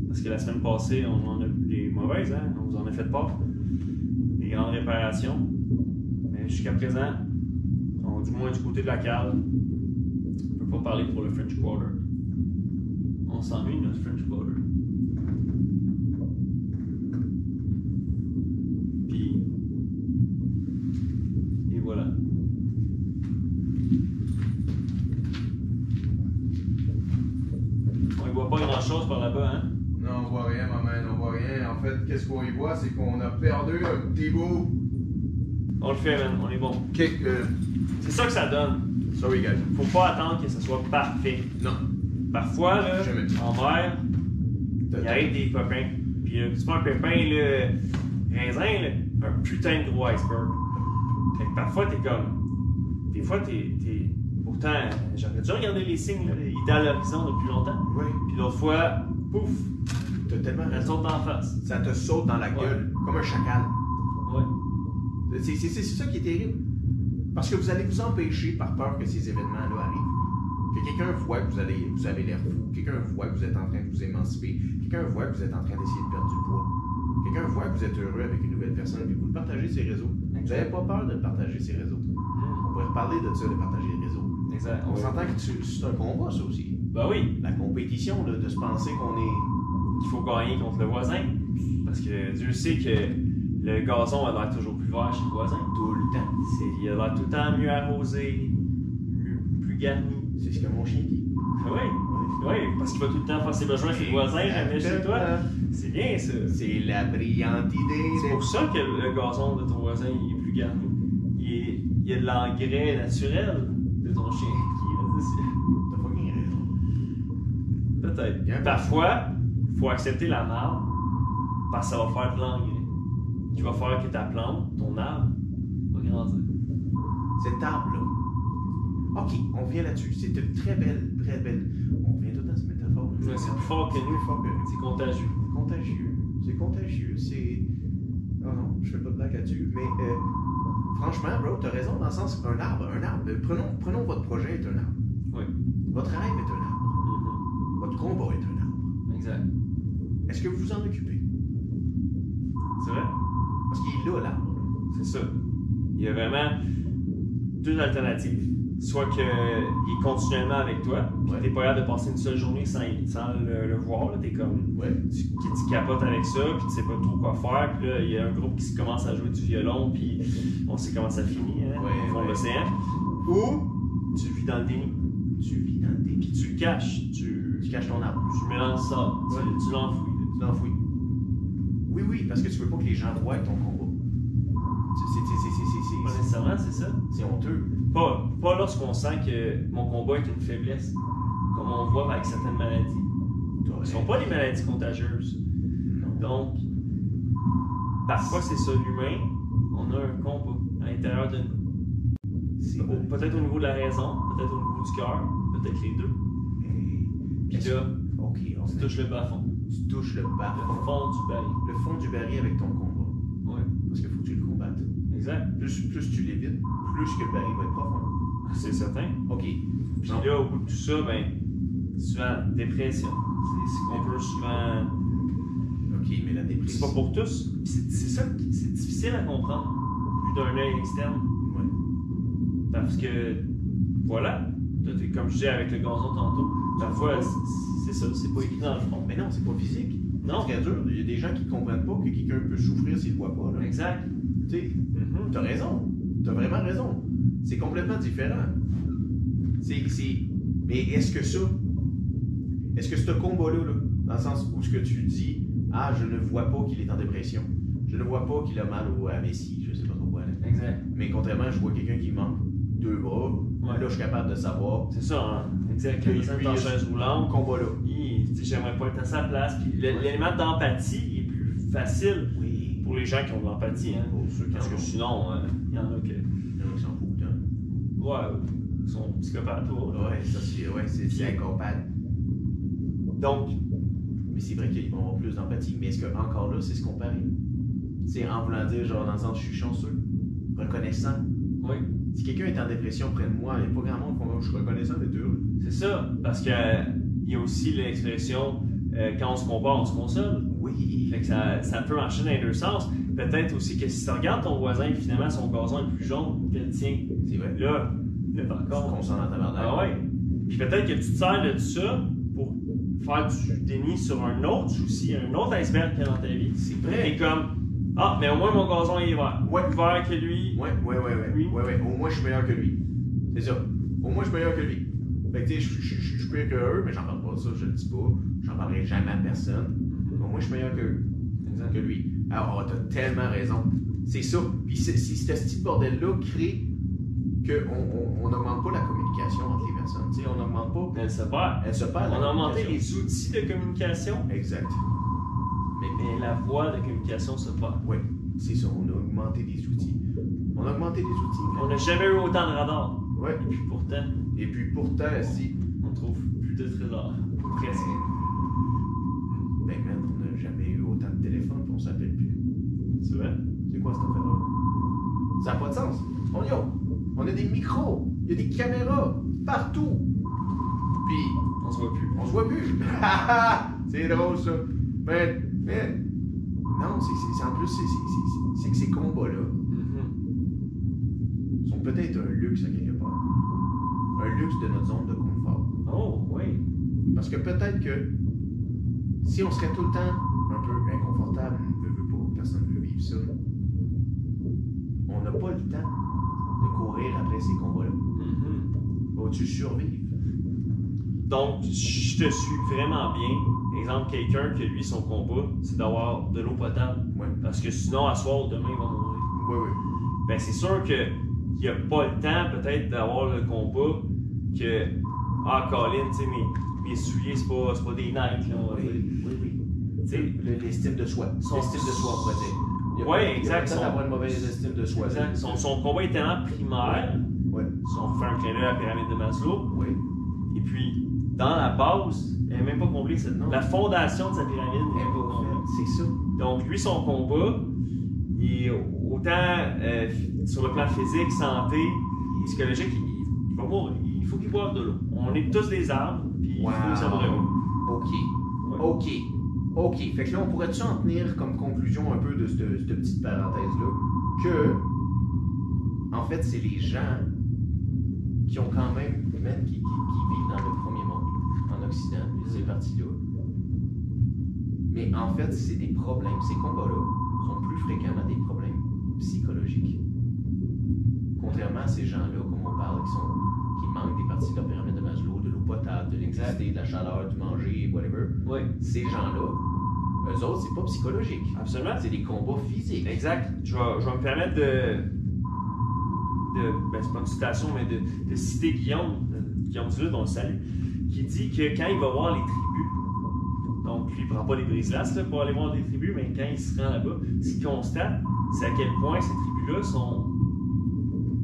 [SPEAKER 4] Parce que la semaine passée, on en a eu des mauvaises, hein? on vous en a fait part. Des grandes réparations. Mais jusqu'à présent, on- du moins du côté de la cale, on ne peut pas parler pour le French Quarter. On s'ennuie de notre French Quarter. Puis. Et voilà. On y voit pas grand chose par là-bas, hein?
[SPEAKER 5] Non, on voit rien, ma man, on voit rien. En fait, qu'est-ce qu'on y voit, c'est qu'on a perdu un petit bout.
[SPEAKER 4] On le fait, man, on est bon.
[SPEAKER 5] Kick. euh,
[SPEAKER 4] C'est ça que ça donne.
[SPEAKER 5] Sorry, guys.
[SPEAKER 4] Faut pas attendre que ça soit parfait.
[SPEAKER 5] Non.
[SPEAKER 4] Parfois, là,
[SPEAKER 5] Jamais.
[SPEAKER 4] en mer, il arrive des pépins. Puis là, c'est pas un pépin, là, raisin, là, un putain de gros iceberg. Fait que parfois, t'es comme. Des fois, t'es. t'es- Pourtant, j'aurais dû regarder les signes, là, il est à l'horizon depuis longtemps.
[SPEAKER 3] Oui.
[SPEAKER 4] Puis l'autre fois, pouf,
[SPEAKER 3] T'as tellement
[SPEAKER 4] elle
[SPEAKER 3] raison.
[SPEAKER 4] saute en face.
[SPEAKER 3] Ça te saute dans la
[SPEAKER 4] Ouais.
[SPEAKER 3] gueule, comme un chacal.
[SPEAKER 4] Ouais.
[SPEAKER 3] C'est c'est- c'est ça qui est terrible. Parce que vous allez vous empêcher par peur que ces événements-là arrivent. Que quelqu'un voit que vous, allez, vous avez l'air fou. Quelqu'un voit que vous êtes en train de vous émanciper. Quelqu'un voit que vous êtes en train d'essayer de perdre du poids. Quelqu'un voit que vous êtes heureux avec une nouvelle personne et vous le partagez sur les réseaux. Vous n'avez pas peur de le partager sur les réseaux.
[SPEAKER 4] Hmm.
[SPEAKER 3] On pourrait reparler de ça, de partager les réseaux.
[SPEAKER 4] Exact.
[SPEAKER 3] On s'entend que tu- c'est un combat, ça aussi.
[SPEAKER 4] Ben oui,
[SPEAKER 3] La compétition, là, de se penser qu'on est.
[SPEAKER 4] il faut gagner contre le voisin. Parce que Dieu sait que le gazon a l'air toujours plus vert chez le voisin.
[SPEAKER 3] Tout le temps.
[SPEAKER 4] C'est- il a l'air tout le temps mieux arrosé, mieux- plus garni.
[SPEAKER 3] C'est ce que mon chien dit.
[SPEAKER 4] Ah Oui,
[SPEAKER 3] Ouais.
[SPEAKER 4] oui, parce qu'il va tout le temps faire ses besoins chez le voisin, jamais chez toi. C'est bien ça.
[SPEAKER 3] C'est la brillante idée.
[SPEAKER 4] C'est
[SPEAKER 3] de-
[SPEAKER 4] pour ça que le gazon de ton voisin il est plus garni. Il, est- il y a de l'engrais naturel de ton chien qui est dessus.
[SPEAKER 3] T'as fucking raison.
[SPEAKER 4] Peut-être.
[SPEAKER 3] Il y a un-
[SPEAKER 4] Parfois, il faut accepter la marde parce que ça va faire de l'engrais. Qui va faire que ta plante, ton arbre, va grandir.
[SPEAKER 3] Cette arbre-là. Ok, on vient là-dessus. C'est une très belle, très belle. On vient tout dans cette métaphore.
[SPEAKER 4] Ouais, c'est plus fort que
[SPEAKER 3] C'est
[SPEAKER 4] nous.
[SPEAKER 3] plus fort que nous.
[SPEAKER 4] C'est contagieux.
[SPEAKER 3] C'est contagieux. C'est contagieux. C'est. Non, non, je fais pas de blague là-dessus. Mais euh, franchement, bro, t'as raison dans le sens un arbre, un arbre. Euh, Prenons, prenons votre projet est un arbre.
[SPEAKER 4] Oui.
[SPEAKER 3] Votre rêve est un arbre.
[SPEAKER 4] Mhm.
[SPEAKER 3] Votre combat est un arbre.
[SPEAKER 4] Exact.
[SPEAKER 3] Est-ce que vous vous en occupez?
[SPEAKER 4] C'est vrai?
[SPEAKER 3] Parce qu'il est là, l'arbre.
[SPEAKER 4] C'est ça. Il y a vraiment deux alternatives. Soit qu'il est continuellement avec toi, puis
[SPEAKER 3] Ouais.
[SPEAKER 4] t'es pas capable de passer une seule journée sans, sans le, le voir, là, t'es comme...
[SPEAKER 3] Ouais.
[SPEAKER 4] Tu, tu capotes avec ça, puis tu sais pas trop quoi faire, puis là, il y a un groupe qui se commence à jouer du violon, puis on sait comment ça finit, hein,
[SPEAKER 3] Ouais,
[SPEAKER 4] au fond de
[SPEAKER 3] ouais.
[SPEAKER 4] l'océan. Ou tu vis dans le déni,
[SPEAKER 3] Tu vis dans le
[SPEAKER 4] puis
[SPEAKER 3] débit.
[SPEAKER 4] tu le caches, tu,
[SPEAKER 3] Tu caches ton arbre.
[SPEAKER 4] tu mélanges ça, tu,
[SPEAKER 3] Ouais.
[SPEAKER 4] tu l'enfouis.
[SPEAKER 3] Tu l'enfouis. Oui, oui, parce que tu veux pas que les gens voient ton combat. C'est- c'est- c'est- c'est- c'est-
[SPEAKER 4] Pas
[SPEAKER 3] c'est-
[SPEAKER 4] nécessairement, c'est ça.
[SPEAKER 3] c'est- C'est honteux.
[SPEAKER 4] Pas, pas lorsqu'on sent que mon combat est une faiblesse, comme on voit avec certaines maladies.
[SPEAKER 3] Toi, hein?
[SPEAKER 4] Ce ne sont pas des maladies contagieuses.
[SPEAKER 3] Non.
[SPEAKER 4] Donc, parfois, c'est ça l'humain. On a un combat à l'intérieur de nous.
[SPEAKER 3] C'est
[SPEAKER 4] Au- Peut-être au niveau de la raison, peut-être au niveau du cœur, peut-être les deux.
[SPEAKER 3] Hey.
[SPEAKER 4] Puis
[SPEAKER 3] Est-ce-
[SPEAKER 4] là,
[SPEAKER 3] Ok, on
[SPEAKER 4] tu
[SPEAKER 3] se
[SPEAKER 4] touches le bas-fond,
[SPEAKER 3] Tu touches le bas,
[SPEAKER 4] le fond du bail.
[SPEAKER 3] le fond du baril avec ton combat.
[SPEAKER 4] Ouais,
[SPEAKER 3] Parce qu'il faut que tu le combattes.
[SPEAKER 4] exact. Ah,
[SPEAKER 3] Plus, plus tu l'évites, plus que le baril va être profond.
[SPEAKER 4] C'est certain.
[SPEAKER 3] Ok.
[SPEAKER 4] Puis
[SPEAKER 3] Non.
[SPEAKER 4] là, au bout de tout ça, ben, souvent, dépression. C'est ce qu'on peut souvent.
[SPEAKER 3] Ok, mais la
[SPEAKER 4] Puis
[SPEAKER 3] dépression.
[SPEAKER 4] C'est pas pour tous. Puis C'est c'est ça qui c'est difficile à comprendre, vu d'un œil externe.
[SPEAKER 3] Ouais.
[SPEAKER 4] Parce que, voilà, Toi, t'es- comme je disais avec le gazon tantôt, parfois, c- c'est ça, c'est pas évident, je pense.
[SPEAKER 3] Mais non, c'est pas physique.
[SPEAKER 4] Non.
[SPEAKER 3] C'est très dur. Il y a des gens qui comprennent pas que quelqu'un peut souffrir s'il le voit pas. là.
[SPEAKER 4] Exact.
[SPEAKER 3] Tu sais,
[SPEAKER 4] Mhm.
[SPEAKER 3] T'as raison. T'as vraiment raison. C'est complètement différent. C'est, c'est... Mais est-ce que ça... Est-ce que ce combat-là, là, dans le sens où ce que tu dis, ah, je ne vois pas qu'il est en dépression. Je ne vois pas qu'il a mal au à Messi, je sais pas trop quoi. là.
[SPEAKER 4] Exact.
[SPEAKER 3] Mais contrairement, je vois quelqu'un qui manque deux bras.
[SPEAKER 4] Ouais.
[SPEAKER 3] Là, je suis capable de savoir
[SPEAKER 4] C'est ça, hein. Exact.
[SPEAKER 3] Puis,
[SPEAKER 4] La personne est en
[SPEAKER 3] puis,
[SPEAKER 4] chaise
[SPEAKER 3] ce
[SPEAKER 4] roulante.
[SPEAKER 3] combat-là.
[SPEAKER 4] Il- tu sais, J'aimerais pas être à sa place. Puis l'é- l'élément d'empathie est plus facile
[SPEAKER 3] Oui.
[SPEAKER 4] pour les gens qui ont de l'empathie. Hein.
[SPEAKER 3] Pour ceux qui en
[SPEAKER 4] Parce que
[SPEAKER 3] ont.
[SPEAKER 4] sinon, euh, il y en a que.
[SPEAKER 3] Il y en a qui s'en foutent, hein.
[SPEAKER 4] Ouais, ils sont psychopathes. ou-
[SPEAKER 3] Ouais, ça, c'est, ouais, c'est, c'est incomparable.
[SPEAKER 4] Donc,
[SPEAKER 3] Mais c'est vrai qu'ils vont avoir plus d'empathie. Mais est-ce que encore là, c'est se comparer? C'est en voulant dire, genre, dans le sens, je suis chanceux, reconnaissant.
[SPEAKER 4] oui.
[SPEAKER 3] Si quelqu'un est en dépression près de moi, il n'y a pas grand monde qui va je suis reconnaissant d'être heureux.
[SPEAKER 4] C'est ça, parce que euh, il y a aussi l'expression euh, quand on se compare, on se console.
[SPEAKER 3] Oui.
[SPEAKER 4] Fait que ça, ça peut marcher dans les deux sens. Peut-être aussi que si tu regardes ton voisin et finalement son gazon est plus jaune que le tien,
[SPEAKER 3] C'est vrai.
[SPEAKER 4] là, là t'es
[SPEAKER 3] Quand
[SPEAKER 4] encore.
[SPEAKER 3] on s'en entend
[SPEAKER 4] Ah ouais. Puis peut-être que tu te sers de ça pour faire du déni sur un autre souci, un autre iceberg qu'il y a dans ta vie.
[SPEAKER 3] C'est vrai.
[SPEAKER 4] Et comme, ah, mais au moins mon gazon il est vert.
[SPEAKER 3] Ouais.
[SPEAKER 4] Plus vert que lui.
[SPEAKER 3] Ouais, ouais, ouais, ouais.
[SPEAKER 4] Oui.
[SPEAKER 3] Ouais, ouais. Au moins, je suis meilleur que lui. C'est ça. Au moins, je suis meilleur que lui. Fait que, tu sais, je- je je- je suis pire que eux, mais j'en parle pas, ça, je le dis pas. J'en parlerai jamais à personne.
[SPEAKER 4] Mm-hmm.
[SPEAKER 3] Mais Au moins, je suis meilleur que eux. que lui. Alors, oh, t'as tellement raison. C'est ça. Puis c'est c'est- ce petit bordel-là crée qu'on n'augmente pas la communication entre les personnes. Tu sais, on n'augmente pas.
[SPEAKER 4] Elle se perd.
[SPEAKER 3] Elle se perd.
[SPEAKER 4] On
[SPEAKER 3] la
[SPEAKER 4] a augmenté
[SPEAKER 3] communication.
[SPEAKER 4] les outils de communication.
[SPEAKER 3] Exact. Mais,
[SPEAKER 4] Mais la voie de communication se perd.
[SPEAKER 3] oui, c'est ça. On a augmenté les outils. On a augmenté les outils.
[SPEAKER 4] On n'a jamais eu autant de radars.
[SPEAKER 3] Ouais.
[SPEAKER 4] Et puis pourtant,
[SPEAKER 3] Et puis pourtant, si.
[SPEAKER 4] on trouve plus de trésors. Presque.
[SPEAKER 3] Ben, man, on n'a jamais eu autant de téléphones, puis on s'appelle plus.
[SPEAKER 4] Tu vois?
[SPEAKER 3] C'est quoi cette affaire-là? Ça n'a pas de sens. On y a. On a des micros. Il y a des caméras. Partout. Puis,
[SPEAKER 4] On se voit plus.
[SPEAKER 3] on se voit plus. [LAUGHS] c'est drôle, ça. Mais, mais. Non, c'est, c'est, c'est- en plus, c'est, c'est- c'est- c'est que ces combats-là sont peut-être un luxe à quelque part. Un luxe de notre zone de confort.
[SPEAKER 4] Oh, oui.
[SPEAKER 3] Parce que peut-être que si on serait tout le temps un peu inconfortable, on ne veut pas, personne ne veut vivre ça, on n'a pas le temps de courir après ces combats-là. Vas-tu survivre?
[SPEAKER 4] Donc, je te suis vraiment bien. Exemple, quelqu'un que lui, son combat, c'est d'avoir de l'eau potable.
[SPEAKER 3] Ouais.
[SPEAKER 4] Parce que sinon, à soir ou demain, il va mourir.
[SPEAKER 3] Oui, oui.
[SPEAKER 4] Ben, c'est sûr que il a pas le temps peut-être d'avoir le combat que ah Colin, tu sais mes, mes souliers c'est pas c'est pas des Nike là, on va dire.
[SPEAKER 3] Oui, oui, oui.
[SPEAKER 4] Tu sais,
[SPEAKER 3] Le- L'estime de soi.
[SPEAKER 4] Son-
[SPEAKER 3] L'estime de soi, on va dire. Il y a
[SPEAKER 4] Ouais,
[SPEAKER 3] pas- il y a
[SPEAKER 4] exact,
[SPEAKER 3] pas le temps
[SPEAKER 4] son-
[SPEAKER 3] d'avoir une mauvaise estime de soi.
[SPEAKER 4] Exact. Son, son combat est tellement primaire,
[SPEAKER 3] Ouais.
[SPEAKER 4] si on fait un clin d'œil à la pyramide de Maslow,
[SPEAKER 3] Oui.
[SPEAKER 4] et puis dans la base, elle n'est même pas comblée, cette-
[SPEAKER 3] Non.
[SPEAKER 4] la fondation de sa pyramide n'est pas comblée.
[SPEAKER 3] C'est ça.
[SPEAKER 4] Donc lui, son combat, il est autant euh, sur le plan physique, santé, psychologique, il, il va mourir. Il
[SPEAKER 1] il faut qu'ils boivent de l'eau. On est tous des arbres, puis il faut
[SPEAKER 2] Wow.
[SPEAKER 1] que ça brûle.
[SPEAKER 2] OK.
[SPEAKER 1] Ouais.
[SPEAKER 2] OK. OK. Fait que là, on pourrait-tu en tenir comme conclusion un peu de cette, cette petite parenthèse-là que, en fait, c'est les gens qui ont quand même, même qui, qui- qui vivent dans le premier monde, en Occident, ces parties-là. Mais en fait, c'est des problèmes. Ces combats-là sont plus fréquemment des problèmes psychologiques. Contrairement à ces gens-là, comme on parle, qui sont qui manquent des parties de la pyramide de Maslow, de l'eau potable, de l'électricité, de la chaleur, du manger, whatever,
[SPEAKER 1] Ouais.
[SPEAKER 2] ces gens-là, eux autres, c'est pas psychologique.
[SPEAKER 1] Absolument.
[SPEAKER 2] C'est des combats physiques.
[SPEAKER 1] Exact. Je vais, je vais me permettre de. de ben, c'est pas une citation, mais de, de citer Guillaume, euh, Guillaume Duluth, on le salue, qui dit que quand il va voir les tribus, donc lui, il prend pas les brises-glaces là, pour aller voir des tribus, mais quand il se rend là-bas, ce qu'il constate, c'est à quel point ces tribus-là sont.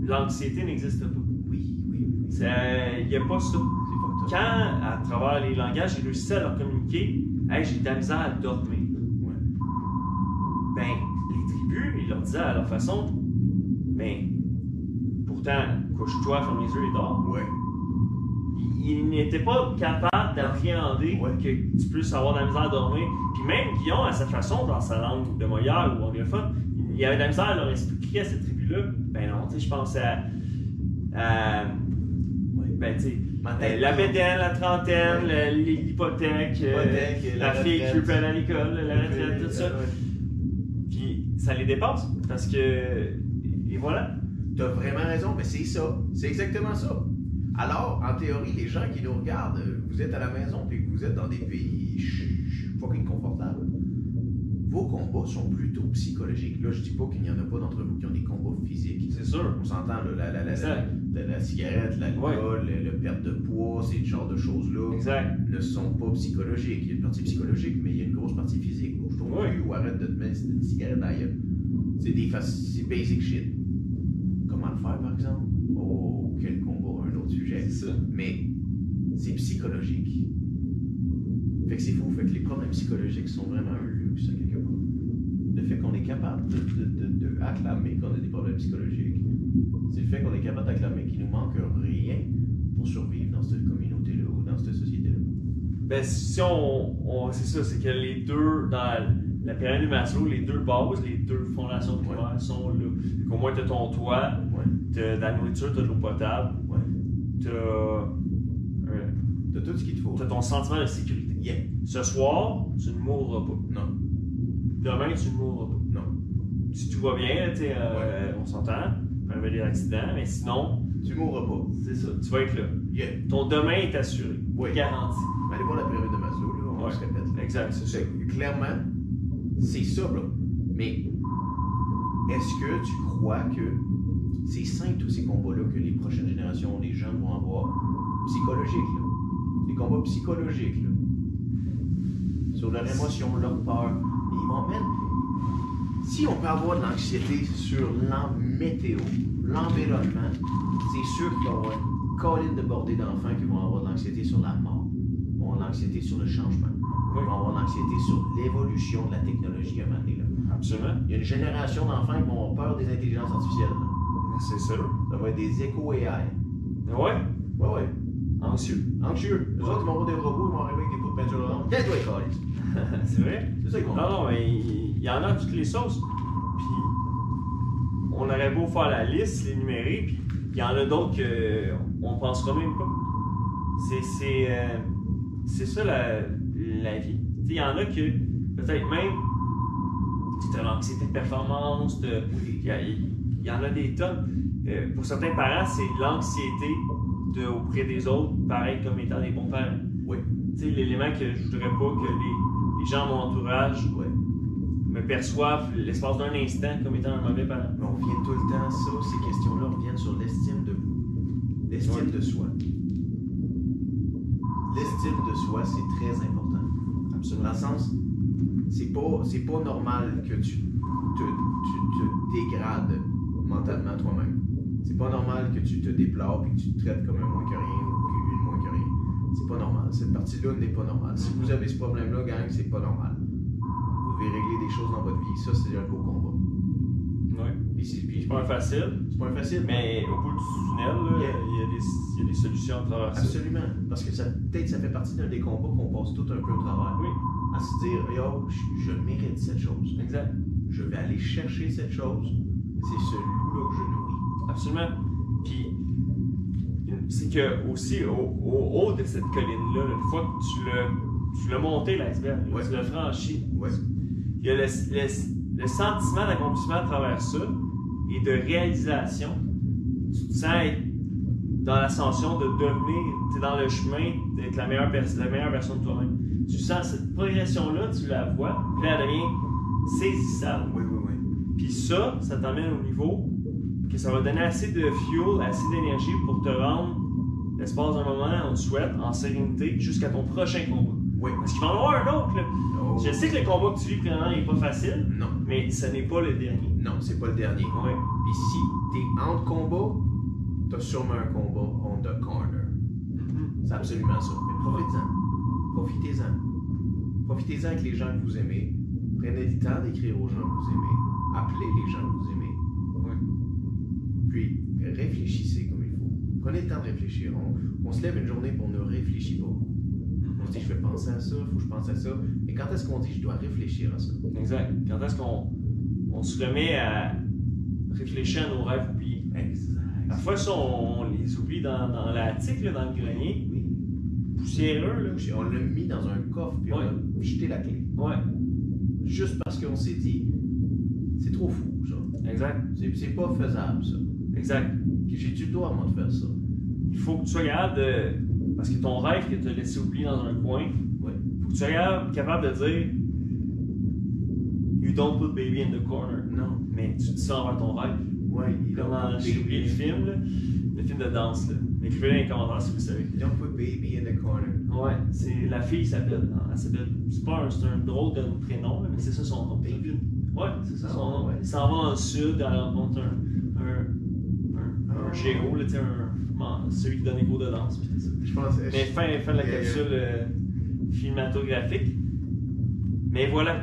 [SPEAKER 1] L'anxiété n'existe pas.
[SPEAKER 2] Oui, oui, oui.
[SPEAKER 1] C'est- euh, Il n'y a pas ça.
[SPEAKER 2] C'est
[SPEAKER 1] Quand, à travers les langages, j'ai réussi à leur communiquer, hey, j'ai de la misère à dormir.
[SPEAKER 2] Ouais.
[SPEAKER 1] Ben, les tribus, ils leur disaient à leur façon, mais pourtant, couche-toi, ferme les yeux et dors.
[SPEAKER 2] Ouais.
[SPEAKER 1] Ils- Ils n'étaient pas capables d'appréhender
[SPEAKER 2] Ouais.
[SPEAKER 1] que tu puisses avoir de la misère à dormir. Puis même Guillaume, à sa façon, dans sa langue de Molière ou anglophone, il y avait de la misère à leur expliquer à cette tribu-là, ben non, tu sais, je pense à. à- ben, tu sais,
[SPEAKER 2] Ma
[SPEAKER 1] euh,
[SPEAKER 2] tête.
[SPEAKER 1] la bédaine, la trentaine, le- l'hypothèque, euh,
[SPEAKER 2] L'hypothèque,
[SPEAKER 1] la,
[SPEAKER 2] la
[SPEAKER 1] fille qui
[SPEAKER 2] retraite. euh,
[SPEAKER 1] veut pas aller à l'école, la retraite, tout ça.
[SPEAKER 2] Ouais.
[SPEAKER 1] Puis ça les dépasse parce que. Et voilà.
[SPEAKER 2] T'as vraiment raison, mais c'est ça. C'est exactement ça. Alors, en théorie, les gens qui nous regardent, euh, vous êtes à la maison puis que vous êtes dans des pays ch- ch- fucking confortables. Vos combats sont plutôt psychologiques. Là, je dis pas qu'il n'y en a pas d'entre vous qui ont des combats physiques.
[SPEAKER 1] C'est sûr.
[SPEAKER 2] On s'entend, là, la, la, la, la,
[SPEAKER 1] Exact.
[SPEAKER 2] la- la cigarette, l'alcool, le, le perte de poids, ces genres de choses-là.
[SPEAKER 1] Exact.
[SPEAKER 2] ne sont pas psychologiques. Il y a une partie psychologique, mais il y a une grosse partie physique. Bouge ton
[SPEAKER 1] Ouais.
[SPEAKER 2] cul ou arrête de te mettre une cigarette dans la gueule. C'est des fac- c'est basic shit. Comment le faire, par exemple? Oh, quel combat, un autre sujet.
[SPEAKER 1] C'est ça.
[SPEAKER 2] Mais c'est psychologique. Fait que c'est fou. Fait que les problèmes psychologiques sont vraiment un luxe, à quelque part. Le fait qu'on est capable de, de- de- de acclamer qu'on a des problèmes psychologiques, c'est le fait qu'on est capable d'acclamer qu'il nous manque rien pour survivre dans cette communauté-là ou dans cette société-là.
[SPEAKER 1] Ben, si on. on- c'est ça, c'est que les deux, dans la, la pyramide de Maslow, les deux bases, les deux fondations primaires sont là. Fait qu'au moins, t'as ton toit,
[SPEAKER 2] Ouais,
[SPEAKER 1] t'as de la nourriture, t'as de l'eau potable,
[SPEAKER 2] ouais.
[SPEAKER 1] t'as. euh,
[SPEAKER 2] T'as tout ce qu'il te faut.
[SPEAKER 1] t'as ton sentiment de sécurité.
[SPEAKER 2] Yeah.
[SPEAKER 1] Ce soir, tu ne mourras pas.
[SPEAKER 2] Non,
[SPEAKER 1] Demain, tu ne mourras pas.
[SPEAKER 2] non.
[SPEAKER 1] Si tout va bien, t'sais, euh, on s'entend, il peut y avoir des accidents, mais sinon,
[SPEAKER 2] Tu mourras pas.
[SPEAKER 1] c'est ça, tu vas être là.
[SPEAKER 2] Yeah.
[SPEAKER 1] Ton demain est assuré,
[SPEAKER 2] Oui.
[SPEAKER 1] garanti.
[SPEAKER 2] Allez voir la pyramide de Maslow, là, on
[SPEAKER 1] Ouais.
[SPEAKER 2] se répète.
[SPEAKER 1] Exact, c'est ça.
[SPEAKER 2] C'est- clairement, c'est ça, bro. Mais est-ce que tu crois que c'est sain tous ces combats-là que les prochaines générations, les jeunes vont avoir psychologiques, là? Des combats psychologiques, là. Sur leur émotion, leur peur. Et ils vont mettre. Si on peut avoir de l'anxiété sur l'en météo, l'environnement, c'est sûr qu'il va y avoir une colline de bordée d'enfants qui vont avoir de l'anxiété sur la mort, vont avoir de l'anxiété sur le changement.
[SPEAKER 1] Oui.
[SPEAKER 2] Ils vont avoir de l'anxiété sur l'évolution de la technologie à un moment donné. là.
[SPEAKER 1] Absolument.
[SPEAKER 2] Il y a une génération d'enfants qui vont avoir peur des intelligences artificielles. là.
[SPEAKER 1] C'est ça.
[SPEAKER 2] Ça va être des échos AI.
[SPEAKER 1] Ouais,
[SPEAKER 2] Ouais, ouais.
[SPEAKER 1] anxieux.
[SPEAKER 2] Anxieux. Les autres, ils vont avoir des robots, ils vont arriver avec des pots de peinture orange. Tais-toi, câlisse.
[SPEAKER 1] c'est vrai.
[SPEAKER 2] C'est ça qu'ils vont
[SPEAKER 1] Non, non, mais il y en a toutes les sauces. Puis, on aurait beau faire la liste, les numérer, puis il y en a d'autres qu'on ne pensera même pas. C'est, c'est, euh, c'est ça la, la vie. Tu sais, Il y en a que peut-être même, tu as l'anxiété de performance, t'as- il y, a- il y en a des tonnes. Euh, pour certains parents, c'est l'anxiété de, auprès des autres, pareil comme étant des bons parents.
[SPEAKER 2] Oui.
[SPEAKER 1] Tu sais, l'élément que je voudrais pas que les, les gens de mon entourage
[SPEAKER 2] Ouais.
[SPEAKER 1] me perçoivent l'espace d'un instant comme étant un mauvais parent.
[SPEAKER 2] Mais on revient tout le temps à ça, ces questions-là reviennent sur l'estime de vous, l'estime
[SPEAKER 1] Ouais.
[SPEAKER 2] de soi. L'estime de soi, c'est très important. Absolument. Dans le sens, c'est pas, c'est pas normal que tu te, tu te dégrades mentalement toi-même. C'est pas normal que tu te déplores et que tu te traites comme un moins que rien ou une moins que rien. C'est pas normal. Cette partie-là n'est pas normale. Si vous avez ce problème-là, gang, c'est pas normal. Vous devez régler des choses dans votre vie. Ça, c'est un beau combat.
[SPEAKER 1] Ouais.
[SPEAKER 2] Puis, c'est- puis je
[SPEAKER 4] C'est pas
[SPEAKER 2] pense que
[SPEAKER 4] facile,
[SPEAKER 2] c'est pas facile.
[SPEAKER 4] mais au bout du tunnel, là,
[SPEAKER 2] Yeah.
[SPEAKER 4] il, y a des, il y a des solutions à travers ça.
[SPEAKER 2] Absolument. Parce que ça, peut-être ça fait partie d'un des combats qu'on passe tout un peu au travers.
[SPEAKER 4] Oui,
[SPEAKER 2] À se dire, yo, je, je mérite cette chose.
[SPEAKER 4] exact.
[SPEAKER 2] Je vais aller chercher cette chose. C'est celui-là que je nourris.
[SPEAKER 4] Absolument. Puis, c'est que aussi, au, au haut de cette colline-là, là, une fois que tu l'as, tu l'as monté, l'iceberg, là,
[SPEAKER 2] Ouais.
[SPEAKER 4] tu l'as franchi,
[SPEAKER 2] Ouais.
[SPEAKER 4] il y a le, le- le sentiment d'accomplissement à travers ça et de réalisation. Tu te sens être dans l'ascension de devenir, tu es dans le chemin d'être la meilleure, pers- la meilleure version de toi-même. Tu sens cette progression-là, tu la vois, puis là, elle devient saisissable.
[SPEAKER 2] Oui, oui, oui.
[SPEAKER 4] Puis ça, ça t'amène au niveau que ça va donner assez de fuel, assez d'énergie pour te rendre l'espace d'un moment, on le souhaite, en sérénité, jusqu'à ton prochain combat.
[SPEAKER 2] Oui.
[SPEAKER 4] Parce qu'il va en avoir un autre, là.
[SPEAKER 2] Oh.
[SPEAKER 4] Je sais que le combat que tu vis présentement n'est pas facile,
[SPEAKER 2] Non.
[SPEAKER 4] mais ce n'est pas le dernier.
[SPEAKER 2] Non, c'est pas le dernier.
[SPEAKER 4] Ouais.
[SPEAKER 2] Puis si t'es entre combat, t'as sûrement un combat on the corner. C'est absolument ça. Mm-hmm. Mais profitez-en. Profitez-en. Profitez-en avec les gens que vous aimez. Prenez le temps d'écrire aux gens que vous aimez. Appelez les gens que vous aimez. Puis réfléchissez comme il faut. Prenez le temps de réfléchir. On, on se lève une journée pour ne réfléchir pas. On se dit, je vais penser à ça, faut que je pense à ça. Mais quand est-ce qu'on dit, je dois réfléchir à ça?
[SPEAKER 4] Exact. Quand est-ce qu'on on se remet à réfléchir à nos rêves oubliés?
[SPEAKER 2] Exact.
[SPEAKER 4] Parfois, ça, on, on les oublie dans, dans la tique, là, dans le grenier,
[SPEAKER 2] Oui.
[SPEAKER 4] poussiéreux, là.
[SPEAKER 2] On l'a mis dans un coffre, puis
[SPEAKER 4] Ouais.
[SPEAKER 2] on a jeté la clé.
[SPEAKER 4] Ouais,
[SPEAKER 2] Juste parce qu'on s'est dit, c'est trop fou, ça.
[SPEAKER 4] exact.
[SPEAKER 2] C'est, c'est pas faisable, ça.
[SPEAKER 4] Exact.
[SPEAKER 2] Puis J'ai du doigt, moi, de faire ça.
[SPEAKER 4] il faut que tu regardes, euh, parce que ton rêve que tu as laissé oublier dans un coin,
[SPEAKER 2] Ouais.
[SPEAKER 4] faut que tu regardes capable de dire You don't put baby in the corner.
[SPEAKER 2] Non.
[SPEAKER 4] Mais tu te sors vers ton rêve.
[SPEAKER 2] Ouais, il
[SPEAKER 4] Comme dans- j'ai oublié le film, là, le film de danse. là. Écrivez-le dans les commentaires si vous savez.
[SPEAKER 2] Don't put baby in the corner.
[SPEAKER 4] Ouais, c'est la fille s'appelle. hein, Elle s'appelle. C'est pas un, c'est un drôle de prénom, là, mais c'est ça son nom.
[SPEAKER 2] Baby.
[SPEAKER 4] Ouais, c'est ça
[SPEAKER 2] Ah,
[SPEAKER 4] son nom.
[SPEAKER 2] ouais.
[SPEAKER 4] Il s'en va dans le sud, elle rencontre un. un un, un
[SPEAKER 2] Ah.
[SPEAKER 4] géo, là, tu sais, un, un- celui qui donne les cours de danse, puis tout ça.
[SPEAKER 3] Je pense. euh,
[SPEAKER 4] Mais fin, fin de la
[SPEAKER 3] Yeah, yeah.
[SPEAKER 4] capsule euh, cinématographique. Mais voilà.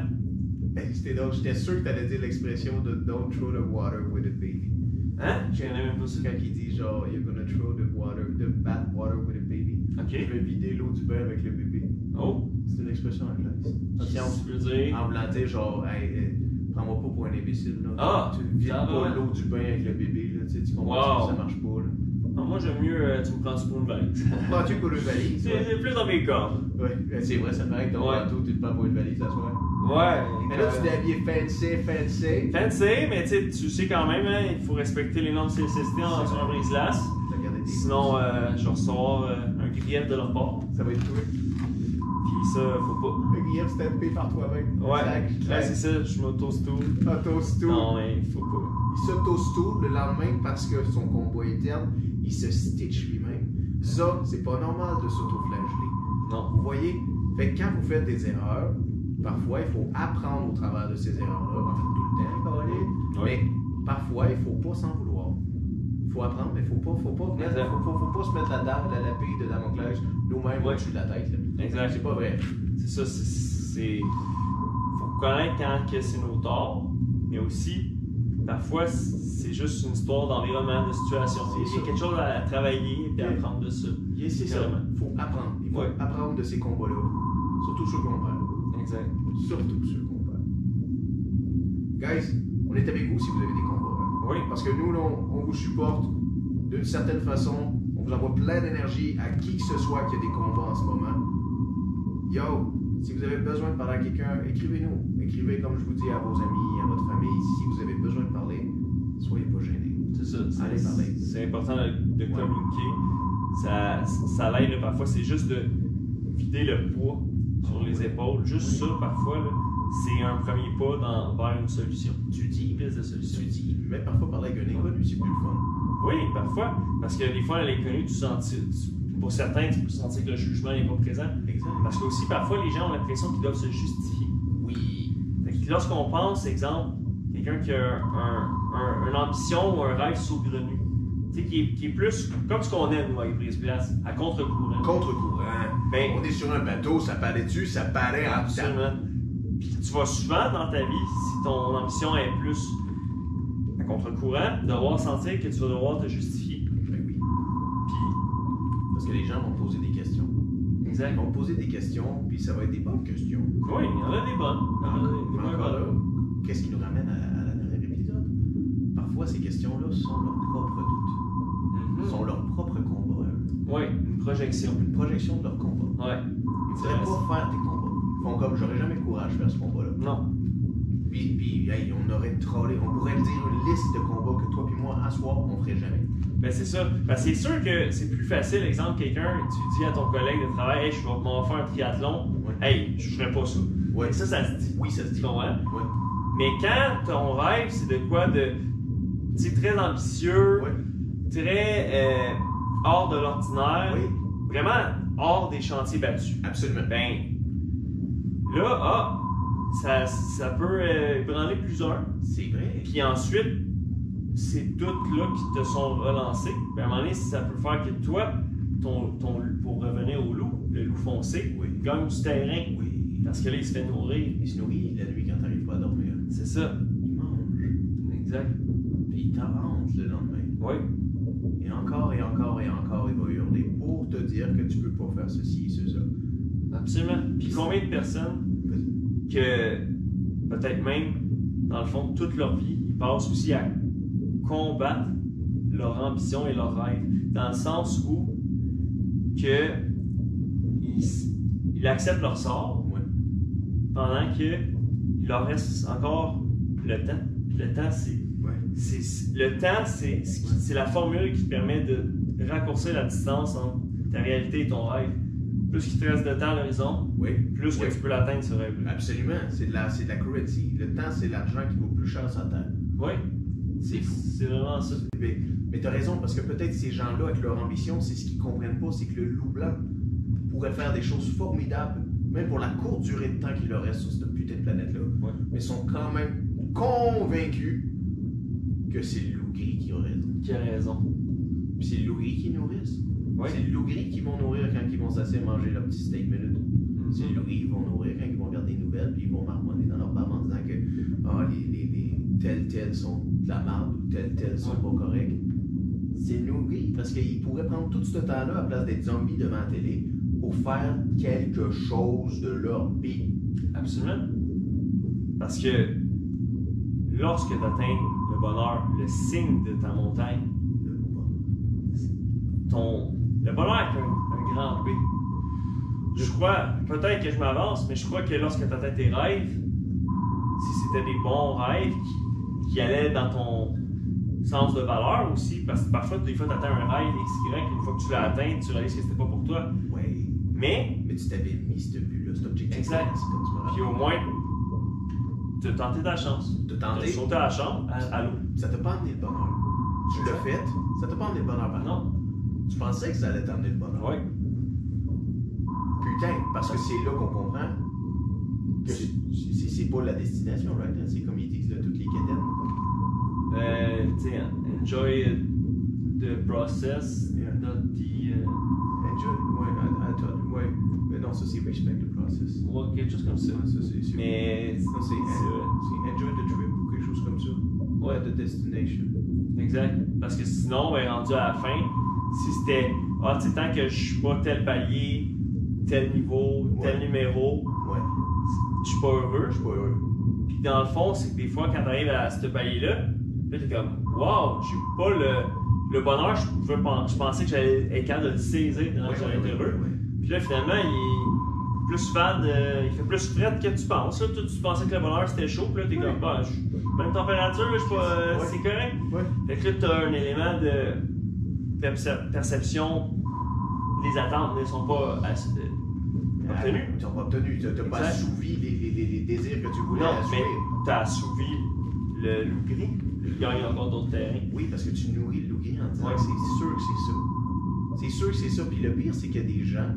[SPEAKER 3] Ben, C'était donc, j'étais sûr que t'allais dire l'expression de Don't throw the water with the baby.
[SPEAKER 4] Hein? Je connais même pas ça.
[SPEAKER 3] Quand il dit genre, You're gonna throw the water, the bad water with the baby.
[SPEAKER 4] Ok.
[SPEAKER 3] Je vais vider l'eau du bain avec le bébé.
[SPEAKER 4] Oh.
[SPEAKER 3] C'est une expression anglaise.
[SPEAKER 4] Qu'est-ce que tu veux dire?
[SPEAKER 3] En voulant dire genre, hey, hey, prends-moi pas pour un imbécile. Là.
[SPEAKER 4] Ah,
[SPEAKER 3] tu vides
[SPEAKER 4] ça va,
[SPEAKER 3] pas
[SPEAKER 4] ouais.
[SPEAKER 3] l'eau du bain avec le bébé. Là, tu sais, tu comprends
[SPEAKER 4] Wow.
[SPEAKER 3] ça, ça marche pas. Là.
[SPEAKER 4] Non, moi, j'aime mieux euh, tu me prends-tu pour une valise.
[SPEAKER 3] Prends-tu pour une valise?
[SPEAKER 4] C'est
[SPEAKER 3] Ouais,
[SPEAKER 4] c'est plus dans mes cordes.
[SPEAKER 3] Ouais, ben, c'est vrai, ça paraît que ton
[SPEAKER 4] Ouais.
[SPEAKER 3] manteau, tu te prends pour une valise à soir.
[SPEAKER 4] Ouais.
[SPEAKER 3] Mais là, tu t'es habillé fancy, fancy.
[SPEAKER 4] Fancy, mais tu sais, tu sais quand même, hein, il faut respecter les normes CSST en sur un brise-glace.
[SPEAKER 3] T'as regardé tes-
[SPEAKER 4] Sinon, euh, je vais recevoir euh, un grief de leur part.
[SPEAKER 3] Ça va être toi.
[SPEAKER 4] Puis ça, faut pas.
[SPEAKER 3] Le grief, c'était tapé E par toi-même.
[SPEAKER 4] Ouais, ouais c'est
[SPEAKER 3] c'est
[SPEAKER 4] ça, je m'autostoule.
[SPEAKER 3] Un toast tout.
[SPEAKER 4] Non, mais faut pas.
[SPEAKER 3] Il se toast tout le lendemain parce que son combat est terme, il se stitch lui-même. Ça, c'est pas normal de s'auto-flageller.
[SPEAKER 4] Non.
[SPEAKER 3] Vous voyez? Fait que quand vous faites des erreurs, parfois il faut apprendre au travers de ces erreurs-là. En fait, tout le temps, Caroline.
[SPEAKER 4] Ouais.
[SPEAKER 3] Mais parfois, il faut pas s'en vouloir. Il faut apprendre, mais faut pas, faut pas, venir-
[SPEAKER 4] Exact.
[SPEAKER 3] faut, faut- faut pas se mettre la dague, la lapide de Damoclès nous-mêmes
[SPEAKER 4] Ouais.
[SPEAKER 3] au-dessus de la tête. là.
[SPEAKER 4] Exact.
[SPEAKER 3] C'est pas vrai.
[SPEAKER 4] C'est ça, c'est- c'est. Faut connaître quand que c'est nos torts, mais aussi, parfois, c- c'est juste une histoire d'environnement, de situation.
[SPEAKER 3] C'est
[SPEAKER 4] Il y a
[SPEAKER 3] ça.
[SPEAKER 4] quelque chose à travailler et à
[SPEAKER 3] Oui.
[SPEAKER 4] apprendre de ça.
[SPEAKER 3] Yeah, c'est ça.
[SPEAKER 4] Carrément.
[SPEAKER 3] faut apprendre. Il faut
[SPEAKER 4] Ouais.
[SPEAKER 3] apprendre de ces combats-là. Surtout ceux qu'on perd.
[SPEAKER 4] Exact.
[SPEAKER 3] Surtout ceux qu'on perd. Guys, on est avec vous si vous avez des combats. hein.
[SPEAKER 4] Oui.
[SPEAKER 3] Parce que nous, là, on, on vous supporte d'une certaine façon. On vous envoie plein d'énergie à qui que ce soit qui a des combats en ce moment. Yo, si vous avez besoin de parler à quelqu'un, écrivez-nous. Écrivez, comme je vous dis, à vos amis, à votre famille. Si vous avez besoin de parler, soyez pas gênés.
[SPEAKER 4] C'est ça.
[SPEAKER 3] Allez
[SPEAKER 4] c'est-
[SPEAKER 3] parler.
[SPEAKER 4] C'est important de, de communiquer. Ça, ça l'aide là, parfois. C'est juste de vider le poids sur les épaules. Juste ça, parfois, là, c'est un premier pas dans, vers une solution.
[SPEAKER 3] Tu dis,
[SPEAKER 4] Une piste de solution.
[SPEAKER 3] tu dis, mais parfois parler avec un inconnu, c'est plus le fun.
[SPEAKER 4] Oui, parfois. Parce que des fois, à l'inconnu, tu sens, tu- tu- pour certains, tu peux sentir que le jugement n'est pas présent.
[SPEAKER 3] Exactement.
[SPEAKER 4] Parce que aussi, parfois, les gens ont l'impression qu'ils doivent se justifier.
[SPEAKER 3] Oui.
[SPEAKER 4] Fait que Lorsqu'on pense, exemple, quelqu'un qui a un- un- une ambition ou un rêve saugrenu, tu sais, qui, est- qui est plus comme ce qu'on aime, nous, avec Brise Glace, à contre-courant.
[SPEAKER 3] Contre-courant.
[SPEAKER 4] Ben,
[SPEAKER 3] on est sur un bateau, ça paraît dessus, ça paraît en
[SPEAKER 4] Absolument. Puis tu vas souvent dans ta vie, si ton ambition est plus à
[SPEAKER 1] à contre-courant, devoir sentir que tu vas devoir te justifier.
[SPEAKER 2] Ben oui.
[SPEAKER 1] Puis,
[SPEAKER 2] Parce que les gens vont poser des questions. Ils
[SPEAKER 1] exact.
[SPEAKER 2] vont poser des questions, puis ça va être des bonnes questions.
[SPEAKER 1] Oui, il y en a des bonnes. Il y en a Ah, des- des
[SPEAKER 2] Mais
[SPEAKER 1] bonnes
[SPEAKER 2] encore
[SPEAKER 1] valeurs.
[SPEAKER 2] là, qu'est-ce qui nous ramène à, à la dernière épisode Parfois, ces questions-là sont leurs propres doutes, sont leur propre combat. à eux.
[SPEAKER 1] Oui, Mm-hmm. une projection.
[SPEAKER 2] Une projection de leur combat.
[SPEAKER 1] Ouais.
[SPEAKER 2] Ils voudraient pas faire des combats. Ils font comme j'aurais jamais le courage de faire ce combat-là.
[SPEAKER 1] Non.
[SPEAKER 2] Puis, puis hey, on aurait trollé, on pourrait dire une liste de combats que toi puis moi, à soir, on ferait jamais.
[SPEAKER 1] Ben c'est ça. Parce que c'est sûr que c'est plus facile, exemple, quelqu'un, tu dis à ton collègue de travail, hey, je vais m'en faire un triathlon,
[SPEAKER 2] Ouais.
[SPEAKER 1] hey, je ferais pas ça.
[SPEAKER 2] Ouais.
[SPEAKER 1] Ça, ça se dit.
[SPEAKER 2] Oui, ça se dit.
[SPEAKER 1] Tu comprends?
[SPEAKER 2] Ouais.
[SPEAKER 1] Mais quand ton rêve, c'est de quoi de. Tu sais, très ambitieux,
[SPEAKER 2] Ouais.
[SPEAKER 1] très euh, hors de l'ordinaire,
[SPEAKER 2] Oui.
[SPEAKER 1] vraiment hors des chantiers battus.
[SPEAKER 2] Absolument.
[SPEAKER 1] Ben, là, ah, ça, ça peut euh, ébranler plusieurs.
[SPEAKER 2] C'est vrai.
[SPEAKER 1] Puis ensuite, ces doutes-là qui te sont relancés, ben, à un moment donné, ça peut faire que toi, ton, ton, pour revenir au loup, le loup foncé,
[SPEAKER 2] Oui.
[SPEAKER 1] gagne du terrain.
[SPEAKER 2] Oui.
[SPEAKER 1] Parce que là, il se fait nourrir.
[SPEAKER 2] Il se nourrit la nuit quand t'arrives pas à dormir.
[SPEAKER 1] C'est ça.
[SPEAKER 2] Il mange.
[SPEAKER 1] Exact.
[SPEAKER 2] Puis il t'avance le lendemain.
[SPEAKER 1] Oui.
[SPEAKER 2] Et encore et encore et encore, il va hurler pour te dire que tu peux pas faire ceci et cela.
[SPEAKER 1] Absolument. Puis combien de personnes que peut-être même, dans le fond, toute leur vie, ils passent aussi à combattre leur ambition et leur rêve, dans le sens où que ils, s- ils acceptent leur sort
[SPEAKER 2] Ouais.
[SPEAKER 1] pendant que il leur reste encore le temps. Puis Le temps, c'est
[SPEAKER 2] Ouais.
[SPEAKER 1] c'est- c'est- le temps, c'est ce qui- c'est la formule qui te permet de raccourcir la distance entre ta réalité et ton rêve. Plus qu'il te reste de temps à l'horizon,
[SPEAKER 2] Oui.
[SPEAKER 1] plus
[SPEAKER 2] Ouais.
[SPEAKER 1] que tu peux l'atteindre ce rêve-là.
[SPEAKER 2] Absolument. C'est de la, c'est de la cruelty. Le temps, c'est l'argent qui vaut plus cher sur la terre.
[SPEAKER 1] Oui,
[SPEAKER 2] C'est fou.
[SPEAKER 1] c'est vraiment ça.
[SPEAKER 2] Mais, mais t'as raison, parce que peut-être ces gens-là, avec leur ambition, c'est ce qu'ils comprennent pas, c'est que le loup blanc pourrait faire des choses formidables, même pour la courte durée de temps qu'il leur reste sur cette putain de planète-là.
[SPEAKER 1] Ouais.
[SPEAKER 2] Mais sont quand même convaincus que c'est le loup gris qui a raison.
[SPEAKER 1] Qui a raison.
[SPEAKER 2] Puis c'est le loup gris qui nourrissent.
[SPEAKER 1] Oui.
[SPEAKER 2] C'est le loup gris qui vont nourrir quand ils vont s'asseoir et manger leur petit steak minute. C'est le loup gris qui vont nourrir quand ils vont regarder des nouvelles, puis ils vont marmonner dans leur barbe en disant que ah, les, les, les tels tels sont de la merde ou tels tels sont pas corrects. C'est le loup gris parce qu'ils pourraient prendre tout ce temps-là à place d'être zombies devant la télé pour faire quelque chose de leur vie.
[SPEAKER 1] Absolument. Parce que lorsque tu atteins le bonheur, le signe de ta montagne,
[SPEAKER 2] Le bonheur.
[SPEAKER 1] ton, le bonheur est un, un grand B. Je crois, peut-être que je m'avance, mais je crois que lorsque tu atteins tes rêves, si c'était des bons rêves qui, qui allaient dans ton sens de valeur aussi, parce que parfois, des fois, tu atteins un rêve XY, une fois que tu l'as atteint, tu réalises que c'était pas pour toi.
[SPEAKER 2] Ouais.
[SPEAKER 1] Mais,
[SPEAKER 2] Mais tu t'avais mis ce but-là, cet objectif-là.
[SPEAKER 1] Exact.
[SPEAKER 2] C'est comme tu me
[SPEAKER 1] puis
[SPEAKER 2] rappelles.
[SPEAKER 1] au moins, tu as tenté ta chance.
[SPEAKER 2] T'as
[SPEAKER 1] Tu
[SPEAKER 2] tenté. Ah.
[SPEAKER 1] sauté à la chambre, à, à l'eau.
[SPEAKER 2] Ça t'a pas amené le bonheur. Tu l'as fait, ça t'a pas amené le bonheur par
[SPEAKER 1] Non?
[SPEAKER 2] Tu pensais que ça allait t'amener le bonheur.
[SPEAKER 1] Oui.
[SPEAKER 2] Putain, parce que c'est là qu'on comprend que c'est- c'est c'est pas la destination, right? hein? C'est comme ils disent, là, toutes les quétaines.
[SPEAKER 1] Euh, tu sais, enjoy euh, the process,
[SPEAKER 2] Yeah.
[SPEAKER 1] not the. euh,
[SPEAKER 2] Angel, ouais, à- à toi, ouais. Mais non, ça c'est respect the process.
[SPEAKER 1] Ouais, quelque chose comme ça.
[SPEAKER 2] Ouais, ça c'est sûr.
[SPEAKER 1] Mais
[SPEAKER 2] Non, c'est
[SPEAKER 1] c'est
[SPEAKER 2] c'est enjoy the trip ou quelque chose comme ça.
[SPEAKER 1] Ouais.
[SPEAKER 2] The destination.
[SPEAKER 1] exact. Parce que sinon, ben, rendu à la fin, si c'était Ah, tu sais, tant que je suis pas tel palier, tel niveau, tel
[SPEAKER 2] Ouais.
[SPEAKER 1] numéro,
[SPEAKER 2] Ouais,
[SPEAKER 1] je suis pas heureux.
[SPEAKER 2] je suis pas heureux.
[SPEAKER 1] Puis dans le fond, c'est que des fois, quand t'arrives à ce palier-là, là, t'es comme Waouh, j'ai pas le, le bonheur, je, pouvais pen- je pensais que j'allais être capable de le saisir quand
[SPEAKER 2] Ouais,
[SPEAKER 1] j'allais
[SPEAKER 2] ouais,
[SPEAKER 1] être heureux.
[SPEAKER 2] ouais, ouais.
[SPEAKER 1] Puis là, finalement, il est plus fade, euh, il fait plus fret que tu penses. Là, toi, tu pensais que le bonheur c'était chaud, puis là, t'es comme, bah, je- même température, là, je suis pas, euh,
[SPEAKER 2] Ouais.
[SPEAKER 1] c'est correct.
[SPEAKER 2] Ouais.
[SPEAKER 1] Fait que là, t'as un élément de perce- perception, les attentes ne sont pas ass- euh, obtenues.
[SPEAKER 2] Ah, T'as pas obtenu, t'as t'as pas
[SPEAKER 1] Exact.
[SPEAKER 2] assouvi les, les, les, les désirs que tu voulais
[SPEAKER 1] non, mais
[SPEAKER 2] assouvir.
[SPEAKER 1] t'as assouvi le loup gris, il gagne encore d'autres terrains.
[SPEAKER 2] Oui, parce que tu nourris le loup gris en disant
[SPEAKER 1] Ouais.
[SPEAKER 2] que c'est sûr que c'est ça. C'est sûr que c'est ça. Puis le pire, c'est qu'il y a des gens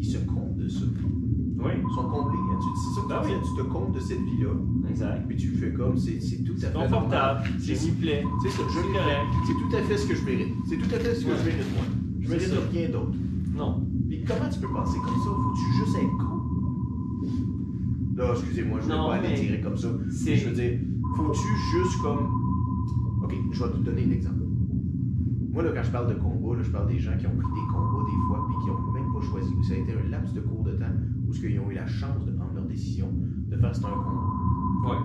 [SPEAKER 2] qui se comptent de ça.
[SPEAKER 1] Oui,
[SPEAKER 2] Ils sont comblés. hein. Tu- C'est ça que
[SPEAKER 1] Ah
[SPEAKER 2] tu
[SPEAKER 1] oui.
[SPEAKER 2] dis, tu te comptes de cette vie-là.
[SPEAKER 1] exact.
[SPEAKER 2] Puis tu le fais comme, c'est c'est tout à fait. normal.
[SPEAKER 1] Confortable, j'ai
[SPEAKER 2] C'est
[SPEAKER 1] m'y plaît.
[SPEAKER 2] c'est ça, je
[SPEAKER 1] C'est
[SPEAKER 2] l'ai
[SPEAKER 1] correct.
[SPEAKER 2] fait. C'est tout à fait ce que je mérite. C'est tout à fait ce que
[SPEAKER 1] Ouais.
[SPEAKER 2] je mérite, moi. Je
[SPEAKER 1] C'est
[SPEAKER 2] mérite
[SPEAKER 1] ça.
[SPEAKER 2] rien d'autre.
[SPEAKER 1] Non,
[SPEAKER 2] Mais comment tu peux penser comme ça? Faut-tu juste être con? Là, excusez-moi, je ne
[SPEAKER 1] Non,
[SPEAKER 2] voulais pas aller
[SPEAKER 1] mais
[SPEAKER 2] tirer comme ça.
[SPEAKER 1] c'est-
[SPEAKER 2] Je veux dire, faut-tu juste comme. Ok, je vais te donner un exemple. Moi, là, quand je parle de combat, là, je parle des gens qui ont pris des combats des fois puis qui n'ont même pas choisi. Ça a été un laps de court de temps où ce qu'ils ont eu la chance de prendre leur décision de faire c'est un combat.
[SPEAKER 1] Ouais.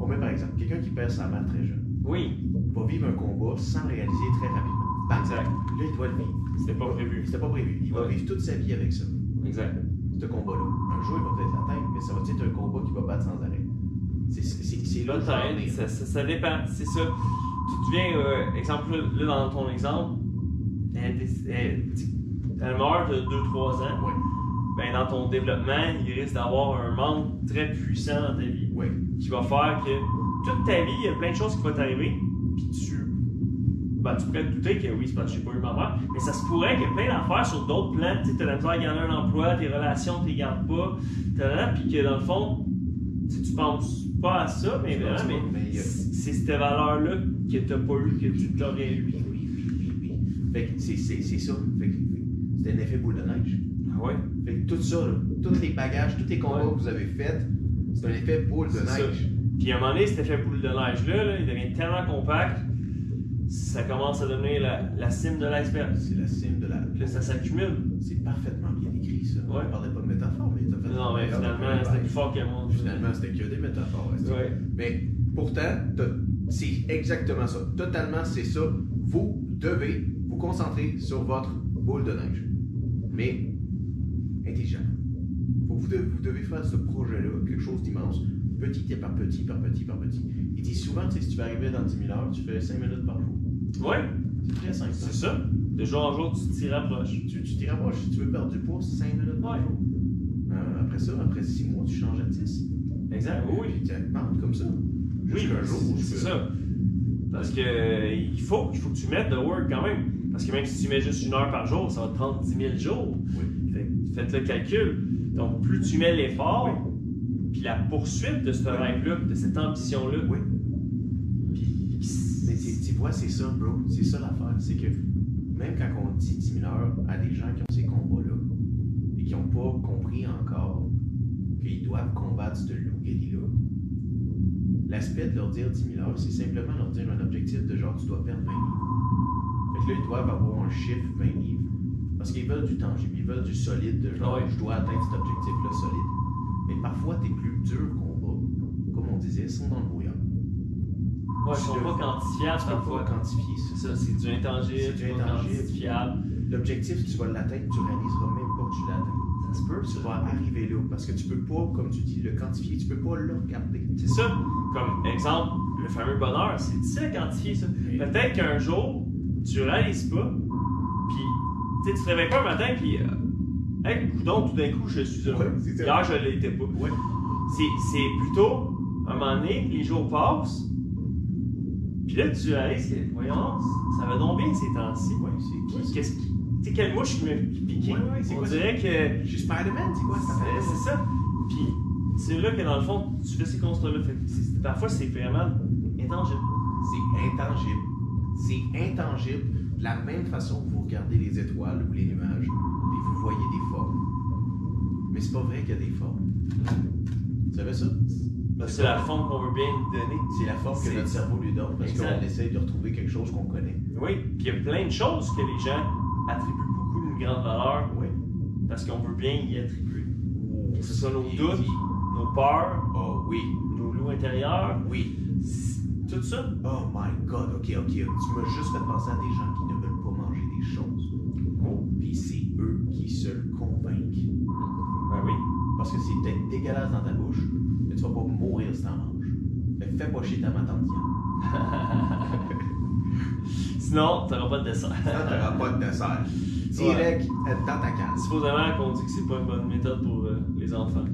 [SPEAKER 2] On met par exemple quelqu'un qui perd sa mère très jeune,
[SPEAKER 1] Oui,
[SPEAKER 2] va vivre un combat sans le réaliser très rapidement. Bang!
[SPEAKER 1] exact.
[SPEAKER 2] Là, il doit le vivre.
[SPEAKER 1] C'était pas prévu.
[SPEAKER 2] C'était pas prévu. Il va
[SPEAKER 1] Ouais.
[SPEAKER 2] vivre toute sa vie avec ça,
[SPEAKER 1] Exact.
[SPEAKER 2] ce combat-là. Un jour, il va peut-être l'atteindre, mais ça va être un combat qui va battre sans arrêt. C'est- C'est c'est là que je veux en
[SPEAKER 1] Peut-être,
[SPEAKER 2] venir.
[SPEAKER 1] ça, ça, ça dépend, c'est ça. Tu deviens, euh, exemple, là, dans ton exemple, elle, dé- elle, elle meurt de 2-3 ans.
[SPEAKER 2] Ouais.
[SPEAKER 1] Ben, dans ton développement, il risque d'avoir un manque très puissant dans ta vie
[SPEAKER 2] Ouais.
[SPEAKER 1] qui va faire que toute ta vie, il y a plein de choses qui vont t'arriver, puis tu, ben, tu pourrais te douter que oui, c'est parce que j'ai pas eu ma mère, mais ça se pourrait qu'il y ait plein d'affaires sur d'autres plans, tu sais, t'as la misère à garder un emploi, tes relations, t'es gardes pas, t'as puis que dans le fond, tu sais, tu penses pas à ça, mais
[SPEAKER 2] Tu
[SPEAKER 1] vraiment,
[SPEAKER 2] penses pas,
[SPEAKER 1] mais
[SPEAKER 2] mais, euh,
[SPEAKER 1] c'est c'est cette valeur-là que t'as pas eu, que tu t'aurais eu.
[SPEAKER 2] Oui, oui, oui, oui, oui. Fait que c'est- c'est c'est ça. Fait que c'est un effet boule de neige.
[SPEAKER 1] Ah ouais?
[SPEAKER 2] Fait que tout ça, là, tous les bagages, tous les combats
[SPEAKER 1] Ouais.
[SPEAKER 2] que vous avez faits, c'est un effet boule de
[SPEAKER 1] C'est ça.
[SPEAKER 2] neige.
[SPEAKER 1] Puis à un moment donné, cet effet boule de neige-là, là, il devient tellement compact, ça commence à devenir la, la cime de l'iceberg.
[SPEAKER 2] C'est la cime de la.
[SPEAKER 1] Puis là, ça s'accumule.
[SPEAKER 2] C'est parfaitement bien écrit, ça.
[SPEAKER 1] Ouais.
[SPEAKER 2] On parlait pas de métaphore, mais t'as fait.
[SPEAKER 1] Non, mais finalement, c'était plus fort que moi.
[SPEAKER 2] Finalement, c'était que des métaphores. est-ce que-
[SPEAKER 1] Ouais.
[SPEAKER 2] Mais pourtant, t'as- c'est exactement ça. Totalement, c'est ça. Vous devez vous concentrer sur votre boule de neige. Mais intelligent. Faut- Vous, devez- vous devez faire ce projet-là, quelque chose d'immense, petit par petit, par petit, par petit. Il dit souvent, tu sais, si tu veux arriver dans 10 000 heures, tu fais 5 minutes par jour.
[SPEAKER 1] Ouais,
[SPEAKER 2] C'est très simple.
[SPEAKER 1] c'est ça. De jour en jour, tu t'y rapproches.
[SPEAKER 2] Tu tu t'y rapproches. Si tu veux perdre du poids, c'est 5 minutes par
[SPEAKER 1] Ouais.
[SPEAKER 2] jour. Euh, après ça, après 6 mois, tu changes à 10.
[SPEAKER 1] Exact, oui.
[SPEAKER 2] Puis tu parles comme ça.
[SPEAKER 1] Oui,
[SPEAKER 2] Jusqu'à un jour, où
[SPEAKER 1] c'est
[SPEAKER 2] tu peux-
[SPEAKER 1] ça. Parce que euh, il faut, il faut que tu mettes de work quand même. Parce que même si tu mets juste une heure par jour, ça va te prendre 10 000 jours.
[SPEAKER 2] Oui.
[SPEAKER 1] Fait que Faites le calcul. Donc, plus tu mets l'effort, puis la poursuite de ce rêve-là, de cette ambition-là,
[SPEAKER 2] Oui. Mais tu, tu vois, c'est ça, bro. C'est ça l'affaire. C'est que même quand on dit 10 000 heures à des gens qui ont ces combats-là et qui n'ont pas compris encore qu'ils doivent combattre ce loup-guéri-là, l'aspect de leur dire 10 000 heures, c'est simplement leur dire un objectif de genre tu dois perdre 20 livres. Fait que là, ils doivent avoir un chiffre 20 livres. Parce qu'ils veulent du tangible, ils veulent du solide, de genre
[SPEAKER 1] Ouais.
[SPEAKER 2] je dois atteindre cet objectif-là solide. Mais parfois, tes plus durs combats, comme on disait, sont dans le brouillard.
[SPEAKER 1] ouais, ils sont pas quantifiables
[SPEAKER 2] Tu peux
[SPEAKER 1] parfois.
[SPEAKER 2] pas quantifier ça.
[SPEAKER 1] C'est ça, c'est du
[SPEAKER 2] C'est
[SPEAKER 1] intangible,
[SPEAKER 2] du
[SPEAKER 1] c'est pas
[SPEAKER 2] intangible.
[SPEAKER 1] quantifiable.
[SPEAKER 2] L'objectif, tu vas l'atteindre, tu réaliseras même pas que tu l'atteins.
[SPEAKER 1] Ça se peut,
[SPEAKER 2] Tu
[SPEAKER 1] ça.
[SPEAKER 2] vas arriver là, parce que tu peux pas, comme tu dis, le quantifier, tu peux pas le regarder.
[SPEAKER 1] C'est ça. Comme exemple, le fameux bonheur, c'est difficile à quantifier ça. Peut-être qu'un jour, tu réalises pas, puis tu sais, tu te réveilles pas un matin, puis euh, hey, coudonc, tout d'un coup, je suis heureux.
[SPEAKER 2] Ouais, c'est ça.
[SPEAKER 1] Hier, je l'étais pas.
[SPEAKER 2] Ouais.
[SPEAKER 1] C'est- C'est plutôt, à un moment donné, les jours passent, puis là, tu réalises que, voyons, ça va donc bien ces temps-ci.
[SPEAKER 2] Ouais, c'est quoi
[SPEAKER 1] Puis,
[SPEAKER 2] ça?
[SPEAKER 1] qu'est-ce qui. Tu sais, quelle mouche qui m'a piqué?
[SPEAKER 2] Ouais, ouais, c'est
[SPEAKER 1] On
[SPEAKER 2] quoi ça?
[SPEAKER 1] dirait que.
[SPEAKER 2] Je suis Spider-Man, c'est quoi ça?
[SPEAKER 1] C'est c'est ça. Puis c'est là que dans le fond, tu fais ces constats-là. Fait que c'est- Parfois, c'est vraiment intangible.
[SPEAKER 2] C'est intangible. C'est intangible. De la même façon que vous regardez les étoiles ou les nuages, et vous voyez des formes. Mais c'est pas vrai qu'il y a des formes. Tu savais ça?
[SPEAKER 1] Parce que c'est la forme qu'on veut bien nous donner.
[SPEAKER 2] C'est la forme que
[SPEAKER 1] C'est-
[SPEAKER 2] notre cerveau lui donne parce
[SPEAKER 1] Exact.
[SPEAKER 2] qu'on essaye de retrouver quelque chose qu'on connaît.
[SPEAKER 1] Oui. Puis il y a plein de choses que les gens attribuent beaucoup d'une grande valeur
[SPEAKER 2] Oui.
[SPEAKER 1] parce qu'on veut bien y attribuer. Que ce soit nos doutes, nos peurs,
[SPEAKER 2] Oh oui.
[SPEAKER 1] nos loups intérieurs,
[SPEAKER 2] Oui.
[SPEAKER 1] c'est- tout ça.
[SPEAKER 2] Oh my god, ok, ok, tu m'as juste fait penser à des gens qui ne veulent pas manger des choses. Puis c'est eux qui se le convainquent.
[SPEAKER 1] Ben oui.
[SPEAKER 2] Parce que c'est peut-être dégueulasse dans ta bouche, mais tu vas pas mourir si t'en manges. Fait que fais pas chier ta mère hein. en disant.
[SPEAKER 1] [LAUGHS] Sinon, t'auras pas de dessert.
[SPEAKER 2] t'auras pas de dessert. Direct euh, dans ta case.
[SPEAKER 1] Supposément qu'on dit que c'est pas une bonne méthode pour euh, les enfants.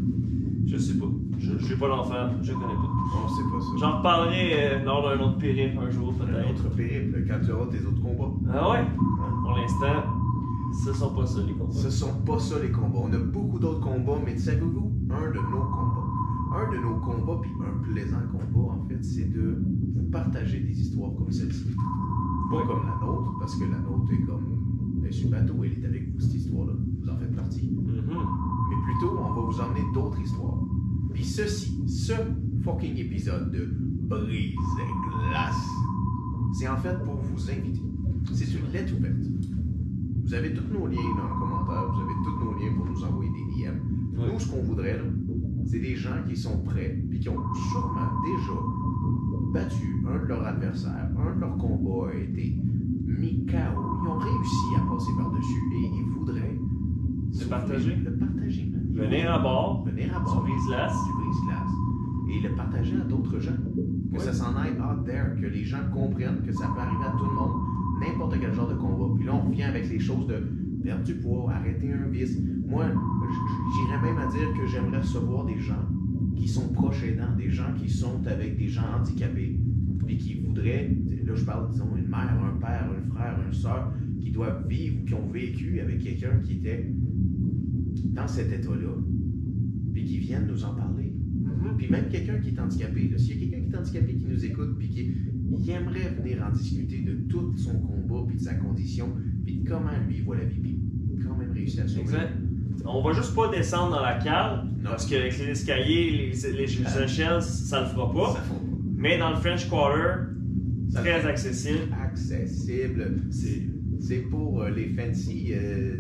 [SPEAKER 1] Je sais pas. Je, je suis pas l'enfant, je connais pas.
[SPEAKER 2] On sait pas ça.
[SPEAKER 1] J'en reparlerai euh, lors d'un autre périple un jour
[SPEAKER 2] Un
[SPEAKER 1] peut-être.
[SPEAKER 2] autre périple quand tu auras tes autres combats.
[SPEAKER 1] Ah ouais?
[SPEAKER 2] Hein?
[SPEAKER 1] Pour l'instant, ce sont pas ça les combats.
[SPEAKER 2] Ce sont pas ça les combats. On a beaucoup d'autres combats, mais savez-vous, un de nos combats, un de nos combats, puis un plaisant combat en fait, c'est de vous partager des histoires comme celle-ci. Pas comme la nôtre, parce que la nôtre est comme. Elle est sur le bateau, elle est avec vous cette histoire-là. Vous en faites partie. Mm-hmm.
[SPEAKER 1] Mhm.
[SPEAKER 2] Mais plutôt, on va vous emmener d'autres histoires. Puis ceci, ce fucking épisode de
[SPEAKER 6] brise et glace.
[SPEAKER 2] C'est en fait pour vous inviter.
[SPEAKER 6] C'est une lettre ouverte.
[SPEAKER 2] Vous avez tous nos liens dans le commentaire, vous avez tous nos liens pour nous envoyer des DM.
[SPEAKER 4] Ouais.
[SPEAKER 2] Nous, ce qu'on voudrait, là, c'est des gens qui sont prêts, puis qui ont sûrement déjà battu un de leurs adversaires, un de leurs combats a été mis KO. Ils ont réussi à passer par-dessus et ils voudraient si vous
[SPEAKER 4] partager. hein.
[SPEAKER 2] voulez, Le partager, man. Ils
[SPEAKER 4] Venir
[SPEAKER 2] vont
[SPEAKER 4] à bord,
[SPEAKER 2] Venir à
[SPEAKER 4] tu
[SPEAKER 2] bord.
[SPEAKER 4] brises l'as.
[SPEAKER 2] du brise-glace et le partager à d'autres gens. Que
[SPEAKER 7] Ouais.
[SPEAKER 2] ça s'en aille out there, que les gens comprennent que ça peut arriver à tout le monde, n'importe quel genre de combat. Puis là, on revient avec les choses de perdre du poids, arrêter un vice. Moi, j- j'irais même à dire que j'aimerais recevoir des gens qui sont proches aidants, des gens qui sont avec des gens handicapés, puis qui voudraient, là je parle, disons, une mère, un père, un frère, une soeur, qui doivent vivre ou qui ont vécu avec quelqu'un qui était dans cet état-là, puis qui viennent nous en parler. Puis même quelqu'un qui est handicapé, là, s'il y a quelqu'un qui est handicapé qui nous écoute, puis qui il aimerait venir en discuter de tout son combat, puis de sa condition, puis de comment lui voit la vie, puis quand même réussir à survivre.
[SPEAKER 4] Exact. On va juste pas descendre dans la cale,
[SPEAKER 2] Non. Ah.
[SPEAKER 4] parce qu'avec les escaliers, les, les, les échelles, ça le fera pas.
[SPEAKER 2] Ça faut-
[SPEAKER 4] Mais dans le French Quarter,
[SPEAKER 2] Ça
[SPEAKER 4] très
[SPEAKER 2] fait-
[SPEAKER 4] accessible.
[SPEAKER 2] accessible. C'est, c'est pour euh, les fancy, euh,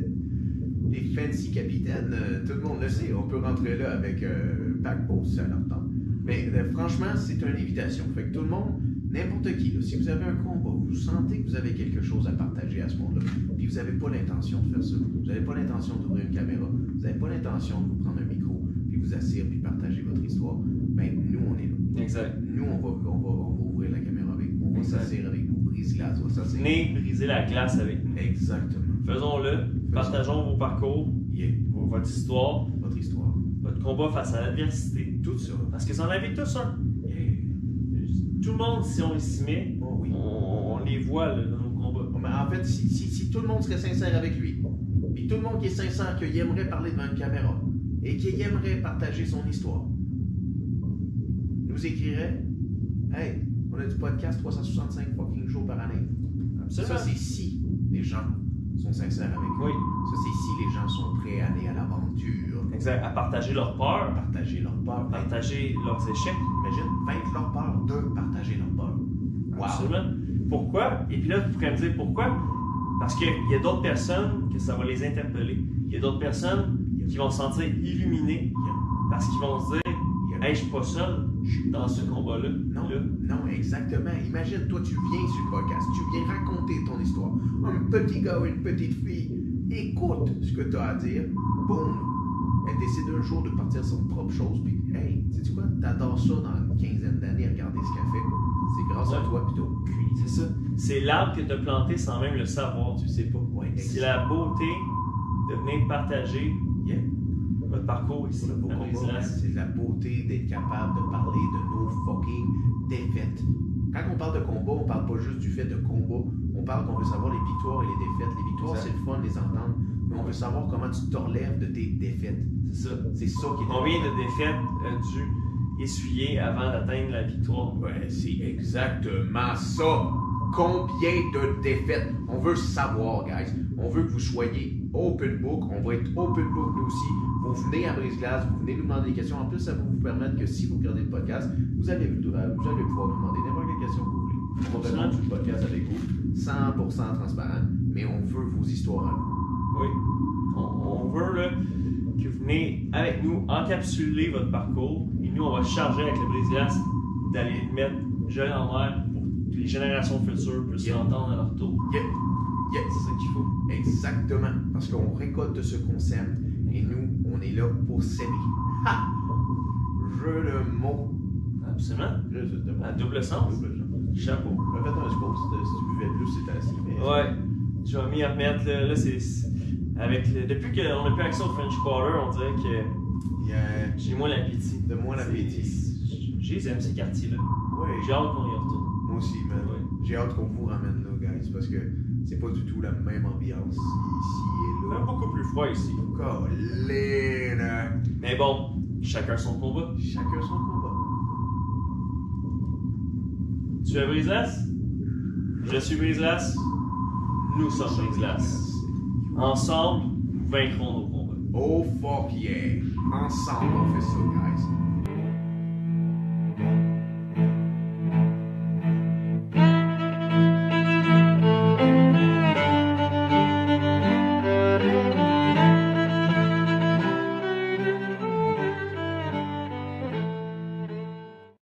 [SPEAKER 2] les fancy capitaines. euh, tout le monde le sait. On peut rentrer là avec euh, paquebot si ça leur tente. Mais euh, franchement, c'est une invitation. Fait que tout le monde, n'importe qui, là, si vous avez un combat, vous sentez que vous avez quelque chose à partager à ce moment-là, puis vous n'avez pas l'intention de faire ça, vous n'avez pas l'intention d'ouvrir une caméra, vous n'avez pas l'intention de vous prendre un micro, puis vous assire, puis partager votre histoire, ben nous, on est là.
[SPEAKER 4] Exact.
[SPEAKER 2] Nous, on va, on va, on va ouvrir la caméra avec vous. On va
[SPEAKER 4] Exact.
[SPEAKER 2] s'asseoir avec vous. Brise-glace, on va s'asseoir.
[SPEAKER 4] Venez briser la glace avec nous.
[SPEAKER 2] Exactement.
[SPEAKER 4] Faisons-le. Partageons vos parcours,
[SPEAKER 2] Yeah.
[SPEAKER 4] vos- votre histoire,
[SPEAKER 2] Votre histoire.
[SPEAKER 4] votre combat face à l'adversité.
[SPEAKER 2] Tout ça.
[SPEAKER 4] Parce que vous en avez tous un.
[SPEAKER 2] Yeah.
[SPEAKER 4] Tout le monde, si on s'y met,
[SPEAKER 2] Oh oui.
[SPEAKER 4] on, on les voit là, dans nos combats.
[SPEAKER 2] Bon, ben, en fait, si, si- si tout le monde serait sincère avec lui, puis tout le monde qui est sincère, qu'il aimerait parler devant une caméra, et qui aimerait partager son histoire, nous écrirait Hey, on a du podcast 365 fucking jours par année. Ça, c'est si les gens sont sincères avec nous.
[SPEAKER 4] Oui,
[SPEAKER 2] Ça, c'est si les gens sont prêts à aller à l'aventure,
[SPEAKER 4] exact. À partager leur peur,
[SPEAKER 2] partager leur peur, Ben,
[SPEAKER 4] à partager leurs échecs.
[SPEAKER 2] Imagine, vaincre leur peur, deux, partager leur peur. Wow.
[SPEAKER 4] Absolument. Pourquoi? Et puis là, vous pourrez me dire pourquoi? Parce qu'il y a d'autres personnes que ça va les interpeller. Il y a d'autres personnes qui vont se sentir illuminées parce qu'ils vont se dire Hey, je suis pas seul, je suis dans ce combat-là.
[SPEAKER 2] Non,
[SPEAKER 4] Là.
[SPEAKER 2] non, exactement. Imagine, toi, tu viens sur le podcast, tu viens raconter ton histoire. Un petit gars ou une petite fille écoute ce que tu as à dire, boum, elle décide un jour de partir sur propre chose, puis hey, sais-tu quoi, t'adores ça dans une quinzaine d'années, regarder ce qu'elle fait. C'est grâce à
[SPEAKER 4] Ouais.
[SPEAKER 2] toi, puis t'as aucune idée.
[SPEAKER 4] C'est ça. C'est l'arbre que tu as planté sans même le savoir, tu sais pas.
[SPEAKER 2] Ouais,
[SPEAKER 4] C'est la beauté de venir partager
[SPEAKER 2] Yeah.
[SPEAKER 4] votre parcours ici.
[SPEAKER 2] C'est le beau
[SPEAKER 4] à
[SPEAKER 2] combat, man.
[SPEAKER 4] Brise-Glace.
[SPEAKER 2] c'est la beauté d'être capable de parler de nos fucking défaites. Quand on parle de combat, on parle pas juste du fait de combat. On parle qu'on veut savoir les victoires et les défaites. Les victoires, c'est
[SPEAKER 4] Exact.
[SPEAKER 2] le fun de les entendre, mais on veut savoir comment tu te relèves de tes défaites.
[SPEAKER 4] C'est ça.
[SPEAKER 2] C'est ça qui est
[SPEAKER 4] Combien de défaites as-tu essuyées euh, avant d'atteindre la victoire?
[SPEAKER 2] Ouais, c'est exactement ça. Combien de défaites? On veut savoir, guys. On veut que vous soyez open book. On va être open book, nous aussi. Vous venez à Brise-Glace, vous venez nous demander des questions. En plus, ça va vous permettre que si vous regardez le podcast, vous allez, vous allez pouvoir nous demander n'importe quelle question que vous voulez. On va répondre sur le podcast avec vous. 100% transparent, mais on veut vos histoires à vous.
[SPEAKER 4] Oui. On, on veut là, que vous venez avec nous encapsuler votre parcours et nous, on va se charger avec le brise d'aller le mettre jeune en mer pour que les générations futures puissent
[SPEAKER 2] Yeah.
[SPEAKER 4] l'entendre à leur tour.
[SPEAKER 2] Yeah. Yeah.
[SPEAKER 4] C'est ça qu'il faut.
[SPEAKER 2] Exactement, parce qu'on récolte ce concept et nous, on est là pour s'aimer. Ha! Jeu le mot.
[SPEAKER 4] Absolument.
[SPEAKER 2] Là, je te
[SPEAKER 4] À
[SPEAKER 2] demande.
[SPEAKER 4] double sens.
[SPEAKER 2] Double genre.
[SPEAKER 4] Chapeau.
[SPEAKER 2] En fait, un sport, si tu- si tu buvais plus, c'était assis. Mais...
[SPEAKER 4] Ouais. Je vais m'y remettre. Là, Là, c'est. c'est- Avec le- Depuis qu'on a plus accès au French Quarter, on dirait que
[SPEAKER 2] Yeah.
[SPEAKER 4] j'ai moins l'appétit.
[SPEAKER 2] De moins l'appétit.
[SPEAKER 4] C'est- J'aime ces quartiers-là.
[SPEAKER 2] Ouais,
[SPEAKER 4] J'ai hâte qu'on y retourne.
[SPEAKER 2] moi aussi, man.
[SPEAKER 4] Ouais.
[SPEAKER 2] J'ai hâte qu'on vous ramène là, guys, parce que c'est pas du tout la même ambiance ici et
[SPEAKER 4] Même
[SPEAKER 2] là.
[SPEAKER 4] beaucoup plus froid ici.
[SPEAKER 2] Colline!
[SPEAKER 4] Mais bon, chacun son combat.
[SPEAKER 2] Chacun son combat.
[SPEAKER 4] Tu es Brise-Glace? Je suis Brise-Glace. Nous sommes Brise-Glace. Ensemble, nous vaincrons nos combats.
[SPEAKER 2] Oh fuck yeah! Ensemble, on fait ça, guys.